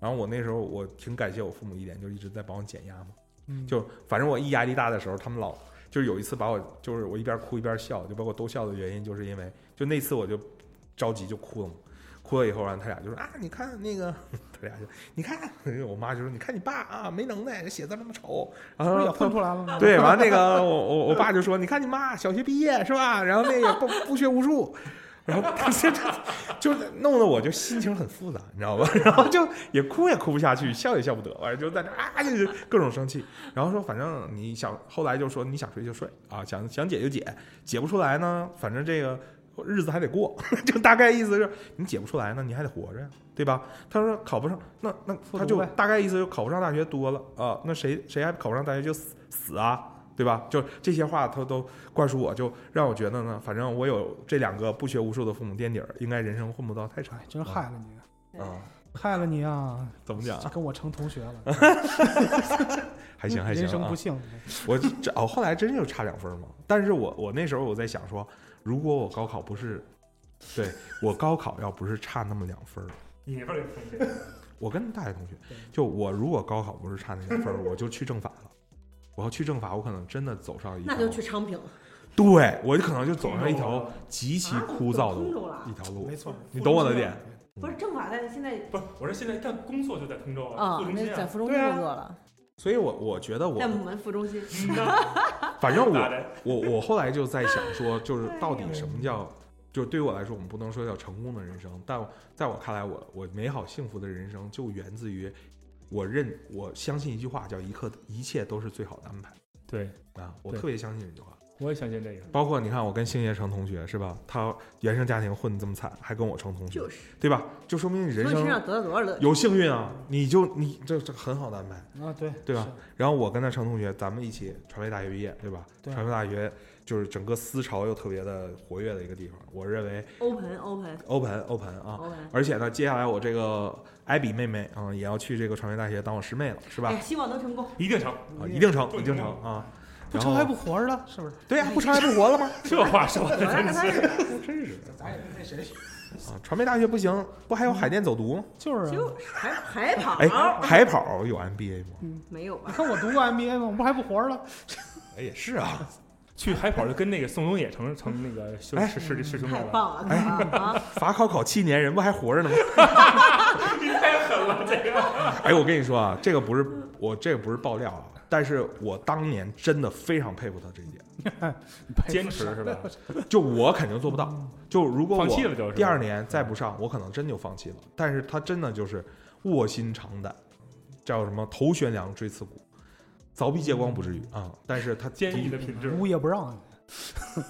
Speaker 1: 然后我那时候我挺感谢我父母一点，就是一直在帮我减压嘛。
Speaker 4: 嗯
Speaker 1: 就反正我一压力大的时候，他们老就是有一次把我就是我一边哭一边笑，就包括逗笑的原因，就是因为就那次我就着急就哭了嘛。哭了以后，然后他俩就说啊，你看那个， 他俩就你看，我妈就说你看你爸啊，没能耐，这写字那么丑，然
Speaker 4: 不
Speaker 1: 后
Speaker 4: 是也
Speaker 1: 他
Speaker 4: 混出来了吗？
Speaker 1: 对，完了那个我我我爸就说：“你看你妈小学毕业是吧？然后那个不 不学无术。”然后这这就是弄得我就心情很复杂，你知道吧？然后就也哭也哭不下去，笑也笑不得，完了就在那啊，就是各种生气。然后说，反正你想，后来就说你想睡就睡啊，想想解就解，解不出来呢，反正这个日子还得过， 就大概意思是你解不出来呢，你还得活着呀，对吧？他说考不上，那那
Speaker 4: 复读
Speaker 1: 他就
Speaker 4: 呗
Speaker 1: 大概意思就考不上大学多了啊，那谁谁还考不上大学就死死啊，对吧？就这些话他都灌输我，就让我觉得呢，反正我有这两个不学无术的父母垫底儿，应该人生混不到太差
Speaker 4: 哎，真害了你，
Speaker 1: 啊，
Speaker 4: 害了你啊！
Speaker 1: 怎么讲啊？
Speaker 4: 跟我成同学了，
Speaker 1: 还行还行
Speaker 4: 人生
Speaker 1: 啊
Speaker 4: 不。幸。
Speaker 1: 我这哦，后来真就差两分嘛。但是我我那时候我在想说，如果我高考不是，对我高考要不是差那么两分儿，
Speaker 3: 你不是同学，
Speaker 1: 我跟大学同学，就我如果高考不是差那两分儿，我就去政法了。我要去政法，我可能真的走上一条
Speaker 5: 那，就去昌平，
Speaker 1: 对我就可能就走上一条极其
Speaker 5: 啊
Speaker 1: 枯燥的
Speaker 5: 通
Speaker 1: 路
Speaker 5: 州了
Speaker 1: 一。条路
Speaker 4: 哦没。错，
Speaker 1: 你懂我的点，
Speaker 5: 不是政法在现在
Speaker 3: 不是，我说现在但工作就在通州
Speaker 5: 啊
Speaker 3: 副，中
Speaker 5: 那
Speaker 3: 心
Speaker 5: 在
Speaker 3: 啊，
Speaker 5: 附中心
Speaker 1: 对啊
Speaker 5: 工作了，
Speaker 1: 所以我我觉得我
Speaker 5: 在我们附中心。
Speaker 3: 嗯那
Speaker 1: 反 正
Speaker 3: 咋
Speaker 1: 我
Speaker 3: 的？
Speaker 1: 我我后来就在想说，就是到底什么叫，就是对于我来说，我们不能说叫成功的人生，但在我看来，我我美好幸福的人生就源自于我认我相信一句话，叫一刻一切都是最好的安排
Speaker 3: 对，
Speaker 1: 啊！我
Speaker 3: 对
Speaker 1: 特别相信这句话。
Speaker 3: 我也相信这个。
Speaker 1: 包括你看，我跟星爷成同学是吧？他原生家庭混得这么惨，还跟我成同学
Speaker 5: 就，是，
Speaker 1: 对吧？就说明你人
Speaker 5: 从你身
Speaker 1: 生
Speaker 5: 上得到多少乐趣？
Speaker 1: 有幸运啊！你就你这这很好的安排。
Speaker 4: 啊，对
Speaker 1: 对吧？然后我跟他程同学，咱们一起传媒大学毕业，对吧？
Speaker 4: 对
Speaker 1: 传媒大学就是整个思潮又特别的活跃的一个地方，我认为
Speaker 5: open open
Speaker 1: open open 啊。
Speaker 5: open。
Speaker 1: 而且呢，接下来我这个艾比妹妹啊、嗯也要去这个传媒大学当我师妹了，是吧？
Speaker 5: 哎，希望能成功。
Speaker 3: 一定成，
Speaker 1: 啊，一定成，
Speaker 3: 对
Speaker 1: 一定成啊！
Speaker 4: 不
Speaker 1: 然
Speaker 4: 成还
Speaker 1: 后
Speaker 4: 不活着了，是不是？
Speaker 1: 对呀、不成还不活了吗？
Speaker 3: 这话说的
Speaker 5: 我来
Speaker 3: 真
Speaker 5: 看
Speaker 3: 是
Speaker 5: 他是
Speaker 1: 真是
Speaker 4: 咱也没那谁，
Speaker 1: 啊！传媒大学不行，不还有海淀走读吗？
Speaker 4: 就是啊。
Speaker 5: 就是还还跑，
Speaker 1: 哎，海跑有 MBA 吗？
Speaker 5: 没有吧
Speaker 4: 你？看我读过 MBA 吗？我不还不活 着了？
Speaker 1: 哎，也是啊。
Speaker 3: 去海跑就跟那个宋冬野成成那个师
Speaker 1: 哎
Speaker 3: 师师师兄妹
Speaker 5: 太
Speaker 3: 了。
Speaker 5: 棒了，哥啊！
Speaker 1: 法考考七年，人不还活 着呢吗？你太狠了，这个。哎，我跟你说啊，这个不是我，这个不是爆料啊，但是我当年真的非常佩服他这一点。
Speaker 3: 坚持是吧？
Speaker 1: 就我肯定做不到，就如果我
Speaker 3: 放弃了就是
Speaker 1: 第二年再不上，我可能真就放弃了。但是他真的就是卧薪尝胆，叫什么头悬梁锥刺股，凿壁借光不至于啊、但是他
Speaker 3: 坚毅的品质。
Speaker 4: 物业不让，啊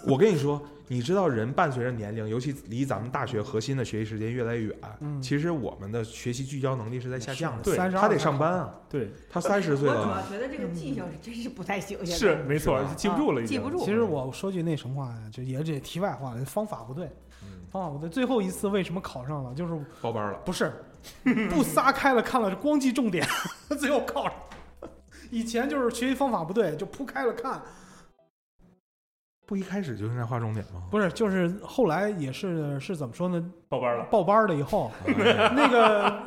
Speaker 1: 我跟你说，你知道人伴随着年龄，尤其离咱们大学核心的学习时间越来越远，
Speaker 4: 嗯
Speaker 1: 其实我们的学习聚焦能力是在下降的。
Speaker 3: 对
Speaker 4: 三十二
Speaker 1: 他得上班啊，
Speaker 3: 对，
Speaker 1: 他三十
Speaker 5: 我主
Speaker 1: 岁
Speaker 5: 要
Speaker 1: 了，啊
Speaker 5: 觉得这个记性是真是不太行，现在
Speaker 3: 是没错
Speaker 1: 是
Speaker 4: 啊
Speaker 1: 吧，
Speaker 3: 记不住了，已经
Speaker 5: 记不。住
Speaker 4: 其。实我说句那什么话呀，就也这题外话，方法不对，
Speaker 1: 嗯，
Speaker 4: 方法不对。最后一次为什么考上了？就是
Speaker 1: 报班了。
Speaker 4: 不是 不撒开了看了，光记重点， 最后考上。以前就是学习方法不对，就铺开了看，
Speaker 1: 不一开始就应该划重点吗？
Speaker 4: 不是，就是后来也是是怎么说呢？
Speaker 3: 报班了，
Speaker 4: 报班儿了以后， 那个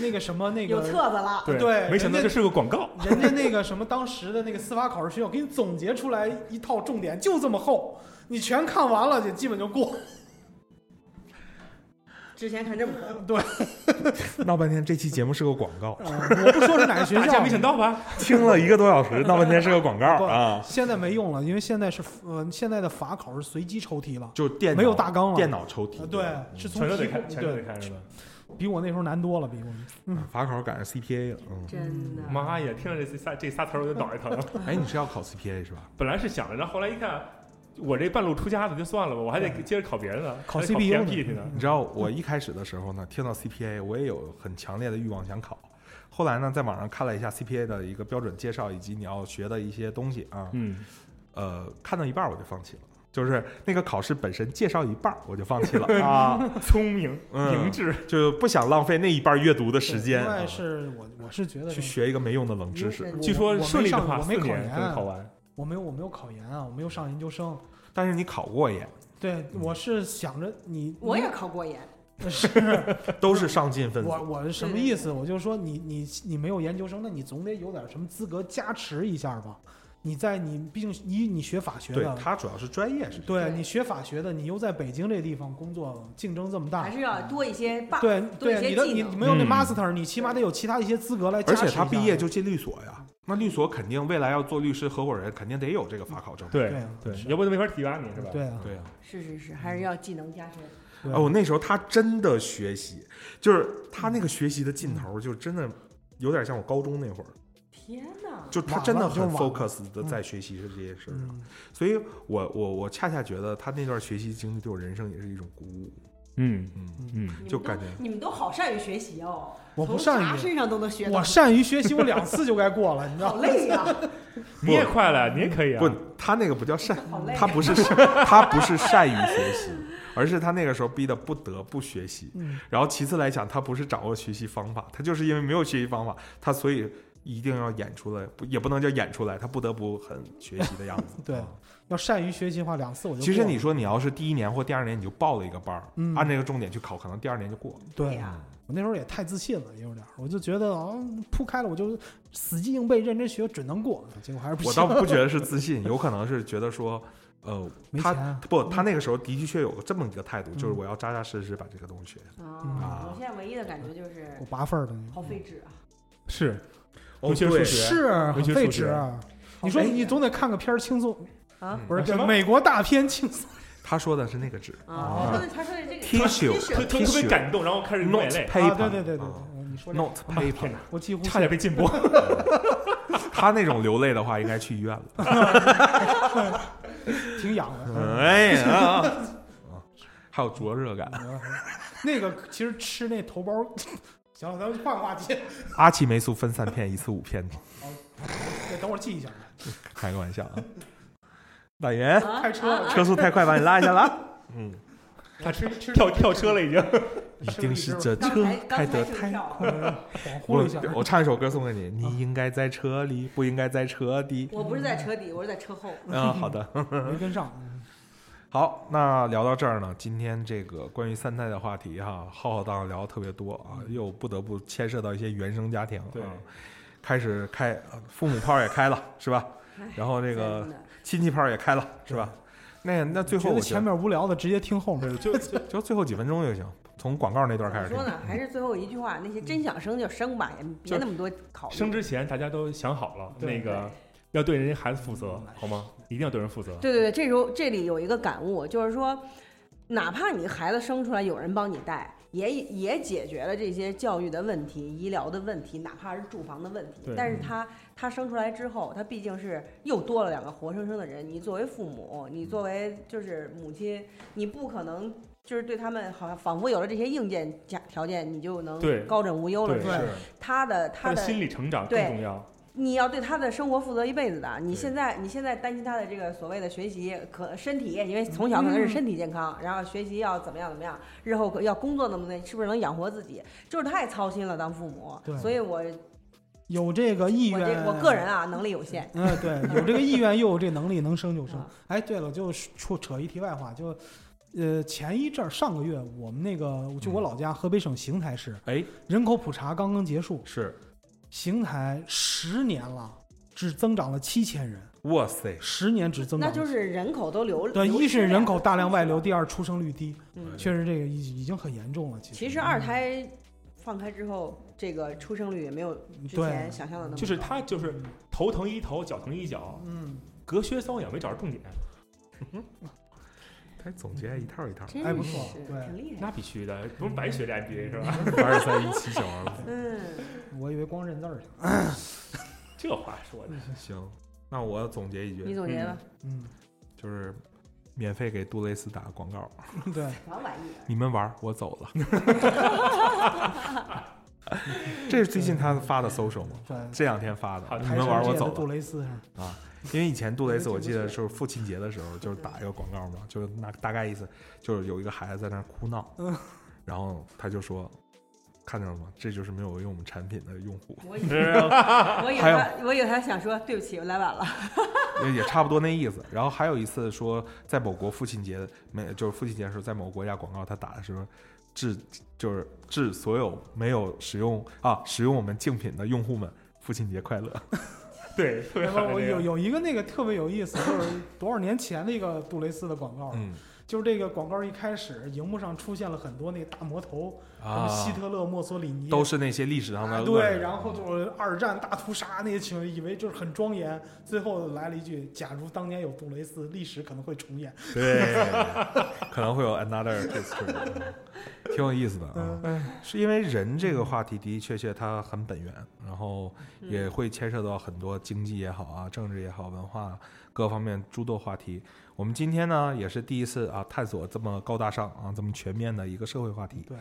Speaker 4: 那个什么那
Speaker 5: 有册
Speaker 4: 个，
Speaker 5: 子了，
Speaker 4: 啊对
Speaker 3: 没想到
Speaker 4: 人家
Speaker 3: 这是个广告。
Speaker 4: 人家那个什么当时的那个司法考试学校给你总结出来一套重点，就这么厚，你全看完了就基本就 过。
Speaker 5: 之前看这么多，
Speaker 1: 闹半天这期节目是个广告，
Speaker 4: 呃我不说是哪个学
Speaker 3: 大家
Speaker 4: 校
Speaker 3: 没，想到吧？
Speaker 1: 听了一个多小时，闹半天是个广告
Speaker 4: 不
Speaker 1: 啊，
Speaker 4: 现在没用了，因为现在是呃现在的法考是随机抽题了。
Speaker 1: 就电脑
Speaker 4: 没有大纲了
Speaker 1: 电脑抽题
Speaker 4: 呃，对，
Speaker 1: 嗯
Speaker 4: 是从
Speaker 3: 全都
Speaker 4: 题
Speaker 3: 得
Speaker 4: 库
Speaker 3: 看，全都得
Speaker 4: 对，
Speaker 3: 看是吧？
Speaker 4: 比我那时候难多了，比我们
Speaker 1: 法考赶上 CPA 了， 嗯，
Speaker 5: 真的。
Speaker 3: 妈呀，听着这仨这仨词儿我就脑袋疼。
Speaker 1: 哎，你是要考 CPA 是吧？
Speaker 3: 本来是想着，然后后来一看，我这半路出家的就算了吧，我还得接着考别的呢，
Speaker 4: 考
Speaker 3: 还得
Speaker 4: CPU 呢
Speaker 3: PMP 去呢。
Speaker 1: 你知道我一开始的时候呢，听到 CPA，我也有很强烈的欲望想考。后来呢，在网上看了一下 CPA 的一个标准介绍以及你要学的一些东西啊，
Speaker 3: 嗯，
Speaker 1: 呃，看到一半儿我就放弃了，就是那个考试本身介绍一半儿我就放弃了 啊，
Speaker 3: 聪明、
Speaker 1: 嗯
Speaker 3: 明智，
Speaker 1: 就不想浪费那一半儿阅读的时间
Speaker 4: 另外
Speaker 1: 啊，
Speaker 4: 是我我是觉得
Speaker 1: 去学一个没用的冷知
Speaker 4: 因
Speaker 1: 识。
Speaker 4: 为我
Speaker 3: 据说
Speaker 4: 我
Speaker 3: 顺利的话
Speaker 4: 我
Speaker 3: 四
Speaker 4: 没上我没考
Speaker 3: 年就能
Speaker 4: 研，
Speaker 3: 考完。
Speaker 4: 我没有我没有考研啊，我没有上研究生。
Speaker 1: 但是你考过也
Speaker 4: 对，我是想着你，
Speaker 5: 我 也考过研，
Speaker 4: 你是
Speaker 1: 都是上进分子
Speaker 4: 我我是什么意思？我就说你你你没有研究生，那你总得有点什么资格加持一下吧。你在你毕竟你你学法学
Speaker 1: 对
Speaker 4: 的，
Speaker 1: 他主要是专业是
Speaker 4: 对
Speaker 5: 对
Speaker 4: 你学法学的，你又在北京这地方工作，竞争这么大
Speaker 5: 还，是要多一些 buff，
Speaker 4: 啊对
Speaker 5: 多一
Speaker 4: 对，
Speaker 5: 些
Speaker 4: 你的
Speaker 5: 技
Speaker 4: 你
Speaker 5: 能
Speaker 4: 你没有那
Speaker 3: 嗯
Speaker 4: master，你起码得有其他一些资格来加
Speaker 1: 而
Speaker 4: 持
Speaker 1: 且
Speaker 4: 一下。
Speaker 1: 他毕业就进律所呀，那律所肯定未来要做律师合伙人，肯定得有这个法考证。
Speaker 3: 对
Speaker 4: 对啊
Speaker 3: 对，
Speaker 4: 是
Speaker 3: 要不就没法提拔你是吧？
Speaker 4: 对啊，
Speaker 1: 对呀、
Speaker 5: 是是是，还是要技能加深。
Speaker 4: 对
Speaker 1: 啊，我那时候他真的学习，就是他那个学习的劲头，就真的有点像我高中那会儿，
Speaker 5: 天哪！
Speaker 1: 就他真的很
Speaker 4: 晚了就晚了
Speaker 1: focus 的在学习这件事儿上。
Speaker 4: 嗯，
Speaker 1: 所以我我我恰恰觉得他那段学习经历对我人生也是一种鼓舞。
Speaker 3: 嗯
Speaker 1: 嗯，
Speaker 3: 嗯，
Speaker 5: 你们
Speaker 1: 就
Speaker 5: 都
Speaker 1: 感觉
Speaker 5: 你们都好善于学习哦，
Speaker 4: 我不
Speaker 5: 从
Speaker 4: 善
Speaker 5: 啥
Speaker 4: 于，
Speaker 5: 身上都能学到，
Speaker 4: 我善于学习，我两次就该过了，你知道
Speaker 5: 好
Speaker 4: 吗？
Speaker 5: 累啊呀，
Speaker 3: 你也快了，你也可以啊
Speaker 1: 不。，他那个不叫善，
Speaker 5: 好累。啊
Speaker 1: 他不是 善他不是善于学习，而是他那个时候逼得不得不学习。
Speaker 4: 嗯，。
Speaker 1: 然后其次来讲，他不是掌握学习方法，他就是因为没有学习方法，他所以一定要演出来，不也不能叫演出来，他不得不很学习的样子 啊
Speaker 4: 对，要善于学习的话，两次我就过了。
Speaker 1: 其实你说你要是第一年或第二年你就报了一个班儿，
Speaker 4: 嗯
Speaker 1: 按这个重点去考，可能第二年就过了。
Speaker 5: 对
Speaker 4: 对
Speaker 5: 呀，
Speaker 4: 我那时候也太自信了，也有点儿，我就觉得啊，铺开了我就死记硬背，认真学，准能过。结果还是不
Speaker 1: 我
Speaker 4: 行
Speaker 1: 倒，不觉得是自信，有可能是觉得说，呃，
Speaker 4: 没钱嗯
Speaker 1: 他
Speaker 4: 啊。
Speaker 1: 不，他那个时候的确有这么一个态度，就是我要扎扎实实把这个东西学下来。
Speaker 5: 啊，我现在唯一的感觉就是
Speaker 4: 我拔份儿的那个
Speaker 5: 好费纸啊，
Speaker 3: 是，
Speaker 1: 哦
Speaker 3: 尤其是
Speaker 1: 对
Speaker 3: 数学
Speaker 4: 是很
Speaker 3: 啊尤其是
Speaker 4: 费
Speaker 3: 数学
Speaker 4: 纸啊。你说你总得看个片儿轻松，
Speaker 5: 啊
Speaker 1: 嗯
Speaker 4: 不是
Speaker 3: 什么
Speaker 4: 美国大片轻松。
Speaker 1: 他说的是那个纸
Speaker 5: 啊！他说的他说的这个
Speaker 1: Tissue
Speaker 3: 特特特别感动，然后开始落眼
Speaker 1: ，note
Speaker 3: 泪，
Speaker 4: 啊，
Speaker 1: paper，
Speaker 4: 对对对对对
Speaker 1: 啊，
Speaker 4: 嗯你说这个
Speaker 1: ，note paper，
Speaker 4: 我几乎
Speaker 3: 哦 差点被禁播。
Speaker 1: 他那种流泪的话应该去医院了。
Speaker 4: 挺痒的。
Speaker 1: 哎呀，啊还有灼热感。
Speaker 4: 嗯那个其实吃那头孢，行了，咱们换个话题。
Speaker 1: 阿奇霉素分三片，一次五片，
Speaker 4: 对等会儿记一下。
Speaker 1: 开个玩笑啊。大爷，
Speaker 5: 啊
Speaker 4: 开车了
Speaker 1: 车速太快，把你拉下了。嗯，
Speaker 5: 啊
Speaker 3: 他吃跳跳车了已经。
Speaker 1: 一定是这
Speaker 5: 刚
Speaker 1: 车
Speaker 5: 才
Speaker 1: 开
Speaker 5: 刚才
Speaker 1: 得
Speaker 5: 是
Speaker 1: 太……
Speaker 5: 跳，
Speaker 4: 恍惚
Speaker 1: 我
Speaker 4: 了一下，
Speaker 1: 我唱一首歌送给你，你应该在车里，不应该在车 底。
Speaker 5: 我不是在车底，我是在车后。
Speaker 1: 嗯，好的。
Speaker 4: 没跟上。嗯
Speaker 1: 好，那聊到这儿呢，今天这个关于三胎的话题哈、浩浩荡荡聊的特别多啊，又不得不牵涉到一些原生家庭、啊，
Speaker 3: 对
Speaker 1: 开始开呃父母炮也开了是吧
Speaker 5: 哎？
Speaker 1: 然后这个
Speaker 5: 真的
Speaker 1: 亲戚炮也开了是吧？那那最后
Speaker 4: 觉
Speaker 1: 我
Speaker 4: 得
Speaker 1: 觉
Speaker 4: 前
Speaker 1: 得
Speaker 4: 面无聊的，直接听后面。
Speaker 3: 就就
Speaker 1: 就最后几分钟就行，从广告那段开
Speaker 5: 怎
Speaker 1: 始
Speaker 5: 么
Speaker 1: 听
Speaker 5: 说。呢？还是最后一句话，那些真想生就生吧，也别那么多考虑。
Speaker 3: 生之前大家都想好了，
Speaker 4: 对
Speaker 3: 那个要对人家孩子负责，好吗？一定要对人负责。
Speaker 5: 对对对，这时候这里有一个感悟，就是说，哪怕你孩子生出来有人帮你带，也也解决了这些教育的问题、医疗的问题，哪怕是住房的问题
Speaker 3: 对。嗯
Speaker 5: 但是他他生出来之后，他毕竟是又多了两个活生生的人。你作为父母，你作为就是母亲，你不可能。就是对他们好像仿佛有了这些硬件加条件，你就能
Speaker 3: 对
Speaker 5: 高枕无忧了。
Speaker 3: 对
Speaker 5: 是吧
Speaker 4: 是
Speaker 5: 他的
Speaker 3: 他
Speaker 5: 他
Speaker 3: 的
Speaker 5: 的
Speaker 3: 心理成长更
Speaker 5: 对
Speaker 3: 重要。
Speaker 5: 你要对他的生活负责一辈子的。你
Speaker 1: 对
Speaker 5: 现在你现在担心他的这个所谓的学习可身体，因为从小可能是身体健康，然后学习要怎么样怎么样，日后可要工作怎么的，是不是能养活自己？就是太操心了，当父母
Speaker 4: 对。
Speaker 5: 所以我
Speaker 4: 有这个意
Speaker 5: 我
Speaker 4: 愿，
Speaker 5: 这我个人啊能力有限。
Speaker 4: 嗯，对，有这个意愿又有这能力，能生就生
Speaker 5: 啊。
Speaker 4: 哎，对了，就扯扯一题外话，就呃前一阵儿上个月，我们那个就我老家河北省邢台市，
Speaker 1: 嗯哎，
Speaker 4: 人口普查刚刚结束，
Speaker 1: 是，
Speaker 4: 邢台十年了，只增长了七千人，
Speaker 1: 哇塞，
Speaker 4: 十年只增长
Speaker 5: 那
Speaker 4: 了
Speaker 5: 就
Speaker 4: 7000
Speaker 5: 是
Speaker 4: 人。
Speaker 5: 人口都流
Speaker 4: 嗯对，
Speaker 5: 流
Speaker 4: 一
Speaker 5: 失
Speaker 4: 是
Speaker 5: 了
Speaker 4: 人口大量外流，第二出生率低，
Speaker 5: 嗯
Speaker 4: 确实这个已已经很严重了。其实，
Speaker 5: 其实二胎放开之后，这个出生率也没有之前
Speaker 4: 嗯对，
Speaker 5: 想象的那么
Speaker 3: 就是
Speaker 5: 高
Speaker 3: 他就是头疼医头，脚疼医脚，
Speaker 4: 嗯，
Speaker 3: 隔靴搔痒没找着重点，
Speaker 1: 他总结一套一套。
Speaker 5: 真
Speaker 4: 哎不错
Speaker 5: 是
Speaker 4: 对
Speaker 5: 挺厉害。
Speaker 3: 那必须的，不是白学这 MBA 是吧？
Speaker 1: 二三一七小 儿子，
Speaker 5: 嗯，
Speaker 4: 我以为光认字儿去了。
Speaker 3: 这话说的，
Speaker 1: 行，那我总结一
Speaker 5: 你
Speaker 1: 句，
Speaker 5: 总结
Speaker 3: 嗯
Speaker 5: 吧，
Speaker 4: 嗯，
Speaker 1: 就是免费给杜蕾斯打个广告。
Speaker 4: 对，
Speaker 5: 老满意了。
Speaker 1: 你们玩儿，我走了。 这是最近他发的 social 吗？
Speaker 4: 对，
Speaker 1: 这两天发
Speaker 3: 好
Speaker 1: 的，
Speaker 3: 的
Speaker 1: 你们玩儿我走
Speaker 4: 杜
Speaker 1: 了
Speaker 4: 蕾斯是吧
Speaker 1: 啊！因为以前杜蕾斯，我记得就是父亲节的时候，就是打一个广告嘛，就是那大概意思就是有一个孩子在那儿哭 闹
Speaker 4: 嗯，
Speaker 1: 然后他就说：“看见了吗？这就是没有用我们产品的用户，
Speaker 5: 我以为
Speaker 3: 是啊吧
Speaker 5: 我以为
Speaker 1: 还有
Speaker 5: 他我以为他想说对不起，我来晚了。
Speaker 1: 也也差不多那意思。”然后还有一次说，在某国父亲节没就是父亲节的时候，在某国家广告他打的是。致就是致所有没有使用啊使用我们竞品的用户们，父亲节快乐。
Speaker 3: 对，特别
Speaker 4: 然
Speaker 3: 好
Speaker 4: 后
Speaker 3: 的
Speaker 4: 我
Speaker 3: 那
Speaker 4: 有
Speaker 3: 个。
Speaker 4: 有一个那个特别有意思，就是多少年前的一个杜蕾斯的广告，
Speaker 1: 嗯
Speaker 4: 就是这个广告一开始，荧幕上出现了很多那个大魔头，什么
Speaker 1: 啊，
Speaker 4: 希特勒、墨索里尼，
Speaker 1: 都是那些历史上的
Speaker 4: 啊，
Speaker 1: 恶
Speaker 4: 对，
Speaker 1: 人
Speaker 4: 然后就是二战大屠杀那些情，以为就是很庄严，最后来了一句：“假如当年有杜蕾斯，历史可能会重演。
Speaker 1: 对，可能会有 another history，挺有意思的
Speaker 4: 嗯
Speaker 1: 啊。是因为人这个话题的的确确它很本源，然后
Speaker 4: 嗯
Speaker 1: 也会牵涉到很多经济也好啊、政治也好、文化各方面诸多话题。我们今天呢也是第一次啊探索这么高大上啊、这么全面的一个社会话题。
Speaker 4: 对，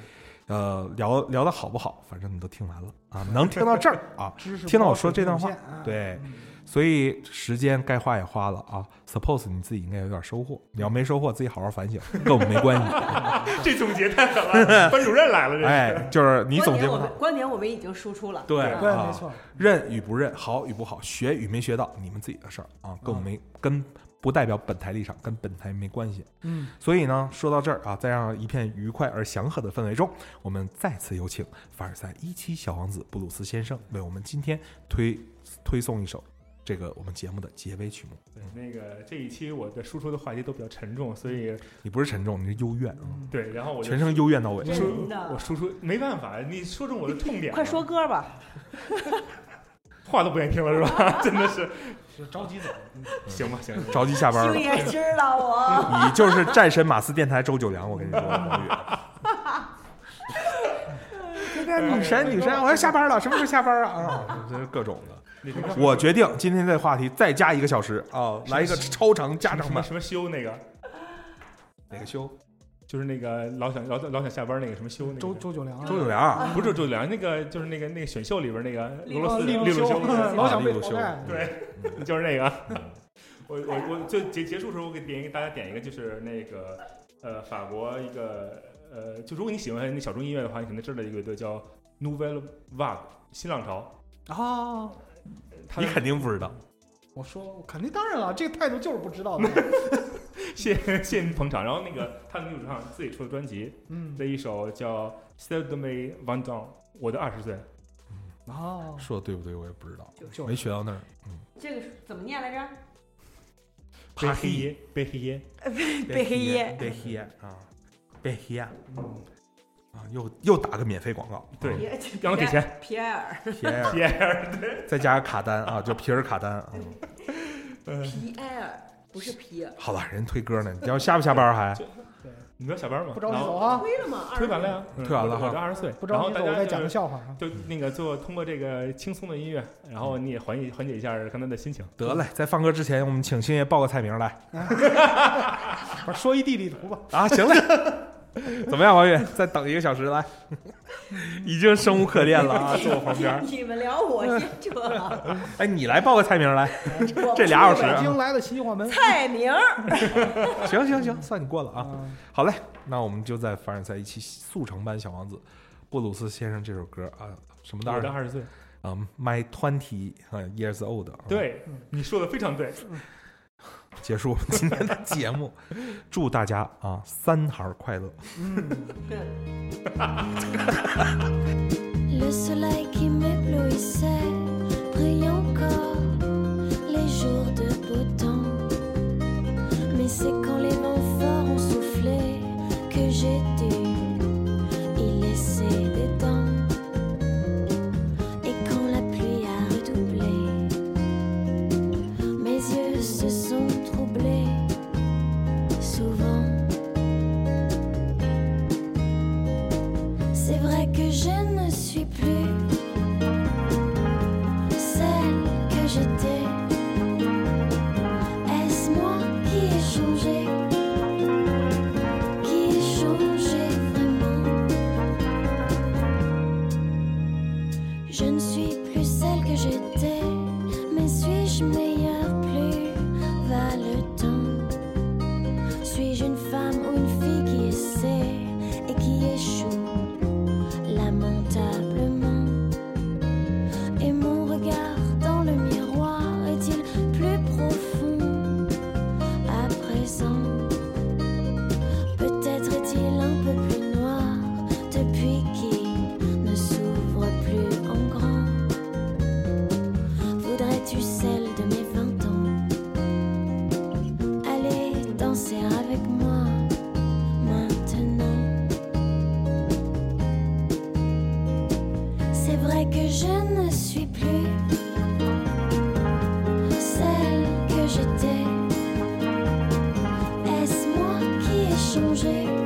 Speaker 1: 呃，聊聊的好不好，反正你都听完了啊，能听到这儿 啊”，
Speaker 4: 知识
Speaker 1: 听到我
Speaker 4: 包
Speaker 1: 说
Speaker 4: 水
Speaker 1: 这
Speaker 4: 平
Speaker 1: 段
Speaker 4: 有
Speaker 1: 话
Speaker 4: 限啊、
Speaker 1: 对
Speaker 4: 嗯，
Speaker 1: 所以时间该花也花了啊。Suppose 你自己应该有点收获，你要没收获，自己好好反省，跟我们没 关系。
Speaker 3: 这总结太狠 了，班主任来了，这是。
Speaker 1: 哎，就是 你总结不
Speaker 5: 观点我
Speaker 1: 到
Speaker 5: 们，观点我们已经输出了。
Speaker 1: 对
Speaker 5: 啊
Speaker 4: 对，
Speaker 1: 啊
Speaker 4: 没错，
Speaker 1: 认与不认，好与不好，学与没学到，你们自己的事儿啊，跟我没跟不代表本台立场，跟本台没关系。
Speaker 4: 嗯，
Speaker 1: 所以呢，说到这儿啊，在让一片愉快而祥和的氛围中，我们再次有请凡尔赛一期小王子布鲁斯先生为我们今天推推送一首这个我们节目的结尾曲目。
Speaker 3: 对那个这一期我的输出的话题都比较沉重，所以
Speaker 1: 你不是沉重，你是幽怨啊。
Speaker 3: 对，然后我就
Speaker 1: 全程幽怨到尾。
Speaker 5: 真
Speaker 3: 输
Speaker 5: 的
Speaker 3: 我输出没办法，你说中我的痛点了，
Speaker 5: 快说歌吧，
Speaker 3: 话都不愿意听了是 吧？真的是，
Speaker 4: 就着急走。嗯
Speaker 3: 行吧行，
Speaker 1: 着急下班
Speaker 5: 星
Speaker 1: 了，
Speaker 5: 爷知道我。
Speaker 1: 你就是战神马斯电台周九良，我跟你说，王宇。今天女神女神，我要下班了，什么时候下班啊？啊，真是各种的。
Speaker 3: 那什么
Speaker 1: 我决定今天这话题再加一个小时啊，来一个超长加长
Speaker 3: 什么
Speaker 1: 版。
Speaker 3: 什么修那个，
Speaker 1: 哪个修？
Speaker 3: 就是那个老想老老想下班那个什么修那个
Speaker 4: 周周九良，啊
Speaker 1: 周九良，
Speaker 3: 不是周九良，那个就是那个那个选秀里边那个俄罗
Speaker 4: 呃
Speaker 3: 斯
Speaker 4: 利
Speaker 3: 利
Speaker 4: 路
Speaker 3: 路
Speaker 4: 修
Speaker 3: 修，
Speaker 4: 老想被
Speaker 1: 利路
Speaker 4: 淘
Speaker 1: 修
Speaker 4: 汰
Speaker 3: 对， 就是那个。我我我就结结束的时候，我给点给大家点一个，就是那个呃法国一个呃，就如果你喜欢那小众音乐的话，你可能知道一个乐队叫 Nouvelle Vague 新浪潮，
Speaker 4: 啊！
Speaker 3: 他
Speaker 1: 你肯定不知道。
Speaker 4: 我说，我肯定当然了，这个态度就是不知道的。
Speaker 3: 谢谢谢您捧场。然后那个他的女主唱自己出的专辑
Speaker 4: 嗯，
Speaker 3: 的一首叫《s e l d m e Van d o n 我的二十岁，
Speaker 4: 啊，
Speaker 1: 说的对不对？我也不知道，
Speaker 4: 就
Speaker 1: 没学到那儿。
Speaker 5: 这个是怎么念来着？
Speaker 3: 贝黑耶，贝黑耶，
Speaker 5: 被黑夜
Speaker 1: 被黑夜啊，被黑夜啊，
Speaker 4: 嗯
Speaker 1: 又又打个免费广告。
Speaker 3: 对
Speaker 5: 别
Speaker 3: 让我给钱。
Speaker 5: 皮埃尔，
Speaker 1: 皮埃尔，
Speaker 3: 皮埃尔，
Speaker 1: 再加个卡丹啊，就皮尔卡丹啊。嗯
Speaker 5: 皮埃尔不是皮尔，
Speaker 1: 好了，人推歌呢，你要下不下班 还？
Speaker 4: 对，
Speaker 3: 你们要下班吗？
Speaker 4: 不着急
Speaker 3: 然后
Speaker 4: 走啊，
Speaker 5: 推了吗？
Speaker 3: 推完了呀，
Speaker 1: 哦推完了
Speaker 3: 嗯
Speaker 1: 哈
Speaker 3: 我的二十岁，
Speaker 4: 不
Speaker 3: 然
Speaker 4: 着
Speaker 3: 后
Speaker 4: 急
Speaker 3: 大
Speaker 4: 走，我
Speaker 3: 家
Speaker 4: 再
Speaker 3: 就
Speaker 4: 讲个
Speaker 3: 是
Speaker 4: 笑话啊。
Speaker 3: 就那个最后通过这个轻松的音乐，然后你也缓解缓解一下刚才的心情。
Speaker 1: 得嘞，在放歌之前，我们请星爷报个菜名来
Speaker 4: 不是说一地理图吧？
Speaker 1: 啊！行嘞， 怎么样，王宇？再等一个小时来， 已经生无可恋了啊！坐我旁边，
Speaker 5: 你们聊我 先扯，
Speaker 1: 哎，你来报个菜名来，
Speaker 5: 我
Speaker 1: 这俩小时
Speaker 4: 北
Speaker 1: 啊，
Speaker 4: 京来的西华门
Speaker 5: 蔡明儿，
Speaker 1: 行行行，算你过了啊。
Speaker 4: 啊，
Speaker 1: 好嘞，那我们就在凡尔赛一期速成班小王子布鲁斯先生这首歌啊，什么的
Speaker 3: 我
Speaker 1: 二
Speaker 3: 的二十岁，
Speaker 1: 嗯，My Twenty 啊 Years Old，啊
Speaker 3: 对，你说的非常对，
Speaker 1: 结束我们今天的节目，祝大家啊三孩儿快乐。
Speaker 7: Le soleil qui m'éblouissait brille encore les jours de beau temps. Mais c'est quand les vents forts ont soufflé que j'ai dû y laisser des dents. Et quand la pluie a redoublé, mes yeux se sont troublés souvent. C'est vrai que je ne suis plus celle que j'étais. Est-ce moi qui ai changé Qui ai changé vraiment Je ne suis plus celle que j'étais, mais suis-je meilleure Plus va le temps. Suis-je une femme ou une fille qui essaie et qui échoue la changé.